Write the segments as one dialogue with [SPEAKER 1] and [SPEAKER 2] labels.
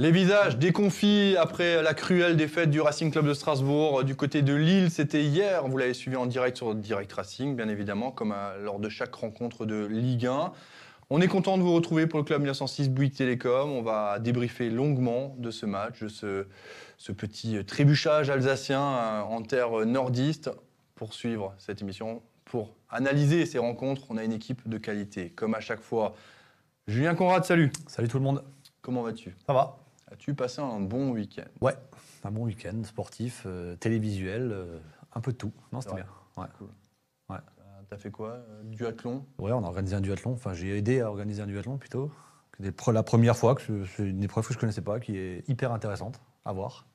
[SPEAKER 1] Les visages déconfits après la cruelle défaite du Racing Club de Strasbourg euh, du côté de Lille, c'était hier. Vous l'avez suivi en direct sur Direct Racing, bien évidemment, comme à- lors de chaque rencontre de Ligue 1. On est content de vous retrouver pour le club 1906 Bouygues Télécom. On va débriefer longuement de ce match, de ce, ce petit euh, trébuchage alsacien euh, en terre nordiste. Pour suivre cette émission, pour analyser ces rencontres, on a une équipe de qualité. Comme à chaque fois, Julien Conrad, salut.
[SPEAKER 2] Salut tout le monde.
[SPEAKER 1] Comment vas-tu
[SPEAKER 2] Ça va
[SPEAKER 1] As-tu passé un bon week-end
[SPEAKER 2] Ouais. Un bon week-end sportif, euh, télévisuel, euh, un peu de tout. Non, c'était
[SPEAKER 1] Ouais.
[SPEAKER 2] bien. Ouais.
[SPEAKER 1] Euh, T'as fait quoi Euh, Duathlon
[SPEAKER 2] ouais, on a organisé un duathlon. Enfin, j'ai aidé à organiser un duathlon plutôt. Que des pre- La première fois, que je- c'est une épreuve que je connaissais pas, qui est hyper intéressante à voir.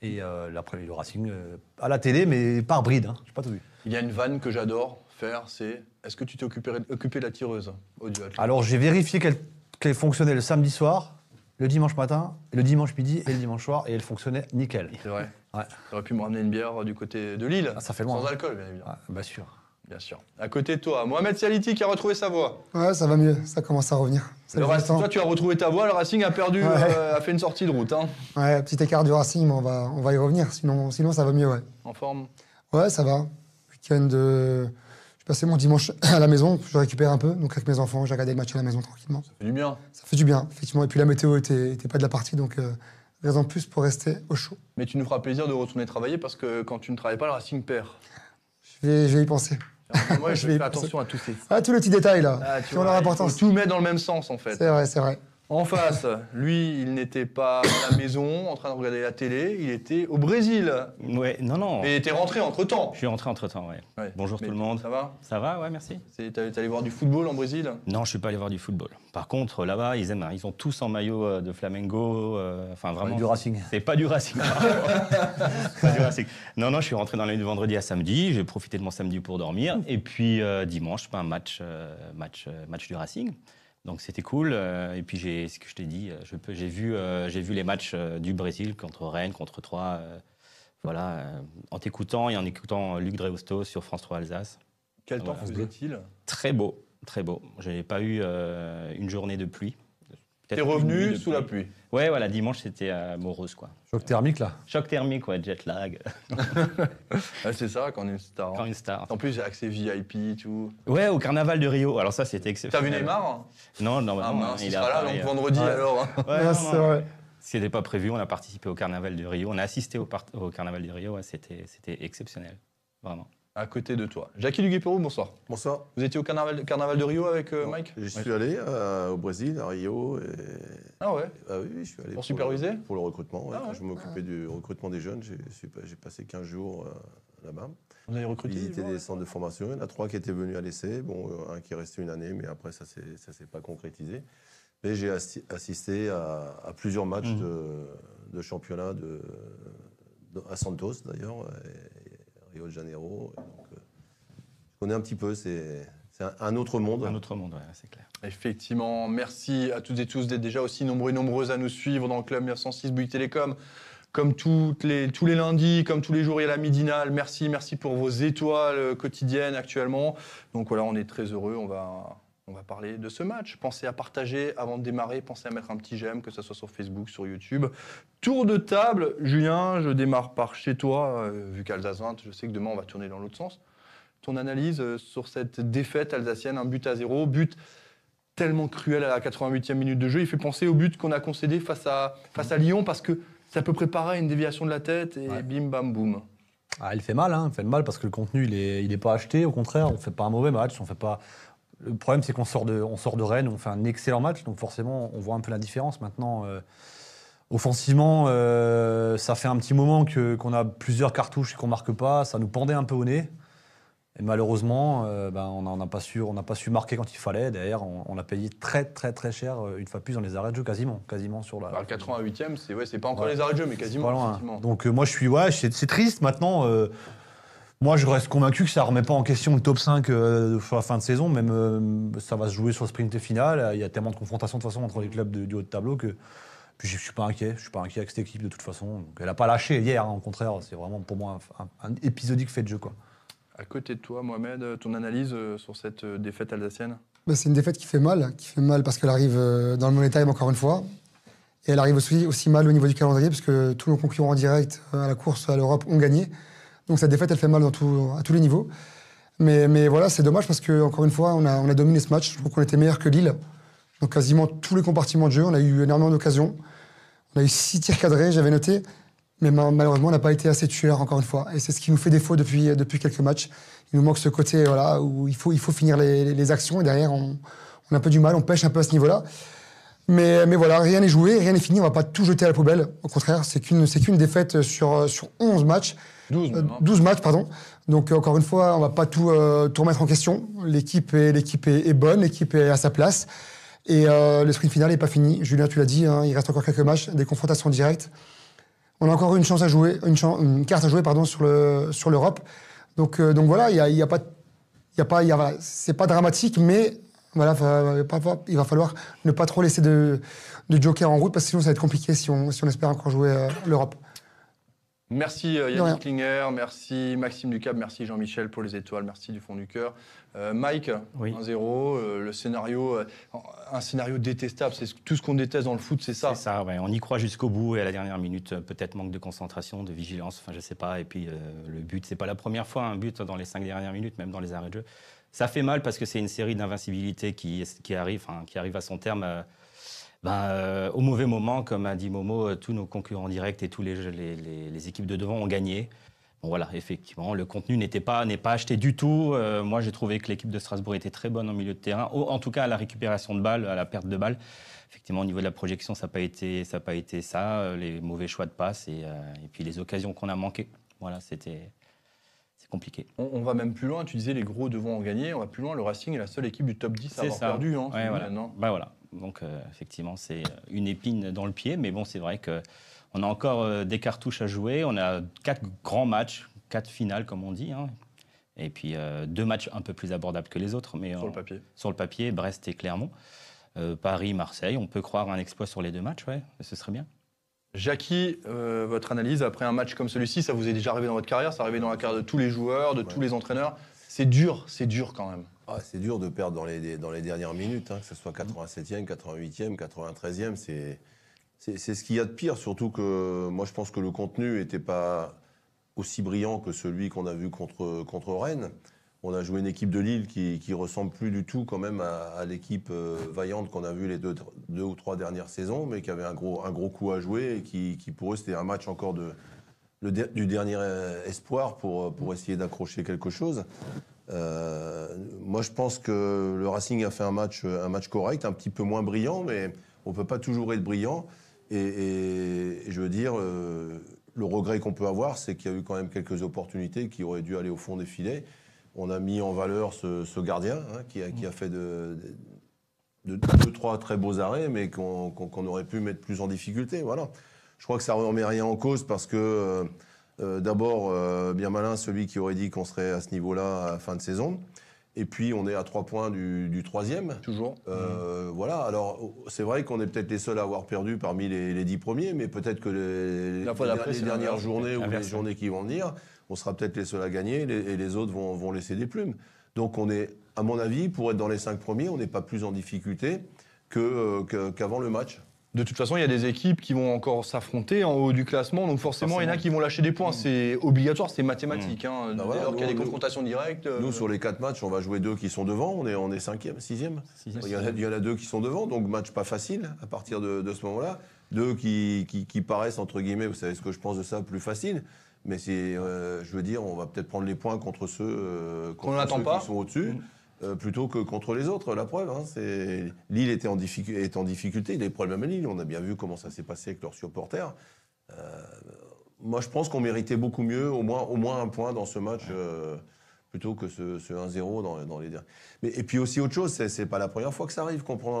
[SPEAKER 2] Et euh, là, après, le racing euh, à la télé, mais par bride. Hein. J'ai pas tout vu.
[SPEAKER 1] Il y a une vanne que j'adore faire, c'est est-ce que tu t'es occupé, occupé de la tireuse au duathlon
[SPEAKER 2] Alors, j'ai vérifié qu'elle qu'elle fonctionnait le samedi soir, le dimanche matin, le dimanche midi et le dimanche soir, et elle fonctionnait nickel.
[SPEAKER 1] C'est vrai.
[SPEAKER 2] Ouais.
[SPEAKER 1] T'aurais pu me ramener une bière euh, du côté de Lille.
[SPEAKER 2] Ah, ça fait loin,
[SPEAKER 1] Sans
[SPEAKER 2] hein.
[SPEAKER 1] alcool, bien évidemment.
[SPEAKER 2] Ouais, bien sûr.
[SPEAKER 1] Bien sûr. À côté de toi, Mohamed Sialiti qui a retrouvé sa voix.
[SPEAKER 3] Ouais, ça va mieux, ça commence à revenir. Ça
[SPEAKER 1] Le
[SPEAKER 3] fait
[SPEAKER 1] Racing,
[SPEAKER 3] longtemps.
[SPEAKER 1] toi, tu as retrouvé ta voix. Le Racing a perdu,
[SPEAKER 3] Ouais.
[SPEAKER 1] euh, a fait une sortie de route. hein.
[SPEAKER 3] Ouais, petit écart du Racing, mais on va, on va y revenir, sinon, sinon ça va mieux, ouais.
[SPEAKER 1] En forme.
[SPEAKER 3] Ouais, ça va. Week-end, euh, j'ai passé mon dimanche à la maison, je récupère un peu, donc avec mes enfants, j'ai regardé le match à la maison tranquillement.
[SPEAKER 1] Ça fait du bien.
[SPEAKER 3] Ça fait du bien, effectivement, et puis la météo était, était pas de la partie, donc euh, raison de plus pour rester au chaud.
[SPEAKER 1] Mais tu nous feras plaisir de retourner travailler parce que quand tu ne travailles pas, le Racing perd.
[SPEAKER 3] Je vais, je vais y penser.
[SPEAKER 1] Moi, je
[SPEAKER 3] vais
[SPEAKER 1] fais
[SPEAKER 3] y penser.
[SPEAKER 1] attention à tous ces.
[SPEAKER 3] Ah, tous les petits détails là,
[SPEAKER 1] Ah, tu
[SPEAKER 3] qui ont
[SPEAKER 1] vois, il
[SPEAKER 3] leur
[SPEAKER 1] faut
[SPEAKER 3] importance.
[SPEAKER 1] Tout mettre dans le même sens, en fait.
[SPEAKER 3] C'est vrai, c'est vrai.
[SPEAKER 1] En face, lui, il n'était pas à la maison en train de regarder la télé, il était au Brésil.
[SPEAKER 4] Ouais, non, non.
[SPEAKER 1] Mais il était rentré entre temps.
[SPEAKER 4] Je suis rentré entre temps, ouais. Bonjour tout le monde.
[SPEAKER 1] Ça va
[SPEAKER 4] Ça va, ouais, merci.
[SPEAKER 1] C'est- T'es t'es allé voir du football en Brésil
[SPEAKER 4] Non, je suis pas allé voir du football. Par contre, là-bas, ils aiment. hein. Ils ont tous en maillot euh, de Flamengo. euh, Enfin, vraiment.
[SPEAKER 2] Du racing.
[SPEAKER 4] C'est pas du Racing. C'est pas du Racing. Non, non, je suis rentré dans la nuit de vendredi à samedi. J'ai profité de mon samedi pour dormir. Et puis euh, dimanche, ben, match, euh, match, euh, match du Racing. Donc c'était cool. Euh, Et puis j'ai, ce que je t'ai dit, euh, je peux- j'ai vu, euh, j'ai vu les matchs euh, du Brésil contre Rennes, contre Troyes. euh, voilà, euh, en t'écoutant et en écoutant euh, Luc Dreosto sur France 3 Alsace.
[SPEAKER 1] Quel temps
[SPEAKER 4] Voilà.
[SPEAKER 1] faisait-il
[SPEAKER 4] Très beau, très beau. Je n'ai pas eu euh, une journée de pluie.
[SPEAKER 1] T'es
[SPEAKER 4] Peut-être une nuit
[SPEAKER 1] revenu
[SPEAKER 4] de
[SPEAKER 1] sous la pluie.
[SPEAKER 4] Ouais, voilà, dimanche c'était euh, morose quoi.
[SPEAKER 2] Choc thermique, là.
[SPEAKER 4] Choc thermique, ouais, jet lag.
[SPEAKER 1] Ah, c'est ça quand on est une star.
[SPEAKER 4] Encore une star.
[SPEAKER 1] En plus, j'ai accès VIP, tout.
[SPEAKER 4] Ouais, au carnaval de Rio. Alors ça, c'était
[SPEAKER 1] T'as
[SPEAKER 4] exceptionnel.
[SPEAKER 1] vu Neymar
[SPEAKER 4] Non, non,
[SPEAKER 1] Ah
[SPEAKER 4] non,
[SPEAKER 1] mince, il
[SPEAKER 4] est à
[SPEAKER 1] sera là
[SPEAKER 4] Paris.
[SPEAKER 1] donc vendredi
[SPEAKER 2] Ouais.
[SPEAKER 1] alors.
[SPEAKER 4] euh. Ouais,
[SPEAKER 3] Ouais,
[SPEAKER 4] non,
[SPEAKER 3] Ah, c'est
[SPEAKER 4] non.
[SPEAKER 3] vrai.
[SPEAKER 4] C'était pas prévu. On a participé au carnaval de Rio. On a assisté au, par- au carnaval de Rio. ouais, c'était, c'était exceptionnel, vraiment.
[SPEAKER 1] À côté de toi. Jackie Duguay-Pérou, bonsoir.
[SPEAKER 5] Bonsoir.
[SPEAKER 1] Vous étiez au carnaval, carnaval de Rio avec euh,
[SPEAKER 5] Non,
[SPEAKER 1] Mike
[SPEAKER 5] Je
[SPEAKER 1] Ouais.
[SPEAKER 5] suis allé euh, au Brésil, à Rio. Et...
[SPEAKER 1] Ah ouais
[SPEAKER 5] Ah oui, je suis allé.
[SPEAKER 1] Pour superviser
[SPEAKER 5] le, Pour le recrutement. ouais.
[SPEAKER 1] Ah
[SPEAKER 5] Quand
[SPEAKER 1] ouais.
[SPEAKER 5] je m'occupais du recrutement des jeunes, j'ai suis pas- j'ai passé 15 jours euh, là-bas.
[SPEAKER 1] Vous avez recruté des
[SPEAKER 5] Visité
[SPEAKER 1] joueurs,
[SPEAKER 5] des
[SPEAKER 1] ouais
[SPEAKER 5] centres de formation. Il y en a trois qui étaient venus à l'essai. Bon, euh, un qui est resté une année, mais après, ça ne s'est pas concrétisé. Mais j'ai assi- assisté à, à plusieurs matchs
[SPEAKER 1] Mmh.
[SPEAKER 4] Mhm.
[SPEAKER 5] de, de championnat de, de- à Santos, d'ailleurs, et- et Rio de Janeiro. Et donc, euh, je connais un petit peu. C'est c'est un, un autre monde.
[SPEAKER 4] Un autre monde, ouais, c'est clair.
[SPEAKER 1] Effectivement, merci à toutes et tous d'être déjà aussi nombreux et nombreuses à nous suivre dans le club 906 Bouygues Télécom. Comme toutes les, tous les lundis, comme tous les jours, il y a la midinale. Merci, merci pour vos étoiles quotidiennes actuellement. Donc voilà, on est très heureux. On va, on va parler de ce match. Pensez à partager avant de démarrer. Pensez à mettre un petit j'aime, que ce soit sur Facebook, sur YouTube. Tour de table. Julien, je démarre par chez toi, euh, vu qu'Alsace 20, je sais que demain, on va tourner dans l'autre sens. Ton analyse euh, sur cette défaite alsacienne, un but à zéro, but tellement cruel à la 88e minute de jeu. Il fait penser au but qu'on a concédé face à, face à Lyon parce que ça peut préparer à une déviation de la tête et
[SPEAKER 2] Ouais.
[SPEAKER 1] bim bam boum.
[SPEAKER 2] Ah, il fait mal, hein, il fait mal parce que le contenu, il n'est il est pas acheté. Au contraire, on fait pas un mauvais match. On fait pas... Le problème, c'est qu'on sort, de- on sort de Rennes, on fait un excellent match. Donc forcément, on voit un peu la différence maintenant. euh, offensivement, euh, ça fait un petit moment que- qu'on a plusieurs cartouches et qu'on marque pas. Ça nous pendait un peu au nez. Et malheureusement, euh, ben, on n'a pas, su- on n'a pas su marquer quand il fallait. Derrière, on, on a payé très, très, très cher, euh, une fois de plus, dans les arrêts de jeu, quasiment. quasiment sur la,
[SPEAKER 1] Alors, le 88e, c'est ouais, c'est pas hein. encore
[SPEAKER 2] Ouais.
[SPEAKER 1] les arrêts de jeu, mais
[SPEAKER 2] c'est
[SPEAKER 1] quasiment.
[SPEAKER 2] pas loin.
[SPEAKER 1] effectivement.
[SPEAKER 2] Donc euh, moi je suis ouais, c'est c'est triste maintenant. euh, moi je reste convaincu que ça remet pas en question le top 5 euh, sur la fin de saison, même euh, ça va se jouer sur le sprint final. Il y a tellement de confrontations de toute façon entre les clubs de- du haut de tableau que puis je suis pas inquiet, je suis pas inquiet avec cette équipe de toute façon. Donc, elle a pas lâché hier, hein, au contraire, c'est vraiment pour moi un, un- un épisodique fait de jeu quoi.
[SPEAKER 1] À côté de toi, Mohamed, euh, ton analyse euh, sur cette euh, défaite alsacienne
[SPEAKER 3] Bah, c'est une défaite qui fait mal, qui fait mal parce qu'elle arrive euh, dans le money time encore une fois. Et elle arrive aussi, aussi mal au niveau du calendrier, parce que tous nos concurrents en direct euh, à la course à l'Europe ont gagné. Donc cette défaite, elle fait mal dans tout- à tous les niveaux. Mais, mais voilà, c'est dommage parce que, encore une fois, on a, on a dominé ce match. Je trouve qu'on était meilleur que Lille. Donc quasiment tous les compartiments de jeu, on a eu énormément d'occasions. On a eu six tirs cadrés, j'avais noté. Mais ma- malheureusement, on n'a pas été assez tueur, encore une fois. Et c'est ce qui nous fait défaut depuis, euh, depuis quelques matchs. Il nous manque ce côté euh, voilà, où il faut, il faut finir les, les- les actions. Et derrière, on, on a un peu du mal, on pêche un peu à ce niveau-là. Mais, mais voilà, rien n'est joué, rien n'est fini. On va pas tout jeter à la poubelle. Au contraire, c'est qu'une c'est qu'une défaite sur, euh, sur 11 matchs.
[SPEAKER 1] 12
[SPEAKER 3] Euh,
[SPEAKER 1] même, hein.
[SPEAKER 3] 12 matchs, pardon. Donc, euh, encore une fois, on va pas tout, euh, tout remettre en question. L'équipe est, l'équipe est, est bonne, l'équipe est à sa place. Et euh, le sprint final n'est pas fini. Julien, tu l'as dit, hein, il reste encore quelques matchs, des confrontations directes. On a encore une chance à jouer, une, chan- une carte à jouer pardon, sur, le, sur l'Europe. Donc, euh, donc voilà, il y a, il y a pas, il y a pas, il y a, voilà, c'est pas dramatique, mais voilà, va- va- va- il va falloir ne pas trop laisser de, de joker en route parce que sinon ça va être compliqué si on, si on espère encore jouer euh, l'Europe.
[SPEAKER 1] Merci euh,
[SPEAKER 3] De rien.
[SPEAKER 1] Yannick Klinger, merci Maxime Ducab, merci Jean-Michel pour les étoiles, merci du fond du cœur. Euh, Mike,
[SPEAKER 4] Oui.
[SPEAKER 1] 1-0, euh, le scénario, euh, un scénario détestable, c'est ce- tout ce qu'on déteste dans le foot, c'est ça.
[SPEAKER 4] C'est ça, ouais. on y croit jusqu'au bout et à la dernière minute, euh, peut-être manque de concentration, de vigilance, enfin je sais pas. Et puis euh, le but, c'est pas la première fois un but dans les cinq dernières minutes, même dans les arrêts de jeu. Ça fait mal parce que c'est une série d'invincibilité qui, qui, arrive, enfin, qui arrive à son terme euh, ben, euh, au mauvais moment. Comme a dit Momo, euh, tous nos concurrents directs et tous les, jeux- les, les- les équipes de devant ont gagné. Bon voilà, effectivement, le contenu n'était pas, n'est pas acheté du tout. Euh, moi, j'ai trouvé que l'équipe de Strasbourg était très bonne en milieu de terrain, au- en tout cas à la récupération de balles, à la perte de balles. Effectivement, au niveau de la projection, ça n'a pas été ça. a Pas été ça euh, les mauvais choix de passe et, euh, et puis les occasions qu'on a manquées. Voilà, c'était c'est compliqué.
[SPEAKER 1] On, on va même plus loin, tu disais les gros devant en gagner, on va plus loin, le Racing est la seule équipe du top 10 à
[SPEAKER 4] C'est
[SPEAKER 1] avoir
[SPEAKER 4] ça.
[SPEAKER 1] perdu. Hein,
[SPEAKER 4] Ouais, voilà.
[SPEAKER 1] maintenant.
[SPEAKER 4] Bah voilà. Donc euh, effectivement, c'est une épine dans le pied, mais bon, c'est vrai que on a encore euh, des cartouches à jouer. On a quatre grands matchs, quatre finales comme on dit, hein. et puis euh, deux matchs un peu plus abordables que les autres, mais
[SPEAKER 1] Sur le
[SPEAKER 4] euh,
[SPEAKER 1] papier.
[SPEAKER 4] sur le papier, Brest et Clermont. Euh, Paris, Marseille, on peut croire à un exploit sur les deux matchs, ouais, ce serait bien.
[SPEAKER 1] Jackie, euh, votre analyse après un match comme celui-ci, ça vous est déjà arrivé dans votre carrière, ça arrivé dans la carrière de tous les joueurs, de tous les entraîneurs. C'est dur, c'est dur quand même.
[SPEAKER 5] Ah, c'est dur de perdre dans les, dans les dernières minutes, hein, que ce soit 87e, 88e, 93e. C'est, c'est, c'est ce qu'il y a de pire, surtout que moi je pense que le contenu n'était pas aussi brillant que celui qu'on a vu contre, contre Rennes. On a joué une équipe de Lille qui, qui ressemble plus du tout quand même à, à l'équipe euh, vaillante qu'on a vue les deux, deux ou trois dernières saisons, mais qui avait un gros, un gros coup à jouer et qui, qui pour eux c'était un match encore de, le der- du dernier euh, espoir pour, euh, pour essayer d'accrocher quelque chose. Euh, moi, je pense que le Racing a fait un match, un match correct, un petit peu moins brillant, mais on peut pas toujours être brillant. Et, et- et je veux dire, euh, le regret qu'on peut avoir, c'est qu'il y a eu quand même quelques opportunités qui auraient dû aller au fond des filets. On a mis en valeur ce, ce gardien hein, qui, a, qui a fait de, de- de- deux, trois très beaux arrêts, mais qu'on qu'on- qu'on aurait pu mettre plus en difficulté. Voilà. Je crois que ça ne remet rien en cause parce que. euh, euh, D'abord, euh, bien malin, celui qui aurait dit qu'on serait à ce niveau-là à la fin de saison. Et puis, on est à trois points du, du troisième.
[SPEAKER 1] Toujours. Mmh.
[SPEAKER 5] Euh, Voilà, alors o- c'est vrai qu'on est peut-être les seuls à avoir perdu parmi les, les dix premiers, mais peut-être que les,
[SPEAKER 1] La fois
[SPEAKER 5] les-
[SPEAKER 1] d'après,
[SPEAKER 5] les
[SPEAKER 1] c'est
[SPEAKER 5] dernières
[SPEAKER 1] l'inverse.
[SPEAKER 5] journées ou les
[SPEAKER 4] Inverse.
[SPEAKER 5] journées qui vont venir, on sera peut-être les seuls à gagner les- et les autres vont, vont laisser des plumes. Donc on est, à mon avis, pour être dans les cinq premiers, on n'est pas plus en difficulté que, euh, que- qu'avant le match.
[SPEAKER 1] De toute façon, il y a des équipes qui vont encore s'affronter en haut du classement, donc forcément, il y en a
[SPEAKER 4] Forcément.
[SPEAKER 1] qui vont lâcher des points. C'est obligatoire, c'est mathématique. hein.
[SPEAKER 5] Mm. Bah voilà,
[SPEAKER 1] Dès lors qu'il y a
[SPEAKER 5] nous,
[SPEAKER 1] des
[SPEAKER 5] nous-
[SPEAKER 1] confrontations directes. euh,
[SPEAKER 5] Nous, sur les quatre matchs, on va jouer deux qui sont devant. On est, on est cinquième, sixième. Il y, en a, il y en a deux qui sont devant, donc match pas facile à partir de, de ce moment-là. Deux qui, qui- qui paraissent, entre guillemets, vous savez ce que je pense de ça, plus facile. Mais c'est, euh, je veux dire, on va peut-être prendre les points contre ceux, euh,
[SPEAKER 1] Qu'on
[SPEAKER 5] contre
[SPEAKER 1] n'attend
[SPEAKER 5] ceux
[SPEAKER 1] pas. Mm.
[SPEAKER 5] qui sont au-dessus, euh, plutôt que contre les autres. La preuve, hein, c'est Lille était en, difficu- est en difficulté. Il y a des problèmes à Lille. On a bien vu comment ça s'est passé avec leurs supporters. Euh, moi, je pense qu'on méritait beaucoup mieux, au moins, au moins un point dans ce match, euh, plutôt que ce, ce 1-0 dans, dans les derniers. Mais, et puis aussi autre chose, c'est- c'est pas la première fois que ça arrive qu'on prend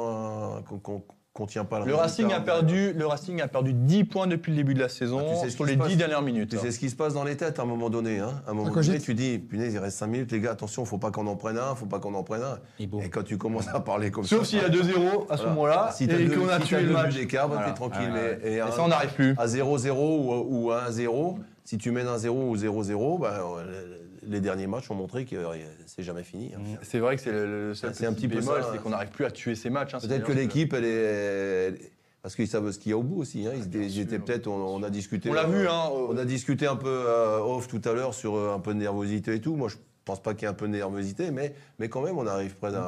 [SPEAKER 5] un- qu'on- qu'on qu'on tient pas le.
[SPEAKER 1] Le
[SPEAKER 5] résultat.
[SPEAKER 1] Racing, a perdu, le Racing a perdu 10 points depuis le début de la saison,
[SPEAKER 5] Ah, tu sais ce
[SPEAKER 1] sur
[SPEAKER 5] qui
[SPEAKER 1] les
[SPEAKER 5] se passe.
[SPEAKER 1] 10 dernières minutes. hein.
[SPEAKER 5] Tu sais ce qui se passe dans les têtes à un moment donné. Hein. À un moment
[SPEAKER 3] quand
[SPEAKER 5] donné,
[SPEAKER 3] j'ai-
[SPEAKER 5] tu dis, punaise, il reste 5 minutes, les gars, attention, faut pas qu'on en prenne un, faut pas qu'on en prenne un.
[SPEAKER 4] Et beau.
[SPEAKER 5] Et quand tu commences à parler comme ça.
[SPEAKER 1] Sauf s'il y a 2-0 à ce
[SPEAKER 5] Voilà.
[SPEAKER 1] moment-là,
[SPEAKER 5] Si t'as
[SPEAKER 1] et
[SPEAKER 5] deux-
[SPEAKER 1] qu'on a
[SPEAKER 5] si
[SPEAKER 1] tué
[SPEAKER 5] t'as
[SPEAKER 1] le
[SPEAKER 5] deux buts
[SPEAKER 1] match.
[SPEAKER 5] d'écart, bah,
[SPEAKER 1] Voilà.
[SPEAKER 5] t'es tranquille.
[SPEAKER 1] Voilà.
[SPEAKER 5] mais-
[SPEAKER 1] Et
[SPEAKER 5] un-
[SPEAKER 1] ça, on n'arrive plus.
[SPEAKER 5] à 0-0 ou, ou à 1-0, si tu mènes 1-0 ou 0-0, bah, euh, les derniers matchs ont montré que euh, c'est jamais fini. hein.
[SPEAKER 1] Ah, C'est vrai que c'est le, le seul
[SPEAKER 5] C'est un
[SPEAKER 1] petit
[SPEAKER 5] petit peu
[SPEAKER 1] bémol,
[SPEAKER 5] ça,
[SPEAKER 1] c'est
[SPEAKER 5] hein.
[SPEAKER 1] qu'on n'arrive plus à tuer ces matchs. hein. C'est
[SPEAKER 5] Peut-être que
[SPEAKER 1] d'ailleurs-
[SPEAKER 5] l'équipe, elle est. elle est- parce qu'ils savent ce qu'il y a au bout aussi. Hein. Ils étaient- ils étaient peut-être, on, on a discuté.
[SPEAKER 1] Ah, On l'a vu, hein,
[SPEAKER 5] On a discuté un peu euh, off tout à l'heure sur euh, un peu de nervosité et tout. Moi, je pense pas qu'il y ait un peu de nervosité, mais, mais quand même, on arrive près d'un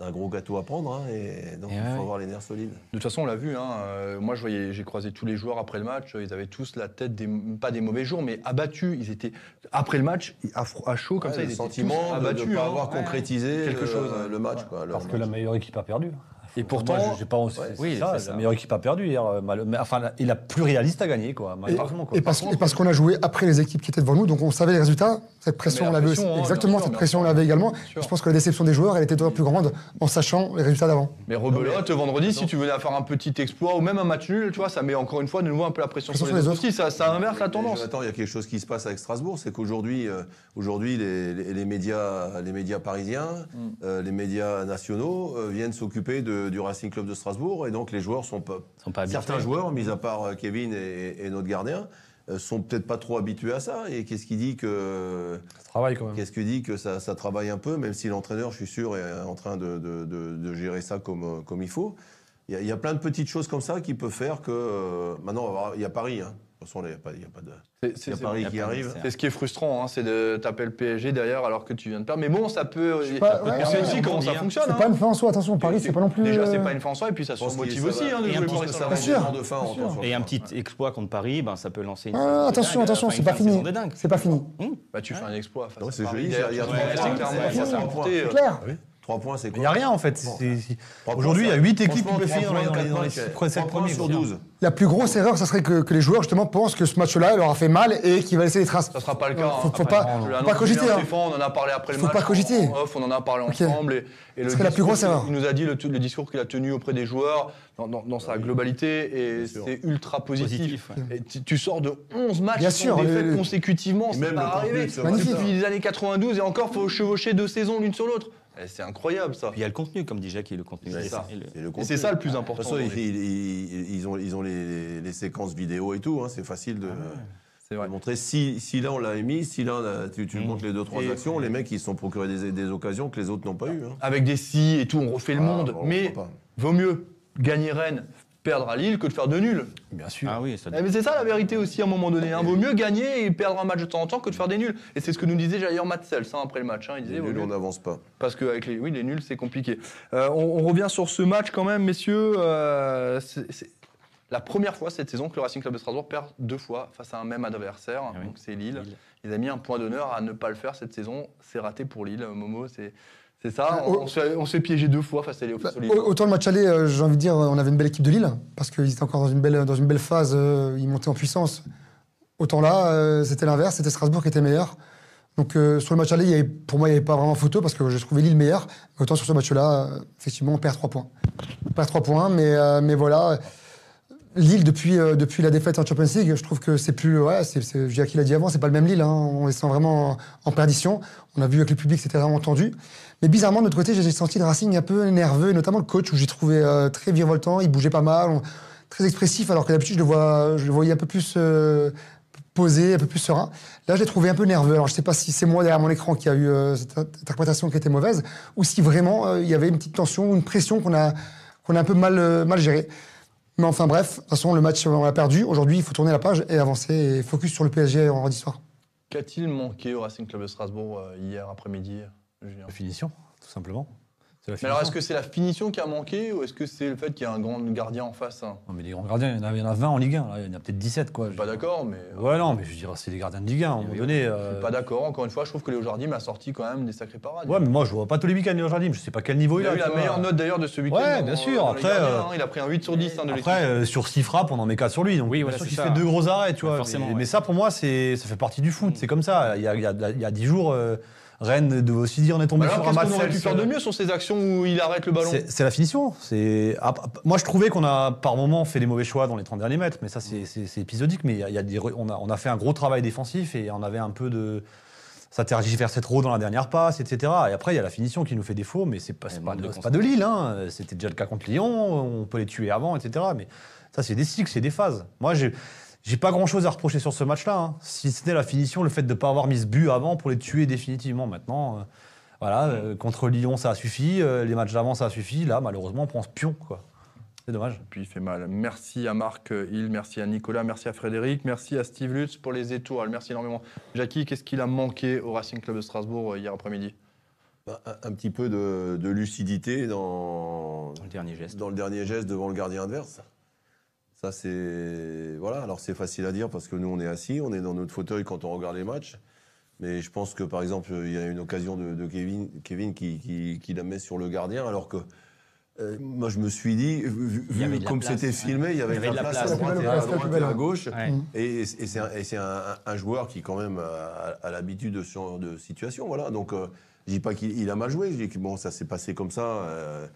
[SPEAKER 5] d'un gros gâteau à prendre. hein, et donc,
[SPEAKER 4] Et
[SPEAKER 5] il faut
[SPEAKER 4] ouais.
[SPEAKER 5] avoir les nerfs solides.
[SPEAKER 1] De toute façon, on l'a vu. hein, euh, moi, je voyais, j'ai croisé tous les joueurs après le match. euh, Ils avaient tous la tête des, pas des mauvais jours, mais abattus. Ils étaient après le match à, fro- à chaud comme
[SPEAKER 5] Ouais,
[SPEAKER 1] ça.
[SPEAKER 5] le
[SPEAKER 1] Ils
[SPEAKER 5] sentiment
[SPEAKER 1] étaient tous
[SPEAKER 5] de
[SPEAKER 1] abattus.
[SPEAKER 5] ne pas
[SPEAKER 1] hein.
[SPEAKER 5] avoir concrétisé
[SPEAKER 1] Quelque
[SPEAKER 5] le,
[SPEAKER 1] chose, hein. ouais.
[SPEAKER 5] le match. quoi, le
[SPEAKER 2] Parce que
[SPEAKER 5] match.
[SPEAKER 2] la meilleure équipe a perdu.
[SPEAKER 1] Et
[SPEAKER 2] Faut-
[SPEAKER 1] pourtant-
[SPEAKER 2] moi, je- j'ai pas. c'est- c'est
[SPEAKER 1] oui,
[SPEAKER 2] ça,
[SPEAKER 1] c'est
[SPEAKER 2] la
[SPEAKER 1] ça.
[SPEAKER 2] meilleure équipe a perdu hier. euh, mal- mais enfin, la- et la plus réaliste a gagné, quoi.
[SPEAKER 3] Et,
[SPEAKER 2] malheureusement, quoi.
[SPEAKER 3] et parce,
[SPEAKER 2] Par contre,
[SPEAKER 3] et parce qu'on a joué après les équipes qui étaient devant nous, donc on savait les résultats. Cette pression,
[SPEAKER 1] la
[SPEAKER 3] on l'avait aussi.
[SPEAKER 1] pression, hein, bien
[SPEAKER 3] Exactement,
[SPEAKER 1] sûr,
[SPEAKER 3] cette
[SPEAKER 1] bien
[SPEAKER 3] pression, on
[SPEAKER 1] sûr.
[SPEAKER 3] l'avait également.
[SPEAKER 1] Bien sûr.
[SPEAKER 3] Je pense que la déception des joueurs, elle était d'autant plus grande en sachant les résultats d'avant.
[SPEAKER 1] Mais rebelote, vendredi, si
[SPEAKER 5] Non.
[SPEAKER 1] tu venais à faire un petit exploit ou même un match nul, tu vois, ça met encore une fois de nouveau un peu la pression sur les, autres. aussi. Ça, ça inverse la
[SPEAKER 5] Mais
[SPEAKER 1] tendance.
[SPEAKER 5] Jonathan, il y a quelque chose qui se passe avec Strasbourg, c'est qu'aujourd'hui, euh, aujourd'hui, les, les- les médias, les médias parisiens, euh, les médias nationaux euh, viennent s'occuper de- du Racing Club de Strasbourg, et donc les joueurs sont pas,
[SPEAKER 4] Ils sont pas habitués.
[SPEAKER 5] certains joueurs, mis à part euh, Kevin et, et notre gardien, euh, sont peut-être pas trop habitués à ça. Et qu'est-ce qui dit que
[SPEAKER 2] ça travaille quand même.
[SPEAKER 5] Qu'est-ce que dit que ça, ça travaille un peu, même si l'entraîneur, je suis sûr, est en train de, de- de- de gérer ça comme, euh, comme il faut. Il y, a, il y a plein de petites choses comme ça qui peuvent faire que. euh, maintenant, on va voir, il y a Paris. hein. De toute façon, là, il n'y a, pas- il y a pas de.
[SPEAKER 1] C'est- c'est-
[SPEAKER 5] Il y a
[SPEAKER 1] c'est-
[SPEAKER 5] Paris
[SPEAKER 4] il y a
[SPEAKER 5] qui
[SPEAKER 4] Paris,
[SPEAKER 5] arrive.
[SPEAKER 4] c'est-
[SPEAKER 1] C'est ce qui est frustrant, hein, c'est de taper le PSG derrière alors que tu viens de perdre. Mais bon, ça peut.
[SPEAKER 3] sais pas,
[SPEAKER 1] ça peut-
[SPEAKER 3] ouais,
[SPEAKER 1] on sait
[SPEAKER 3] ouais,
[SPEAKER 1] aussi comment
[SPEAKER 4] on
[SPEAKER 1] ça
[SPEAKER 4] rebondit, hein.
[SPEAKER 1] fonctionne.
[SPEAKER 3] C'est
[SPEAKER 1] hein.
[SPEAKER 3] pas une fin en soi, attention, Paris, c'est pas non plus.
[SPEAKER 1] Déjà,
[SPEAKER 3] euh,
[SPEAKER 1] c'est pas une fin en soi, et puis ça
[SPEAKER 5] Je
[SPEAKER 1] se
[SPEAKER 5] pense qu'il-
[SPEAKER 1] motive
[SPEAKER 5] ça
[SPEAKER 1] aussi
[SPEAKER 5] va-
[SPEAKER 1] hein, de
[SPEAKER 5] et
[SPEAKER 1] jouer
[SPEAKER 5] je pense
[SPEAKER 1] pour
[SPEAKER 5] que
[SPEAKER 1] les
[SPEAKER 5] ça
[SPEAKER 1] salariés.
[SPEAKER 5] va
[SPEAKER 3] Bien sûr.
[SPEAKER 5] être de fin en temps sur
[SPEAKER 4] Et
[SPEAKER 5] le
[SPEAKER 4] un
[SPEAKER 5] champ.
[SPEAKER 4] petit exploit contre Paris, ben, ça peut lancer une.
[SPEAKER 3] Ah,
[SPEAKER 4] phase de
[SPEAKER 3] attention,
[SPEAKER 4] dingue,
[SPEAKER 3] attention,
[SPEAKER 4] enfin,
[SPEAKER 3] c'est
[SPEAKER 4] une
[SPEAKER 3] pas
[SPEAKER 4] fin de
[SPEAKER 3] fini.
[SPEAKER 4] saison de dingue.
[SPEAKER 3] C'est pas fini.
[SPEAKER 4] Hum.
[SPEAKER 1] Bah, tu fais un exploit. face
[SPEAKER 5] Non,
[SPEAKER 1] à
[SPEAKER 5] c'est
[SPEAKER 1] Paris,
[SPEAKER 5] joli,
[SPEAKER 1] derrière,
[SPEAKER 5] il y a
[SPEAKER 1] tu
[SPEAKER 5] trois
[SPEAKER 1] vois,
[SPEAKER 5] points,
[SPEAKER 1] c'est
[SPEAKER 5] c'est
[SPEAKER 1] clairement,
[SPEAKER 5] bien.
[SPEAKER 1] ça,
[SPEAKER 5] C'est
[SPEAKER 1] remporté,
[SPEAKER 3] C'est
[SPEAKER 1] euh,
[SPEAKER 3] clair.
[SPEAKER 5] Trois points, c'est
[SPEAKER 2] Il
[SPEAKER 5] quoi
[SPEAKER 2] n'y a rien en fait. C'est-
[SPEAKER 5] Trois points,
[SPEAKER 2] Aujourd'hui, il y a
[SPEAKER 5] ça-
[SPEAKER 2] huit équipes qui
[SPEAKER 5] franchement,
[SPEAKER 2] peuvent
[SPEAKER 5] trois
[SPEAKER 2] finir
[SPEAKER 5] points,
[SPEAKER 2] dans les-
[SPEAKER 5] quatre
[SPEAKER 2] dans les-
[SPEAKER 5] matchs,
[SPEAKER 2] c'est le premier
[SPEAKER 5] trois points
[SPEAKER 2] premier,
[SPEAKER 5] sur
[SPEAKER 2] c'est bien.
[SPEAKER 5] 12.
[SPEAKER 3] La plus grosse erreur, ça serait que, que les joueurs, justement, pensent que ce match-là leur a fait mal et qu'il va laisser des traces.
[SPEAKER 1] Ça sera pas le cas.
[SPEAKER 3] Faut,
[SPEAKER 1] hein.
[SPEAKER 3] faut
[SPEAKER 1] Après,
[SPEAKER 3] pas,
[SPEAKER 1] je
[SPEAKER 3] faut
[SPEAKER 1] l'annonce,
[SPEAKER 3] pas cogiter.
[SPEAKER 1] Julien
[SPEAKER 3] hein.
[SPEAKER 1] Stéphane, on en a parlé après le
[SPEAKER 3] Faut
[SPEAKER 1] match.
[SPEAKER 3] pas cogiter.
[SPEAKER 1] en off, on en a parlé
[SPEAKER 3] Ok.
[SPEAKER 1] ensemble. Et, et
[SPEAKER 3] Ce serait la plus
[SPEAKER 1] discours,
[SPEAKER 3] grosse erreur.
[SPEAKER 1] Il nous a dit le, le discours qu'il a tenu auprès des joueurs dans, dans- dans sa globalité et
[SPEAKER 5] Ah Bien sûr.
[SPEAKER 1] c'est ultra positif.
[SPEAKER 4] Positif, ouais.
[SPEAKER 1] Et tu, tu sors de 11 matchs
[SPEAKER 3] Bien
[SPEAKER 1] sans
[SPEAKER 3] sûr,
[SPEAKER 1] défaite
[SPEAKER 3] le- le-
[SPEAKER 1] consécutivement,
[SPEAKER 5] Et
[SPEAKER 1] c'est
[SPEAKER 5] même
[SPEAKER 1] pas
[SPEAKER 5] le contenu
[SPEAKER 1] arrivé.
[SPEAKER 5] de ce
[SPEAKER 3] Magnifique.
[SPEAKER 1] Depuis les années 92 et encore faut chevaucher deux saisons l'une sur l'autre. Eh, C'est incroyable ça.
[SPEAKER 4] Puis il y a le contenu, comme dit Jacques, et le contenu.
[SPEAKER 5] C'est
[SPEAKER 4] Et
[SPEAKER 1] ça.
[SPEAKER 4] et le-
[SPEAKER 5] Et le
[SPEAKER 1] Et
[SPEAKER 5] contenu.
[SPEAKER 1] c'est ça le plus
[SPEAKER 5] De toute
[SPEAKER 1] important.
[SPEAKER 5] façon, ils, ils- ils ont, ils ont les, les- les séquences vidéo et tout, hein, c'est facile de,
[SPEAKER 1] C'est
[SPEAKER 5] de
[SPEAKER 1] vrai.
[SPEAKER 5] montrer. Si, si là on l'a émis, si là on a- tu, tu
[SPEAKER 4] Mm.
[SPEAKER 5] montres les deux, trois
[SPEAKER 1] Et-
[SPEAKER 5] actions, les mecs ils se sont procurés des, des occasions que les autres n'ont pas eues. hein.
[SPEAKER 1] Avec des si et tout, on refait le
[SPEAKER 5] Ah,
[SPEAKER 1] monde.
[SPEAKER 5] bon, on
[SPEAKER 1] Mais
[SPEAKER 5] comprend pas.
[SPEAKER 1] vaut mieux gagner Rennes, perdre à Lille que de faire de nuls.
[SPEAKER 2] Bien sûr.
[SPEAKER 4] Ah oui, ça
[SPEAKER 1] Eh, Mais c'est ça la vérité aussi à un moment donné. hein. Vaut mieux gagner et perdre un match de temps en temps que de faire des nuls. Et c'est ce que nous disait d'ailleurs Matt Sells, hein, après le match. hein. Il
[SPEAKER 5] Les
[SPEAKER 1] disait vaut
[SPEAKER 5] nuls,
[SPEAKER 1] mieux-
[SPEAKER 5] on n'avance pas.
[SPEAKER 1] parce que avec les, oui, les nuls c'est compliqué. Euh, on, on revient sur ce match quand même, messieurs. Euh, c'est- c'est la première fois cette saison que le Racing Club de Strasbourg perd deux fois face à un même adversaire.
[SPEAKER 4] Ah oui.
[SPEAKER 1] Donc c'est Lille.
[SPEAKER 4] Lille.
[SPEAKER 1] Ils ont mis un point d'honneur à ne pas le faire cette saison. C'est raté pour Lille. Momo, c'est c'est ça.
[SPEAKER 3] Ah,
[SPEAKER 1] On,
[SPEAKER 3] oh.
[SPEAKER 1] on se fait, on se fait piéger deux fois face à Lille.
[SPEAKER 3] Bah, au- Autant le match aller, euh, j'ai envie de dire, euh, on avait une belle équipe de Lille, parce qu'ils étaient encore dans une belle, dans une belle phase, euh, ils montaient en puissance. Autant là, euh, c'était l'inverse, c'était Strasbourg qui était meilleur. Donc euh, sur le match aller, il y avait- pour moi, il n'y avait pas vraiment photo, parce que j'ai trouvé Lille meilleur. Mais autant sur ce match-là, euh, effectivement, on perd 3 points. On perd 3 points, mais, euh, mais voilà. Lille, depuis, euh, depuis la défaite en Champions League, je trouve que c'est plus. Ouais, c'est, c'est, Jacques l'a dit avant, c'est pas le même Lille. hein. on les sent vraiment en, en perdition. On a vu avec le public, c'était vraiment tendu. Mais bizarrement, de notre côté, j'ai senti le Racing un peu nerveux, et notamment le coach, où j'ai trouvé euh, très virevoltant, il bougeait pas mal, on- très expressif, alors que d'habitude, je, le vois- je le voyais un peu plus euh, posé, un peu plus serein. Là, je l'ai trouvé un peu nerveux. Alors, je sais pas si c'est moi derrière mon écran qui a eu euh, cette int- interprétation qui était mauvaise, ou si vraiment euh, il y avait une petite tension, une pression qu'on a, qu'on a un peu mal, euh, mal gérée. Mais enfin, bref, de toute façon, le match, on l'a perdu. Aujourd'hui, il faut tourner la page et avancer et focus sur le PSG en soir.
[SPEAKER 1] Qu'a-t-il manqué au Racing Club de Strasbourg euh, hier après-midi, Julien
[SPEAKER 2] La finition, tout simplement. C'est la
[SPEAKER 1] Mais alors,
[SPEAKER 2] finition.
[SPEAKER 1] est-ce que c'est la finition qui a manqué ou est-ce que c'est le fait qu'il y a un grand gardien en face hein
[SPEAKER 2] Non, mais les grands gardiens, il y en a, il y en a 20 en Ligue 1. là, il y en a peut-être 17, quoi.
[SPEAKER 1] Je suis pas d'accord, mais. euh,
[SPEAKER 2] Ouais, non, mais je veux dire, c'est des gardiens de Ligue 1, à un moment donné.
[SPEAKER 1] Je suis
[SPEAKER 2] euh,
[SPEAKER 1] pas d'accord, encore une fois, je trouve que Léo Jardim a sorti quand même des sacrés parades.
[SPEAKER 2] Ouais, mais moi, je vois pas tous les week-ends Léo Jardim. Je sais pas quel niveau
[SPEAKER 1] il
[SPEAKER 2] il,
[SPEAKER 1] a eu
[SPEAKER 2] tu
[SPEAKER 1] la
[SPEAKER 2] vois.
[SPEAKER 1] meilleure note d'ailleurs de ce week-end.
[SPEAKER 2] Ouais,
[SPEAKER 1] dans-
[SPEAKER 2] bien sûr,
[SPEAKER 1] dans les
[SPEAKER 2] après,
[SPEAKER 1] gardiens,
[SPEAKER 2] euh,
[SPEAKER 1] hein. Il a pris un 8 sur 10 hein, de l'équipe.
[SPEAKER 2] Après, euh, sur 6 frappes, on en met 4 sur lui. Donc,
[SPEAKER 4] Oui,
[SPEAKER 2] bien
[SPEAKER 4] voilà,
[SPEAKER 2] sûr
[SPEAKER 4] c'est
[SPEAKER 2] qu'il
[SPEAKER 4] ça.
[SPEAKER 2] fait deux gros arrêts, tu vois.
[SPEAKER 4] forcément,
[SPEAKER 2] mais,
[SPEAKER 4] ouais.
[SPEAKER 2] mais ça, pour moi, c'est, ça fait partie du foot. C'est comme ça. Il y a, il y a- il y a 10 jours, euh, Rennes devait aussi dire on est tombé
[SPEAKER 1] Bah alors,
[SPEAKER 2] sur un
[SPEAKER 1] qu'est-ce
[SPEAKER 2] match.
[SPEAKER 1] qu'on aurait pu
[SPEAKER 2] Cels,
[SPEAKER 1] faire de
[SPEAKER 2] euh,
[SPEAKER 1] mieux sur ces actions où il arrête le ballon
[SPEAKER 2] C'est c'est la finition. C'est ah, p- p- moi je trouvais qu'on a par moment fait des mauvais choix dans les 30 derniers mètres, mais ça c'est- c'est c'est épisodique. Mais il y a- il y a des re- on, a, on a fait un gros travail défensif et on avait un peu de ça tergiversait trop dans la dernière passe, etc. Et après il y a la finition qui nous fait défaut, mais c'est pas, c'est
[SPEAKER 4] Et
[SPEAKER 2] pas,
[SPEAKER 4] manque de
[SPEAKER 2] de, c'est pas de Lille. hein. C'était déjà le cas contre Lyon. On peut les tuer avant, etc. Mais ça c'est des cycles, c'est des phases. Moi j'ai j'ai pas grand chose à reprocher sur ce match-là. hein. Si c'était la finition, le fait de ne pas avoir mis ce but avant pour les tuer définitivement. Maintenant, euh, voilà, euh, contre Lyon, ça a suffi. euh, les matchs d'avant, ça a suffi. Là, malheureusement, on prend ce pion. Quoi. C'est dommage.
[SPEAKER 1] puis il fait mal. Merci à Marc euh, Hill, merci à Nicolas, merci à Frédéric, merci à Steve Lutz pour les étoiles. Merci énormément. Jackie, qu'est-ce qu'il a manqué au Racing Club de Strasbourg euh, hier après-midi
[SPEAKER 5] Bah, un, un petit peu de, de lucidité dans,
[SPEAKER 4] Dans le dernier geste.
[SPEAKER 5] dans le dernier geste devant le gardien adverse. Ça, c'est. Voilà, alors c'est facile à dire parce que nous, on est assis, on est dans notre fauteuil quand on regarde les matchs. Mais je pense que, par exemple, il y a une occasion de, de Kevin, Kevin qui, qui- qui la met sur le gardien, alors que. euh, moi, je me suis dit, vu-
[SPEAKER 4] Il y
[SPEAKER 5] vu
[SPEAKER 4] avait de la
[SPEAKER 5] comme
[SPEAKER 4] place.
[SPEAKER 5] c'était filmé, il y avait, de la place à
[SPEAKER 3] la plus
[SPEAKER 5] droite
[SPEAKER 3] belle
[SPEAKER 5] et à
[SPEAKER 3] place, la
[SPEAKER 5] droite
[SPEAKER 3] plus
[SPEAKER 5] et
[SPEAKER 3] belle,
[SPEAKER 5] à
[SPEAKER 3] ouais.
[SPEAKER 5] gauche.
[SPEAKER 4] Ouais.
[SPEAKER 5] Et, et c'est un, et c'est un- un joueur qui, quand même, a, a l'habitude de ce genre de situation. Voilà. Donc, euh, je dis pas qu'il il a mal joué. Je dis que bon, ça s'est passé comme ça. euh,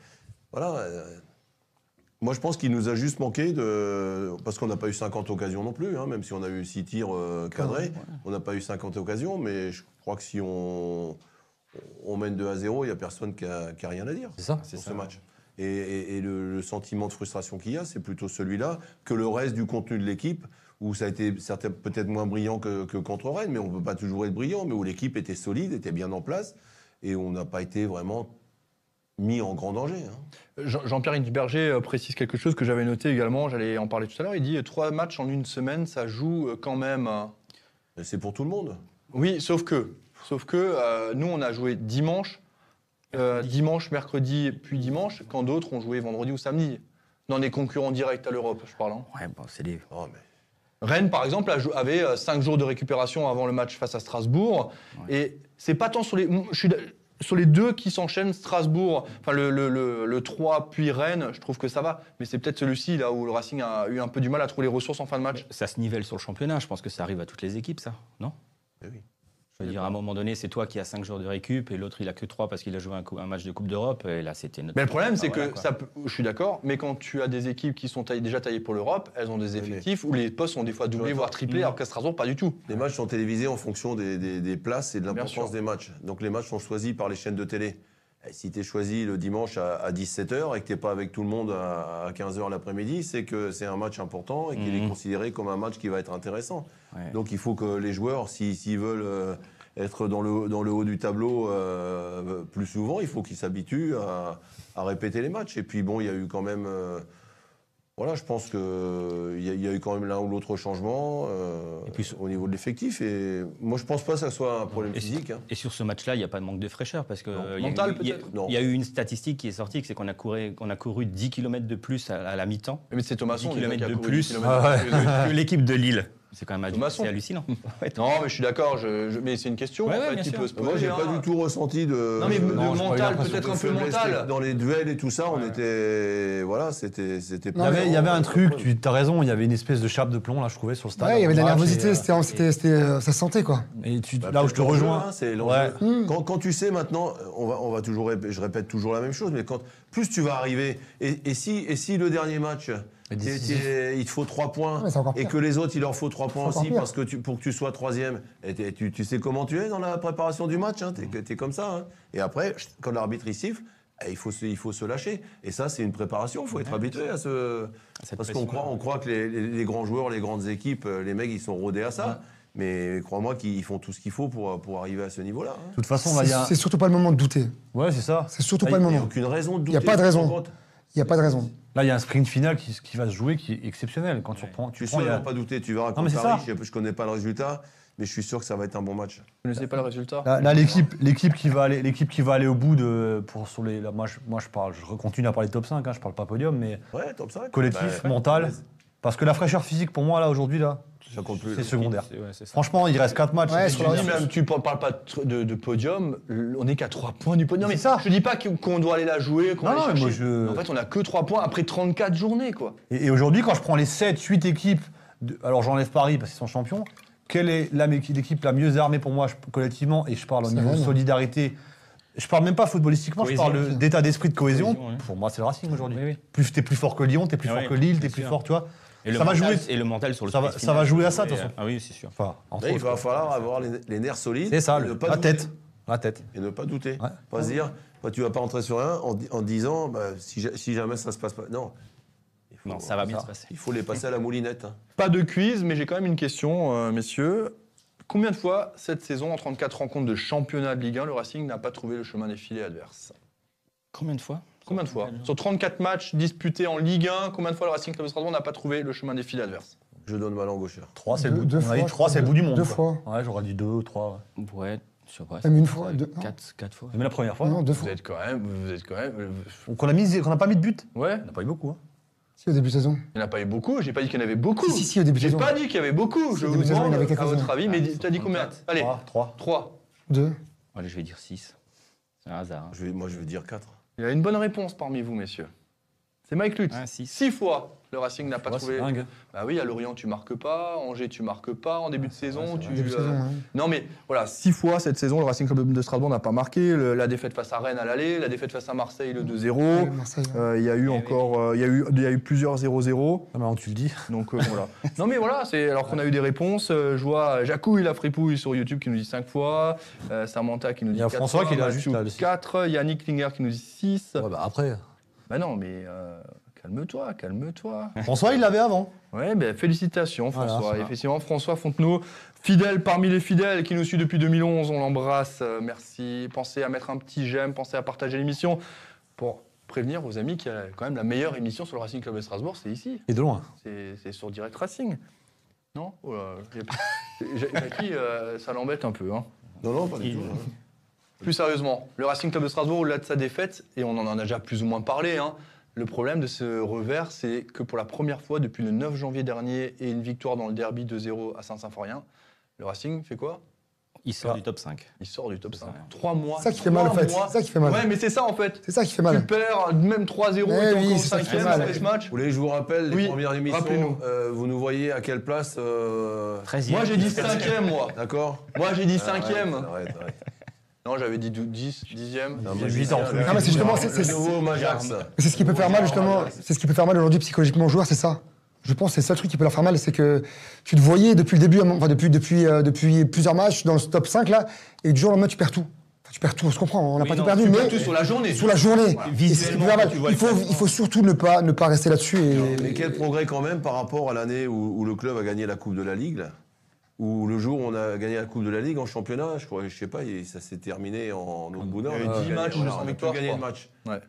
[SPEAKER 5] voilà. euh, moi, je pense qu'il nous a juste manqué de. Parce qu'on n'a pas eu 50 occasions non plus, hein, même si on a eu 6 tirs euh, cadrés. On n'a pas eu 50 occasions, mais je crois que si on, on mène 2 à 0, il n'y a personne qui a, qui a rien à dire
[SPEAKER 2] C'est ça
[SPEAKER 5] sur ce match. Et, et- et le, le sentiment de frustration qu'il y a, c'est plutôt celui-là que le reste du contenu de l'équipe, où ça a été certain- peut-être moins brillant que, que contre Rennes, mais on ne peut pas toujours être brillant, mais où l'équipe était solide, était bien en place, et on n'a pas été vraiment mis en grand danger. hein.
[SPEAKER 1] Euh, Jean- Jean-Pierre Hinsberger euh, précise quelque chose que j'avais noté également, j'allais en parler tout à l'heure. Il dit euh, trois matchs en une semaine, ça joue euh, quand même.
[SPEAKER 5] Et C'est pour tout le monde.
[SPEAKER 1] Oui, sauf que, sauf que euh, nous, on a joué dimanche, euh, dimanche, mercredi, puis dimanche, quand d'autres ont joué vendredi ou samedi. Dans des concurrents directs à l'Europe, je parle. hein.
[SPEAKER 4] Ouais, bon, c'est des.
[SPEAKER 5] Oh, mais-
[SPEAKER 1] Rennes, par exemple, a jou- avait 5 jours de récupération avant le match face à Strasbourg. Et c'est pas tant sur les. je suis d'a- sur les deux qui s'enchaînent, Strasbourg, enfin le, le, le- le 3 puis Rennes, je trouve que ça va. Mais c'est peut-être celui-ci là où le Racing a eu un peu du mal à trouver les ressources en fin de match.
[SPEAKER 4] Ça se nivelle sur le championnat. Je pense que ça arrive à toutes les équipes, ça, non
[SPEAKER 1] Eh
[SPEAKER 5] mais oui.
[SPEAKER 4] Je veux dire, à un moment donné, c'est toi qui as 5 jours de récup et l'autre, il a que 3 parce qu'il a joué un, coup- un match de Coupe d'Europe. Et là, c'était notre.
[SPEAKER 1] Mais le problème,
[SPEAKER 4] Ah,
[SPEAKER 1] c'est
[SPEAKER 4] voilà,
[SPEAKER 1] que
[SPEAKER 4] quoi.
[SPEAKER 1] ça peut- je suis d'accord, mais quand tu as des équipes qui sont taillées- déjà taillées pour l'Europe, elles ont des
[SPEAKER 5] Oui, mais-
[SPEAKER 1] effectifs où les postes sont des fois doublés,
[SPEAKER 5] D'accord.
[SPEAKER 1] voire triplés,
[SPEAKER 4] Mhm.
[SPEAKER 1] alors qu'à Strasbourg, pas du tout.
[SPEAKER 5] Les matchs sont télévisés en fonction des, des- des places et de
[SPEAKER 1] sûr.
[SPEAKER 5] l'importance des matchs. Donc les matchs sont choisis par les chaînes de télé. Et si tu es choisi le dimanche à, 17h et que tu pas avec tout le monde à, 15h l'après-midi, c'est que c'est un match important et qu'il
[SPEAKER 4] Mhm.
[SPEAKER 5] est considéré comme un match qui va être intéressant.
[SPEAKER 4] Ouais.
[SPEAKER 5] Donc il faut que les joueurs, si- s'ils veulent euh, être dans le, dans le haut du tableau euh, plus souvent, il faut qu'ils s'habituent à, à répéter les matchs. Et puis bon, il y a eu quand même... euh, voilà, je pense qu'il y, a- il y a eu quand même l'un ou l'autre changement euh,
[SPEAKER 4] Et puis,
[SPEAKER 5] au niveau de l'effectif. Et moi, je pense pas que ça soit un problème
[SPEAKER 4] Et-
[SPEAKER 5] physique. hein.
[SPEAKER 4] Et sur ce match-là, il n'y a pas de manque de fraîcheur parce que
[SPEAKER 5] Non.
[SPEAKER 4] euh, il y a
[SPEAKER 1] Mental,
[SPEAKER 4] eu- il y a-
[SPEAKER 1] peut-être
[SPEAKER 5] Non.
[SPEAKER 4] Il y a eu une statistique qui est sortie, c'est qu'on a couru, qu'on a couru 10 km de plus à, à la mi-temps
[SPEAKER 1] Mais c'est Thomasson
[SPEAKER 4] 10
[SPEAKER 1] déjà,
[SPEAKER 4] kilomètres
[SPEAKER 1] qui a
[SPEAKER 4] de
[SPEAKER 1] couru
[SPEAKER 4] plus.
[SPEAKER 1] 10 kilomètres de plus.
[SPEAKER 4] que l'équipe de Lille. C'est quand même
[SPEAKER 1] De façon.
[SPEAKER 4] c'est hallucinant. Ouais,
[SPEAKER 1] Non, mais je suis d'accord, je- je- mais c'est une question
[SPEAKER 4] Ouais,
[SPEAKER 1] en
[SPEAKER 4] ouais,
[SPEAKER 1] fait,
[SPEAKER 4] bien
[SPEAKER 1] qui
[SPEAKER 4] sûr.
[SPEAKER 1] peut se poser.
[SPEAKER 5] Moi, j'ai pas
[SPEAKER 1] hein.
[SPEAKER 5] du tout euh, ressenti de.
[SPEAKER 1] Non, mais
[SPEAKER 5] de-
[SPEAKER 1] de
[SPEAKER 2] non, j'ai pas eu
[SPEAKER 1] mental,
[SPEAKER 2] l'impression
[SPEAKER 1] peut-être
[SPEAKER 5] de
[SPEAKER 1] un peu
[SPEAKER 5] faiblesse.
[SPEAKER 1] mental.
[SPEAKER 5] Dans les duels et tout ça, on était. Voilà, c'était. c'était
[SPEAKER 2] Il y
[SPEAKER 5] pas-
[SPEAKER 2] avait, il y avait un truc, tu as raison, il y avait une espèce de chape de plomb, là, je trouvais, sur le stade.
[SPEAKER 3] Ouais, il y avait de la
[SPEAKER 2] Voilà,
[SPEAKER 3] nervosité,
[SPEAKER 2] c'est-
[SPEAKER 3] c'était, c'était, c'était, euh, ça se sentait quoi.
[SPEAKER 2] Et tu-
[SPEAKER 5] Bah,
[SPEAKER 2] là où je te
[SPEAKER 5] peut-être l'enjeu,
[SPEAKER 2] rejoins,
[SPEAKER 5] hein, c'est l'enjeu.
[SPEAKER 3] Ouais. Mm.
[SPEAKER 5] Quand, quand tu sais maintenant, on va, on va toujours, rép- je répète toujours la même chose, mais quand plus tu vas arriver, et, et si, et si le dernier match,
[SPEAKER 2] Et
[SPEAKER 5] t'es-
[SPEAKER 2] décisif.
[SPEAKER 5] t'es- il te faut trois points,
[SPEAKER 3] Ouais, c'est encore
[SPEAKER 5] et
[SPEAKER 3] pire.
[SPEAKER 5] que les autres, il leur faut trois points
[SPEAKER 3] encore
[SPEAKER 5] aussi
[SPEAKER 3] pire.
[SPEAKER 5] parce que tu, pour que tu sois troisième, et t'es- tu, tu sais comment tu es dans la préparation du match, hein, t'es es comme ça. hein. Et après, chut, quand l'arbitre il siffle, eh, il faut, se, il faut se lâcher. Et ça, c'est une préparation, il faut être habitué à ce.
[SPEAKER 4] cette
[SPEAKER 5] Parce
[SPEAKER 2] hein.
[SPEAKER 4] pression-là.
[SPEAKER 5] qu'on croit, on croit que les, les- les grands joueurs, les grandes équipes, euh, les mecs, ils sont rodés à ça. Mais crois-moi qu'ils font tout ce qu'il faut pour, euh, pour arriver à ce niveau-là. hein.
[SPEAKER 2] De toute façon, là,
[SPEAKER 3] C'est,
[SPEAKER 2] il y a.
[SPEAKER 3] c'est surtout pas le moment de douter.
[SPEAKER 2] Ouais, c'est ça.
[SPEAKER 3] C'est surtout
[SPEAKER 2] Là,
[SPEAKER 3] pas le
[SPEAKER 2] il-
[SPEAKER 5] Il n'y a
[SPEAKER 3] moment.
[SPEAKER 5] aucune raison de
[SPEAKER 3] y a
[SPEAKER 5] douter,
[SPEAKER 3] pas de
[SPEAKER 5] tu te
[SPEAKER 3] raison.
[SPEAKER 5] rends compte
[SPEAKER 3] Il n'y a pas de raison.
[SPEAKER 2] Là, il y a un sprint final qui, qui va se jouer qui est exceptionnel. Quand tu reprends.
[SPEAKER 5] Je
[SPEAKER 2] Tu
[SPEAKER 5] suis
[SPEAKER 2] prends,
[SPEAKER 5] sûr
[SPEAKER 2] il y a-
[SPEAKER 5] de pas douter. Tu verras
[SPEAKER 2] mais
[SPEAKER 5] contre
[SPEAKER 2] c'est
[SPEAKER 5] Paris,
[SPEAKER 2] ça.
[SPEAKER 5] je ne connais pas le résultat, mais je suis sûr que ça va être un bon match.
[SPEAKER 1] Je ne sais pas le résultat.
[SPEAKER 2] Là, là, l'équipe, l'équipe qui va aller, l'équipe qui va aller au bout de, pour sur les, là, moi, je, moi, je parle, je continue à parler de top 5, hein, je parle pas podium, mais
[SPEAKER 5] Bah, Ouais, top 5.
[SPEAKER 2] collectif, mental, parce que la fraîcheur physique pour moi là aujourd'hui là,
[SPEAKER 5] Ça compte plus.
[SPEAKER 2] c'est
[SPEAKER 5] là.
[SPEAKER 2] secondaire.
[SPEAKER 4] C'est- ouais, c'est ça.
[SPEAKER 2] Franchement, il reste 4 matchs.
[SPEAKER 3] Ouais,
[SPEAKER 2] c'est
[SPEAKER 3] sur
[SPEAKER 1] Tu
[SPEAKER 3] la
[SPEAKER 2] génial.
[SPEAKER 1] dis même, tu par- parles pas de, tr- de- de podium, l- on est qu'à 3 points du podium.
[SPEAKER 2] C'est
[SPEAKER 1] Mais
[SPEAKER 2] ça.
[SPEAKER 1] Je dis pas qu'on- qu'on doit aller la jouer, qu'on
[SPEAKER 2] Non,
[SPEAKER 1] va aller
[SPEAKER 2] non, mais moi,
[SPEAKER 1] chercher.
[SPEAKER 2] je-
[SPEAKER 1] En fait, on a que 3 points après 34 journées, quoi.
[SPEAKER 2] Et, et aujourd'hui, quand je prends les 7, 8 équipes, de- alors j'enlève Paris parce qu'ils sont champions, quelle est la- l'équipe la mieux armée pour moi je- collectivement Et je parle au
[SPEAKER 3] C'est
[SPEAKER 2] niveau
[SPEAKER 3] Rennes.
[SPEAKER 2] solidarité. Je parle même pas footballistiquement,
[SPEAKER 4] Cohésion.
[SPEAKER 2] je parle de- d'état d'esprit de cohésion.
[SPEAKER 4] Cohésion, ouais.
[SPEAKER 2] Pour moi, c'est le Racing aujourd'hui.
[SPEAKER 4] Oui, oui.
[SPEAKER 2] Plus t'es plus fort que Lyon, t'es plus
[SPEAKER 4] Ah
[SPEAKER 2] fort
[SPEAKER 4] ouais,
[SPEAKER 2] que Lille, t'es
[SPEAKER 4] bien
[SPEAKER 2] plus
[SPEAKER 4] sûr.
[SPEAKER 2] fort, tu vois.
[SPEAKER 4] Et le
[SPEAKER 2] ça va
[SPEAKER 4] mental-
[SPEAKER 2] jouer-
[SPEAKER 4] Et le mental sur le
[SPEAKER 2] ça va-
[SPEAKER 4] sprint
[SPEAKER 2] ça va
[SPEAKER 4] final,
[SPEAKER 2] jouer à ça, de
[SPEAKER 4] et,
[SPEAKER 2] toute façon.
[SPEAKER 4] euh, Ah oui, c'est sûr.
[SPEAKER 2] Enfin, entre
[SPEAKER 5] Là, il
[SPEAKER 2] autres,
[SPEAKER 5] va
[SPEAKER 2] quoi.
[SPEAKER 5] falloir avoir les, les nerfs solides.
[SPEAKER 2] C'est ça,
[SPEAKER 5] et ne
[SPEAKER 2] le-
[SPEAKER 5] pas
[SPEAKER 2] la
[SPEAKER 5] douter.
[SPEAKER 2] tête. La tête.
[SPEAKER 5] Et ne pas douter.
[SPEAKER 2] Ouais.
[SPEAKER 5] Pas se dire, bah, tu vas pas rentrer sur un en, di- en disant, bah, si, ja- si jamais ça se passe pas. Non.
[SPEAKER 2] Ah,
[SPEAKER 5] Il faut-
[SPEAKER 4] Non, ça va bien se passer.
[SPEAKER 5] Il faut les passer à la moulinette. hein.
[SPEAKER 1] Pas de quiz, mais j'ai quand même une question, euh, messieurs. Combien de fois cette saison, en 34 rencontres de championnat de Ligue 1, le Racing n'a pas trouvé le chemin des filets adverses
[SPEAKER 4] Combien de fois
[SPEAKER 1] Combien de fois Sur 34 matchs disputés en Ligue 1, combien de fois le Racing Club de Strasbourg n'a pas trouvé le chemin des filets adverses
[SPEAKER 5] Je donne ma langue au cher.
[SPEAKER 2] 3, c'est
[SPEAKER 3] Deux-
[SPEAKER 2] le bout
[SPEAKER 3] deux
[SPEAKER 2] on a dit
[SPEAKER 3] fois,
[SPEAKER 2] trois,
[SPEAKER 3] je
[SPEAKER 2] c'est le
[SPEAKER 3] crois,
[SPEAKER 2] bout du monde.
[SPEAKER 3] deux
[SPEAKER 2] quoi. Ouais, j'aurais dit 2, 3.
[SPEAKER 4] Ouais, je sais pas.
[SPEAKER 3] Même une fois, deux-
[SPEAKER 4] 4, fois.
[SPEAKER 2] Même la première fois.
[SPEAKER 3] Non, deux
[SPEAKER 1] Vous
[SPEAKER 3] fois.
[SPEAKER 1] êtes quand même. Vous êtes quand même.
[SPEAKER 2] Qu'on a, mis- qu'on a pas mis de but.
[SPEAKER 1] Ouais,
[SPEAKER 2] On n'a pas eu beaucoup. hein.
[SPEAKER 3] Si, au début de saison.
[SPEAKER 1] il n'y en a pas eu beaucoup. J'ai pas dit qu'il y en avait beaucoup.
[SPEAKER 3] Si, si, si, au début de
[SPEAKER 1] J'ai
[SPEAKER 3] saison.
[SPEAKER 1] pas dit qu'il y avait beaucoup.
[SPEAKER 3] Si,
[SPEAKER 1] Je
[SPEAKER 3] au
[SPEAKER 1] vous
[SPEAKER 3] début de saison, il y
[SPEAKER 1] demande,
[SPEAKER 3] avait
[SPEAKER 1] à
[SPEAKER 3] quelques-uns.
[SPEAKER 1] votre avis, mais
[SPEAKER 4] Ah,
[SPEAKER 1] dis- t'as dit combien
[SPEAKER 4] 34.
[SPEAKER 1] Allez,
[SPEAKER 2] 3.
[SPEAKER 1] 3.
[SPEAKER 3] Deux.
[SPEAKER 4] Allez, je vais dire 6. C'est un hasard. hein.
[SPEAKER 5] Je vais- moi, je vais dire 4.
[SPEAKER 1] Il y a une bonne réponse parmi vous, messieurs. C'est Mike Lutz.
[SPEAKER 4] Ah, six.
[SPEAKER 1] Six fois le Racing n'a pas
[SPEAKER 2] C'est
[SPEAKER 1] trouvé.
[SPEAKER 2] dingue.
[SPEAKER 1] Bah oui, à Lorient, tu marques pas. Angers, tu marques pas. En début de saison, tu.
[SPEAKER 3] Début de
[SPEAKER 1] euh,
[SPEAKER 3] saison, ouais.
[SPEAKER 1] Non, mais voilà, six fois cette saison, le Racing Club de Strasbourg n'a pas marqué. Le- la défaite face à Rennes à l'aller, la défaite face à Marseille, le 2-0.
[SPEAKER 3] Ouais, Marseille, ouais.
[SPEAKER 1] Euh, Il y a eu encore, euh, il y a eu, il y a eu plusieurs 0-0.
[SPEAKER 2] Non, mais avant que tu le dis.
[SPEAKER 1] Donc euh, voilà. non mais voilà, c'est alors qu'on a eu des réponses. euh, je vois euh, Jacouille la fripouille sur YouTube qui nous dit 5 fois, euh, Samantha qui nous
[SPEAKER 2] Il
[SPEAKER 1] dit
[SPEAKER 2] y a
[SPEAKER 1] quatre
[SPEAKER 2] François
[SPEAKER 1] fois,
[SPEAKER 2] qui est là,
[SPEAKER 1] Mathieu,
[SPEAKER 2] juste là, le six.
[SPEAKER 1] quatre, Yannick Klinger qui nous dit 6.
[SPEAKER 2] Ouais, bah après.
[SPEAKER 1] Bah non mais euh, calme-toi, calme-toi.
[SPEAKER 2] François, il l'avait avant.
[SPEAKER 1] Ouais, ben, félicitations
[SPEAKER 2] Voilà,
[SPEAKER 1] François.
[SPEAKER 2] ça va.
[SPEAKER 1] Effectivement, François Fontenot, fidèle parmi les fidèles qui nous suit depuis 2011, on l'embrasse. euh, merci. Pensez à mettre un petit j'aime, pensez à partager l'émission pour prévenir vos amis qu'il y a quand même la meilleure émission sur le Racing Club de Strasbourg, c'est ici.
[SPEAKER 2] Et de loin.
[SPEAKER 1] C'est c'est sur Direct Racing. Non oh là, j'ai- j'ai- Jackie, euh, ça l'embête un peu. hein.
[SPEAKER 5] Non, non, pas du
[SPEAKER 4] Il-
[SPEAKER 5] tout. hein.
[SPEAKER 1] Plus sérieusement, le Racing Club de Strasbourg, au-delà de sa défaite, et on en a déjà plus ou moins parlé, hein, le problème de ce revers, c'est que pour la première fois depuis le 9 janvier dernier et une victoire dans le derby 2-0 à Saint-Symphorien, le Racing fait quoi
[SPEAKER 4] Il sort
[SPEAKER 2] Ah.
[SPEAKER 4] du top 5.
[SPEAKER 1] Il sort du top
[SPEAKER 4] C'est
[SPEAKER 1] 5.
[SPEAKER 4] ça.
[SPEAKER 1] Trois mois.
[SPEAKER 3] Ça qui fait mal, en
[SPEAKER 1] trois
[SPEAKER 3] fait.
[SPEAKER 1] mois.
[SPEAKER 3] C'est ça qui fait mal.
[SPEAKER 1] Ouais, mais c'est ça en fait.
[SPEAKER 3] C'est ça qui fait
[SPEAKER 1] Tu
[SPEAKER 3] mal.
[SPEAKER 1] perds même 3-0
[SPEAKER 3] Eh
[SPEAKER 1] et t'es
[SPEAKER 3] oui,
[SPEAKER 1] encore
[SPEAKER 3] c'est ça qui fait
[SPEAKER 1] cinquième
[SPEAKER 3] mal.
[SPEAKER 1] après ce match.
[SPEAKER 5] Vous voulez que je vous rappelle les
[SPEAKER 1] Oui,
[SPEAKER 5] premières émissions
[SPEAKER 1] rappelez-nous.
[SPEAKER 5] euh, Vous nous voyez à quelle place euh,
[SPEAKER 4] 13
[SPEAKER 1] Moi j'ai dit cinquième, moi.
[SPEAKER 5] D'accord
[SPEAKER 1] Moi j'ai dit
[SPEAKER 5] Ah, arrête,
[SPEAKER 1] cinquième.
[SPEAKER 5] Arrête, arrête.
[SPEAKER 1] Non, j'avais dit 10, 10e.
[SPEAKER 5] Non,
[SPEAKER 2] Il y a
[SPEAKER 5] moi, je
[SPEAKER 2] huit
[SPEAKER 5] dis-
[SPEAKER 2] ans.
[SPEAKER 3] Ah, mais c'est justement- c'est-
[SPEAKER 5] Le
[SPEAKER 3] c'est-
[SPEAKER 5] nouveau Majax.
[SPEAKER 3] C'est ce qui peut faire mal justement. C'est ce qui peut faire mal aujourd'hui psychologiquement aux joueurs, c'est ça. Je pense que c'est ça le truc qui peut leur faire mal, c'est que tu te voyais depuis le début, enfin depuis depuis euh, depuis plusieurs matchs dans le top 5 là, et du jour au lendemain tu perds tout. Enfin, tu perds tout, on se comprend, hein. on n'a
[SPEAKER 4] Oui,
[SPEAKER 3] pas
[SPEAKER 4] non,
[SPEAKER 3] tout perdu,
[SPEAKER 4] tu
[SPEAKER 1] Pas
[SPEAKER 3] mais
[SPEAKER 1] tout sur la journée.
[SPEAKER 3] sur la journée. Et c'est ce qui peut
[SPEAKER 4] Visuellement,
[SPEAKER 3] faire mal.
[SPEAKER 4] tu vois
[SPEAKER 3] Il
[SPEAKER 4] le
[SPEAKER 3] faut
[SPEAKER 4] classement.
[SPEAKER 3] il faut surtout ne pas ne pas rester là-dessus et,
[SPEAKER 5] Mais quel progrès quand même par rapport à l'année où, où le club a gagné la Coupe de la Ligue, là, où le jour où on a gagné la Coupe de la Ligue en championnat, je crois, je sais pas, il- ça s'est terminé en au bout d'un.
[SPEAKER 1] Il y a eu
[SPEAKER 5] on a
[SPEAKER 1] dix
[SPEAKER 5] gagné-
[SPEAKER 1] matchs,
[SPEAKER 5] voilà,
[SPEAKER 1] sans
[SPEAKER 5] on a plus
[SPEAKER 1] victoire,
[SPEAKER 5] gagné
[SPEAKER 1] je
[SPEAKER 5] de
[SPEAKER 1] crois.
[SPEAKER 5] match.
[SPEAKER 1] Ouais.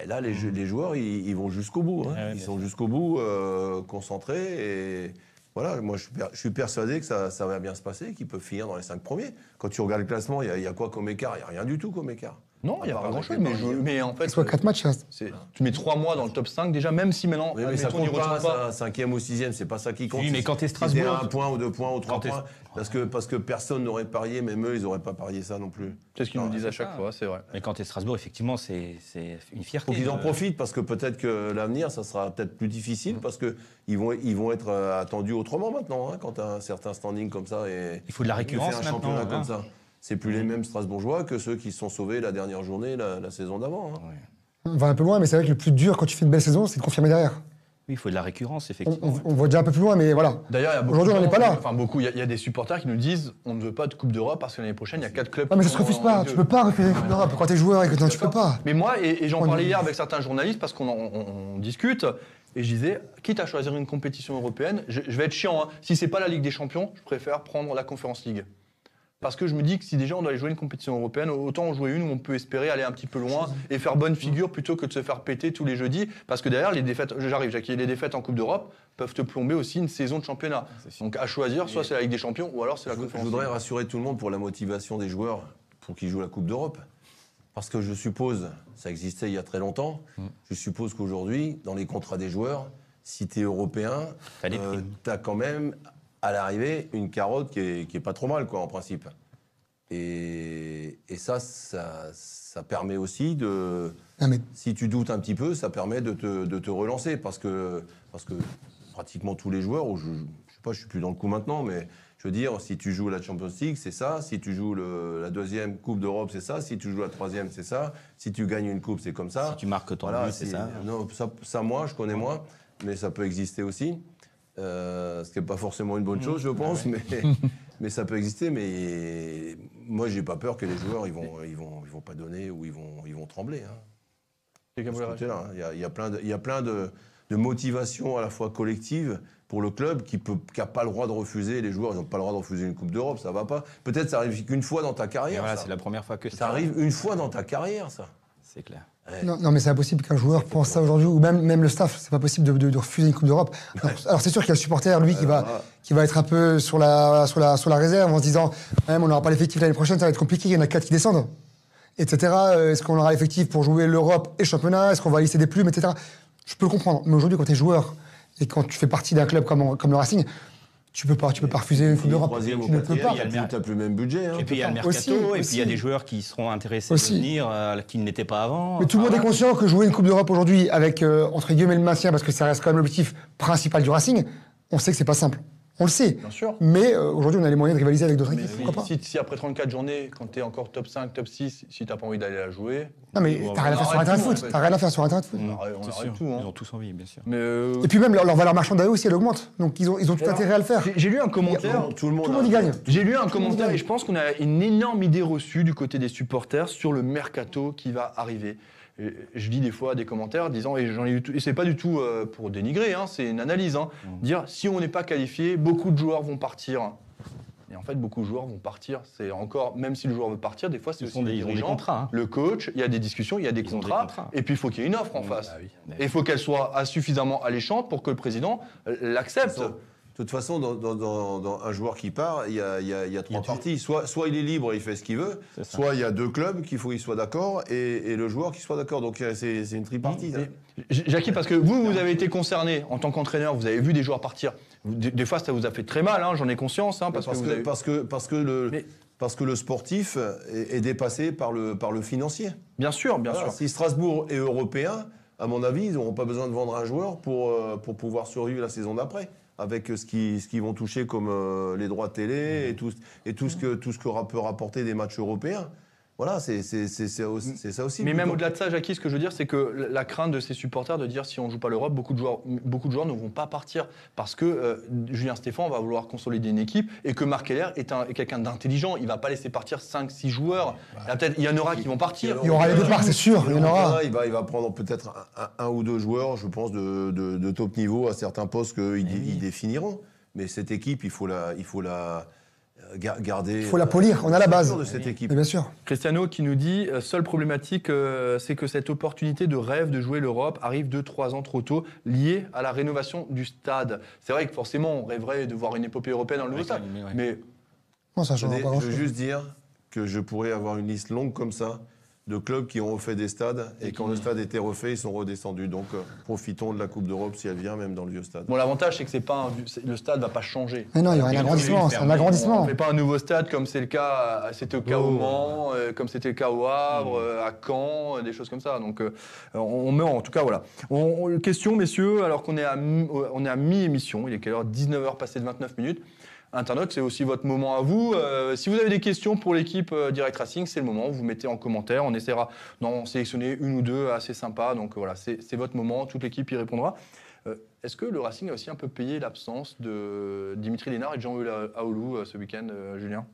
[SPEAKER 5] Et là, les, jeux- les joueurs, ils, ils vont jusqu'au bout. hein.
[SPEAKER 4] Ah ouais,
[SPEAKER 5] ils
[SPEAKER 4] bien
[SPEAKER 5] sont jusqu'au bout, euh, concentrés. Et voilà, moi, je suis, per- je suis persuadé que ça, ça va bien se passer, qu'ils peuvent finir dans les cinq premiers. Quand tu regardes le classement, il y a- il y, a quoi comme écart Il n'y a rien du tout comme écart.
[SPEAKER 1] Non, il n'y a
[SPEAKER 5] À part
[SPEAKER 1] pas
[SPEAKER 5] avec
[SPEAKER 1] grand-chose.
[SPEAKER 5] les
[SPEAKER 1] Mais, je-
[SPEAKER 5] Parisiens.
[SPEAKER 1] mais en fait, euh,
[SPEAKER 3] soit quatre matchs. ça-
[SPEAKER 1] c'est- tu mets 3 mois dans le top 5 déjà, même si maintenant,
[SPEAKER 5] Oui, mais ça
[SPEAKER 1] admettons, on y
[SPEAKER 5] compte
[SPEAKER 1] retourne
[SPEAKER 5] pas,
[SPEAKER 1] pas.
[SPEAKER 5] ça, un cinquième ou sixième, c'est pas ça qui compte.
[SPEAKER 4] Oui, mais quand t'es
[SPEAKER 5] Si
[SPEAKER 4] Strasbourg-
[SPEAKER 5] à un point ou deux points ou trois
[SPEAKER 4] Quand t'es-
[SPEAKER 5] points, parce que, parce que personne n'aurait parié, même eux, ils n'auraient pas parié ça non plus.
[SPEAKER 1] C'est ce qu'ils nous
[SPEAKER 5] Non,
[SPEAKER 1] disent à
[SPEAKER 4] c'est
[SPEAKER 1] chaque
[SPEAKER 4] ça.
[SPEAKER 1] fois, c'est vrai.
[SPEAKER 4] Mais quand t'es Strasbourg, effectivement, c'est c'est une fierté.
[SPEAKER 5] Faut qu'ils en
[SPEAKER 4] Euh, Mm.
[SPEAKER 5] profitent parce que peut-être que l'avenir, ça sera peut-être plus difficile parce que ils vont, ils vont être euh, attendus autrement maintenant hein, quand t'as un certain standing comme ça et
[SPEAKER 4] Il faut de la
[SPEAKER 5] et que
[SPEAKER 4] récurrence
[SPEAKER 5] faire un
[SPEAKER 4] maintenant,
[SPEAKER 5] championnat
[SPEAKER 4] hein. Mm.
[SPEAKER 5] comme ça. C'est plus les mêmes Strasbourgeois que ceux qui se sont sauvés la dernière journée, la, la saison d'avant. hein.
[SPEAKER 4] Ouais.
[SPEAKER 3] On va un peu loin, mais c'est vrai que le plus dur quand tu fais une belle saison, c'est de confirmer derrière.
[SPEAKER 4] Oui, il faut de la récurrence,
[SPEAKER 3] On,
[SPEAKER 4] effectivement.
[SPEAKER 3] on- on voit déjà un peu plus loin, mais voilà.
[SPEAKER 1] D'ailleurs, il y a beaucoup
[SPEAKER 3] Aujourd'hui,
[SPEAKER 1] de
[SPEAKER 3] on
[SPEAKER 1] gens-
[SPEAKER 3] n'est pas là.
[SPEAKER 1] Enfin, beaucoup. Il y a- il y, a des supporters qui nous disent on ne veut pas de Coupe d'Europe parce que l'année prochaine, il y a 4 clubs.
[SPEAKER 3] Ah, mais ça
[SPEAKER 1] qui
[SPEAKER 3] se
[SPEAKER 1] sont
[SPEAKER 3] refuse
[SPEAKER 1] en
[SPEAKER 3] pas.
[SPEAKER 1] Ligue
[SPEAKER 3] Tu
[SPEAKER 1] deux.
[SPEAKER 3] peux pas refuser une Europe quand t'es joueur et que non, tu peux pas.
[SPEAKER 1] Mais moi, et, et j'en
[SPEAKER 3] On
[SPEAKER 1] parlais
[SPEAKER 3] est-
[SPEAKER 1] hier avec certains journalistes parce qu'on en- on- on discute, et je disais, quitte à choisir une compétition européenne, je, je vais être chiant, hein. si c'est pas la Ligue des Champions, je préfère prendre la Conférence League. Parce que je me dis que si déjà on doit aller jouer une compétition européenne, autant en jouer une où on peut espérer aller un petit peu loin et faire bonne figure plutôt que de se faire péter tous les jeudis. Parce que derrière, les défaites, j'arrive, Jackie, les défaites en Coupe d'europe peuvent te plomber aussi une saison de championnat. Donc à choisir, soit c'est la Ligue des Champions ou alors c'est la
[SPEAKER 5] Je- Je
[SPEAKER 1] Conférence
[SPEAKER 5] voudrais
[SPEAKER 1] League.
[SPEAKER 5] rassurer tout le monde pour la motivation des joueurs pour qu'ils jouent la Coupe d'Europe. Parce que je suppose, ça existait il y a très longtemps, je suppose qu'aujourd'hui, dans les contrats des joueurs, si tu es européen,
[SPEAKER 4] T'as des
[SPEAKER 5] euh,
[SPEAKER 4] primes.
[SPEAKER 5] t'as quand même, à l'arrivée, une carotte qui est, qui est pas trop mal, quoi, en principe. Et, et ça, ça, ça permet aussi de,
[SPEAKER 3] Non, mais
[SPEAKER 5] si tu doutes un petit peu, ça permet de te, de te relancer parce que, parce que pratiquement tous les joueurs, ou je, je sais pas, je suis plus dans le coup maintenant, mais je veux dire, si tu joues la Champions League, c'est ça. Si tu joues le- la deuxième Coupe d'Europe, c'est ça. Si tu joues la troisième, c'est ça. Si tu gagnes une coupe, c'est comme ça.
[SPEAKER 4] Si tu marques ton
[SPEAKER 5] Voilà,
[SPEAKER 4] but, c'est
[SPEAKER 5] si-
[SPEAKER 4] ça.
[SPEAKER 5] Non, ça, ça, moi, je connais moins, mais ça peut exister aussi. Euh, ce qui n'est pas forcément une
[SPEAKER 4] Mmh.
[SPEAKER 5] bonne
[SPEAKER 4] Ah
[SPEAKER 5] chose, je pense, mais, mais ça peut exister. Mais moi, j'ai pas peur que les joueurs, ils vont, ils vont, ils vont pas donner ou ils vont, ils vont trembler. hein.
[SPEAKER 1] Quelqu'un
[SPEAKER 5] De ce
[SPEAKER 1] voulait rajouter
[SPEAKER 5] côté-là, hein. Il y a- il y a plein de, il y a plein de, de motivations à la fois collectives pour le club qui n'a pas le droit de refuser. Les joueurs, ils n'ont pas le droit de refuser une Coupe d'Europe, ça va pas. Peut-être ça arrive qu'une fois dans ta
[SPEAKER 4] Et
[SPEAKER 5] carrière.
[SPEAKER 4] voilà,
[SPEAKER 5] ça.
[SPEAKER 4] c'est la première fois que
[SPEAKER 5] Ça arrive une fois dans ta carrière, ça.
[SPEAKER 4] c'est clair.
[SPEAKER 3] Non, non, mais c'est impossible qu'un joueur
[SPEAKER 5] C'est
[SPEAKER 3] pense ça aujourd'hui, ou même, même le staff, c'est pas possible de, de- de refuser une Coupe d'Europe. Alors, alors c'est sûr qu'il y a le supporter, lui, qui va,
[SPEAKER 5] voilà.
[SPEAKER 3] qui va être un peu sur la, sur la, sur la réserve en se disant Ouais, mais on n'aura pas l'effectif l'année prochaine, ça va être compliqué, il y en a quatre qui descendent, etc. Euh, Est-ce qu'on aura l'effectif pour jouer l'Europe et le championnat Est-ce qu'on va lisser des plumes, etc. Je peux le comprendre, mais aujourd'hui, quand tu es joueur et quand tu fais partie d'un club comme, comme le Racing, tu peux pas, tu peux pas refuser une Coupe d'Europe.
[SPEAKER 5] Troisième ou
[SPEAKER 3] Tu ne peux
[SPEAKER 5] quatrième,
[SPEAKER 3] pas.
[SPEAKER 5] il y a le- t'as plus le même budget. hein.
[SPEAKER 4] Et puis il y a le mercato,
[SPEAKER 3] Aussi,
[SPEAKER 4] et puis il y a
[SPEAKER 3] aussi.
[SPEAKER 4] des joueurs qui seront intéressés
[SPEAKER 3] Aussi.
[SPEAKER 4] de venir, euh, qui ne l'étaient pas avant.
[SPEAKER 3] Mais tout le
[SPEAKER 4] Enfin,
[SPEAKER 3] monde est
[SPEAKER 4] voilà.
[SPEAKER 3] conscient que jouer une Coupe d'Europe aujourd'hui avec, euh, entre guillemets, le maintien, parce que ça reste quand même l'objectif principal du Racing, on sait que c'est pas simple. On le sait.
[SPEAKER 1] Bien sûr.
[SPEAKER 3] Mais euh, aujourd'hui, on a les moyens de rivaliser avec d'autres
[SPEAKER 1] Mais
[SPEAKER 3] équipes. Pourquoi pas
[SPEAKER 1] si, si après 34 journées, quand t'es encore top 5, top 6, si t'as pas envie d'aller la jouer,
[SPEAKER 3] Non, mais
[SPEAKER 4] on
[SPEAKER 3] t'as rien à faire sur
[SPEAKER 1] arrête
[SPEAKER 3] Internet
[SPEAKER 1] tout, en
[SPEAKER 3] Foot.
[SPEAKER 1] fait.
[SPEAKER 3] T'as rien à faire sur Internet Foot.
[SPEAKER 1] on arrête, on
[SPEAKER 4] Mm. C'est
[SPEAKER 1] arrête
[SPEAKER 4] sûr.
[SPEAKER 1] tout. hein.
[SPEAKER 4] Ils ont tous envie, bien sûr.
[SPEAKER 1] Mais euh,
[SPEAKER 3] Et puis même, leur, leur valeur marchande à eux aussi, elle augmente. Donc ils ont, ils ont tout
[SPEAKER 1] Et
[SPEAKER 3] intérêt à le faire.
[SPEAKER 1] j'ai- j'ai lu un commentaire.
[SPEAKER 5] Tout le monde,
[SPEAKER 3] Tout le
[SPEAKER 5] a-
[SPEAKER 3] monde y gagne.
[SPEAKER 1] J'ai lu un
[SPEAKER 3] le monde
[SPEAKER 1] commentaire
[SPEAKER 3] gagne.
[SPEAKER 1] et je pense qu'on a une énorme idée reçue du côté des supporters sur le mercato qui va arriver. Et Je lis des fois des commentaires disant, et j'en ai eu tout- et c'est pas du tout euh, pour dénigrer, hein, c'est une analyse, hein,
[SPEAKER 4] Mmh.
[SPEAKER 1] dire si on n'est pas qualifié, beaucoup de joueurs vont partir. Et en fait, beaucoup de joueurs vont partir. C'est encore, même si le joueur veut partir, des fois c'est
[SPEAKER 4] Ils
[SPEAKER 1] aussi
[SPEAKER 4] sont des-
[SPEAKER 1] les
[SPEAKER 4] ils ont des
[SPEAKER 1] dirigeants,
[SPEAKER 4] contrats, hein.
[SPEAKER 1] le coach, il y a des discussions, il y a des,
[SPEAKER 4] Ils ont des
[SPEAKER 1] contrats,
[SPEAKER 4] contrats.
[SPEAKER 1] et puis il faut qu'il y ait une offre en face.
[SPEAKER 4] oui.
[SPEAKER 1] Et il faut qu'elle soit euh, suffisamment alléchante pour que le président euh, l'accepte.
[SPEAKER 5] De toute façon, dans, dans- dans- dans un joueur qui part, il y a, il y a- il y a trois
[SPEAKER 4] du-
[SPEAKER 5] parties. Soit, soit il est libre et il fait ce qu'il veut,
[SPEAKER 4] C'est ça.
[SPEAKER 5] soit il y a deux clubs qu'il faut qu'ils soient d'accord et, et le joueur qui soit d'accord. Donc euh, c'est c'est une tripartite. hein.
[SPEAKER 1] J- Jackie, parce que vous, vous avez été concerné en tant qu'entraîneur, vous avez vu des joueurs partir. Vous- Des, des fois, ça vous a fait très mal, hein, j'en ai conscience. hein, parce, que, vous avez-
[SPEAKER 5] parce que- parce que le-
[SPEAKER 1] Mais-
[SPEAKER 5] parce que le sportif est, est dépassé par le, par le financier.
[SPEAKER 1] Bien sûr, bien
[SPEAKER 5] Voilà,
[SPEAKER 1] sûr.
[SPEAKER 5] Si Strasbourg est européen, à mon avis, ils n'auront pas besoin de vendre un joueur pour, euh, pour pouvoir survivre la saison d'après, avec euh, ce qu'ils ce qu'ils vont toucher comme euh, les droits de télé et tout, et tout ce que, tout ce que ra- peut rapporter des matchs européens. Voilà, c'est c'est- c'est- c'est aussi- c'est ça aussi.
[SPEAKER 1] Mais même
[SPEAKER 5] plutôt.
[SPEAKER 1] au-delà de ça, Jackie, ce que je veux dire, c'est que la- la crainte de ces supporters de dire si on ne joue pas l'Europe, beaucoup, de joueurs- beaucoup de joueurs ne vont pas partir. Parce que euh, Julien Stéphane va vouloir consolider une équipe et que Marc Keller est, un- est quelqu'un d'intelligent. Il ne va pas laisser partir 5-6 joueurs. Il y, a peut-être- il y en aura qui vont partir.
[SPEAKER 3] Il y aura les départs, c'est sûr. Il y en aura.
[SPEAKER 5] Il va, il va prendre peut-être un, un- un ou deux joueurs, je pense, de, de- de top niveau à certains postes qu'ils
[SPEAKER 3] Eh
[SPEAKER 5] définiront. Mais cette équipe, il faut la, il faut la euh, ga- garder.
[SPEAKER 3] Il faut la polir. On a la base. Eh
[SPEAKER 5] de cette équipe.
[SPEAKER 3] Mais bien sûr.
[SPEAKER 1] Cristiano qui nous dit euh, seule problématique, euh, c'est que cette opportunité de rêve de jouer l'Europe arrive 2-3 ans trop tôt, liée à la rénovation du stade. C'est vrai que forcément, on rêverait de voir une épopée européenne dans le nouveau
[SPEAKER 4] Ouais,
[SPEAKER 1] stade.
[SPEAKER 4] mais ouais.
[SPEAKER 1] Mais
[SPEAKER 3] Non, ça changera
[SPEAKER 5] Attendez,
[SPEAKER 3] pas
[SPEAKER 5] je
[SPEAKER 3] grand-chose.
[SPEAKER 5] veux juste dire que je pourrais avoir une liste longue comme ça de clubs qui ont refait des stades et,
[SPEAKER 4] Et
[SPEAKER 5] quand
[SPEAKER 4] qui-
[SPEAKER 5] le stade était refait, ils sont redescendus. Donc euh, profitons de la Coupe d'Europe si elle vient, même dans le vieux stade.
[SPEAKER 1] bon, l'avantage, c'est que c'est pas un vieux- c'est- le stade va pas changer.
[SPEAKER 3] Mais non, il y aura un
[SPEAKER 4] Et
[SPEAKER 3] agrandissement.
[SPEAKER 4] donc,
[SPEAKER 3] C'est
[SPEAKER 4] on
[SPEAKER 3] un
[SPEAKER 4] fait
[SPEAKER 1] On
[SPEAKER 3] agrandissement.
[SPEAKER 1] ne fait pas un nouveau stade comme c'est le cas, à- c'était le cas au
[SPEAKER 2] Oh.
[SPEAKER 1] Mans, euh, comme c'était le cas au Havre, euh, à Caen, euh, des choses comme ça. Donc euh, on, on met en tout cas voilà. On, on- question messieurs, alors qu'on est à mi- euh, on est à mi-émission, il est quelle heure 19h passé de 29 minutes. Internaute, c'est aussi votre moment à vous. Euh, si vous avez des questions pour l'équipe euh, Direct Racing, c'est le moment. Vous mettez en commentaire. On essaiera d'en sélectionner une ou deux assez sympas. Donc euh, voilà, c'est c'est votre moment. Toute l'équipe y répondra. Euh, Est-ce que le Racing a aussi un peu payé l'absence de Dimitri Lénard et de Jean-Hugues Aoulou euh, ce week-end, euh, Julien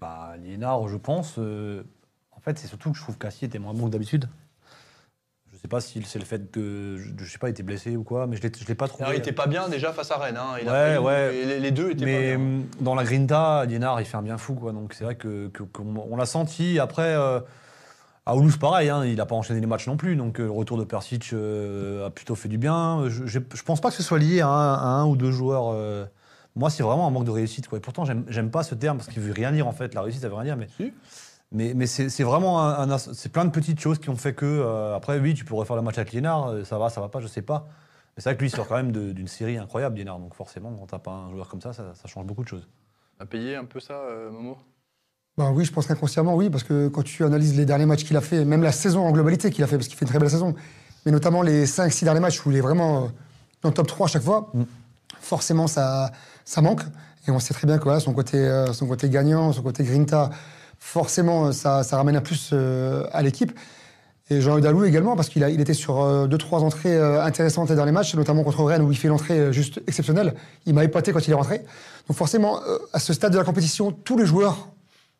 [SPEAKER 2] Bah, Liénard, je pense. euh, en fait, c'est surtout que je trouve qu'Assier était moins bon que d'habitude. Je sais pas si c'est le fait que. Je, je sais pas, il était blessé ou quoi, mais je l'ai- je l'ai pas trouvé.
[SPEAKER 1] Alors, il était pas bien déjà face à Rennes. hein. Il a
[SPEAKER 2] Ouais,
[SPEAKER 1] fait une,
[SPEAKER 2] ouais.
[SPEAKER 1] et les, les deux étaient
[SPEAKER 2] mais
[SPEAKER 1] pas bien.
[SPEAKER 2] hum, dans la Grinta, Liénard, il fait un bien fou, quoi. Donc c'est vrai que que- qu'on on l'a senti. Après, euh, à Oulous, pareil, hein, il n'a pas enchaîné les matchs non plus. Donc euh, le retour de Persic euh, a plutôt fait du bien. Je, je, je pense pas que ce soit lié à un, à un ou deux joueurs. euh. moi, c'est vraiment un manque de réussite, quoi. Et pourtant, j'aime- j'aime pas ce terme parce qu'il veut rien dire en fait. La réussite, ça veut rien dire, mais.
[SPEAKER 1] Si.
[SPEAKER 2] Mais, mais c'est c'est vraiment un, un as- c'est plein de petites choses qui ont fait que euh, après oui tu pourrais faire le match avec Liénard euh, ça va ça va pas je sais pas mais c'est vrai que lui il sort quand même de- d'une série incroyable Liénard donc forcément quand t'as pas un joueur comme ça, ça ça change beaucoup de choses
[SPEAKER 1] On a payé un peu ça, euh, Momo
[SPEAKER 3] Ben oui, je pense qu'inconsciemment, oui, parce que quand tu analyses les derniers matchs qu'il a fait, même la saison en globalité qu'il a fait, parce qu'il fait une très belle saison, mais notamment les 5-6 derniers matchs où il est vraiment euh, dans le top 3 à chaque fois, forcément ça, ça manque. Et on sait très bien que voilà, son, côté, euh, son côté gagnant, son côté grinta, forcément euh, ça, ça ramène un plus euh, à l'équipe. Et Jean-Louis Dalou également, parce qu'il a- il était sur 2-3 entrées euh, intéressantes les derniers matchs, notamment contre Rennes où il fait l'entrée euh, juste exceptionnelle. Il m'a épaté quand il est rentré. Donc forcément, euh, à ce stade de la compétition, tous les joueurs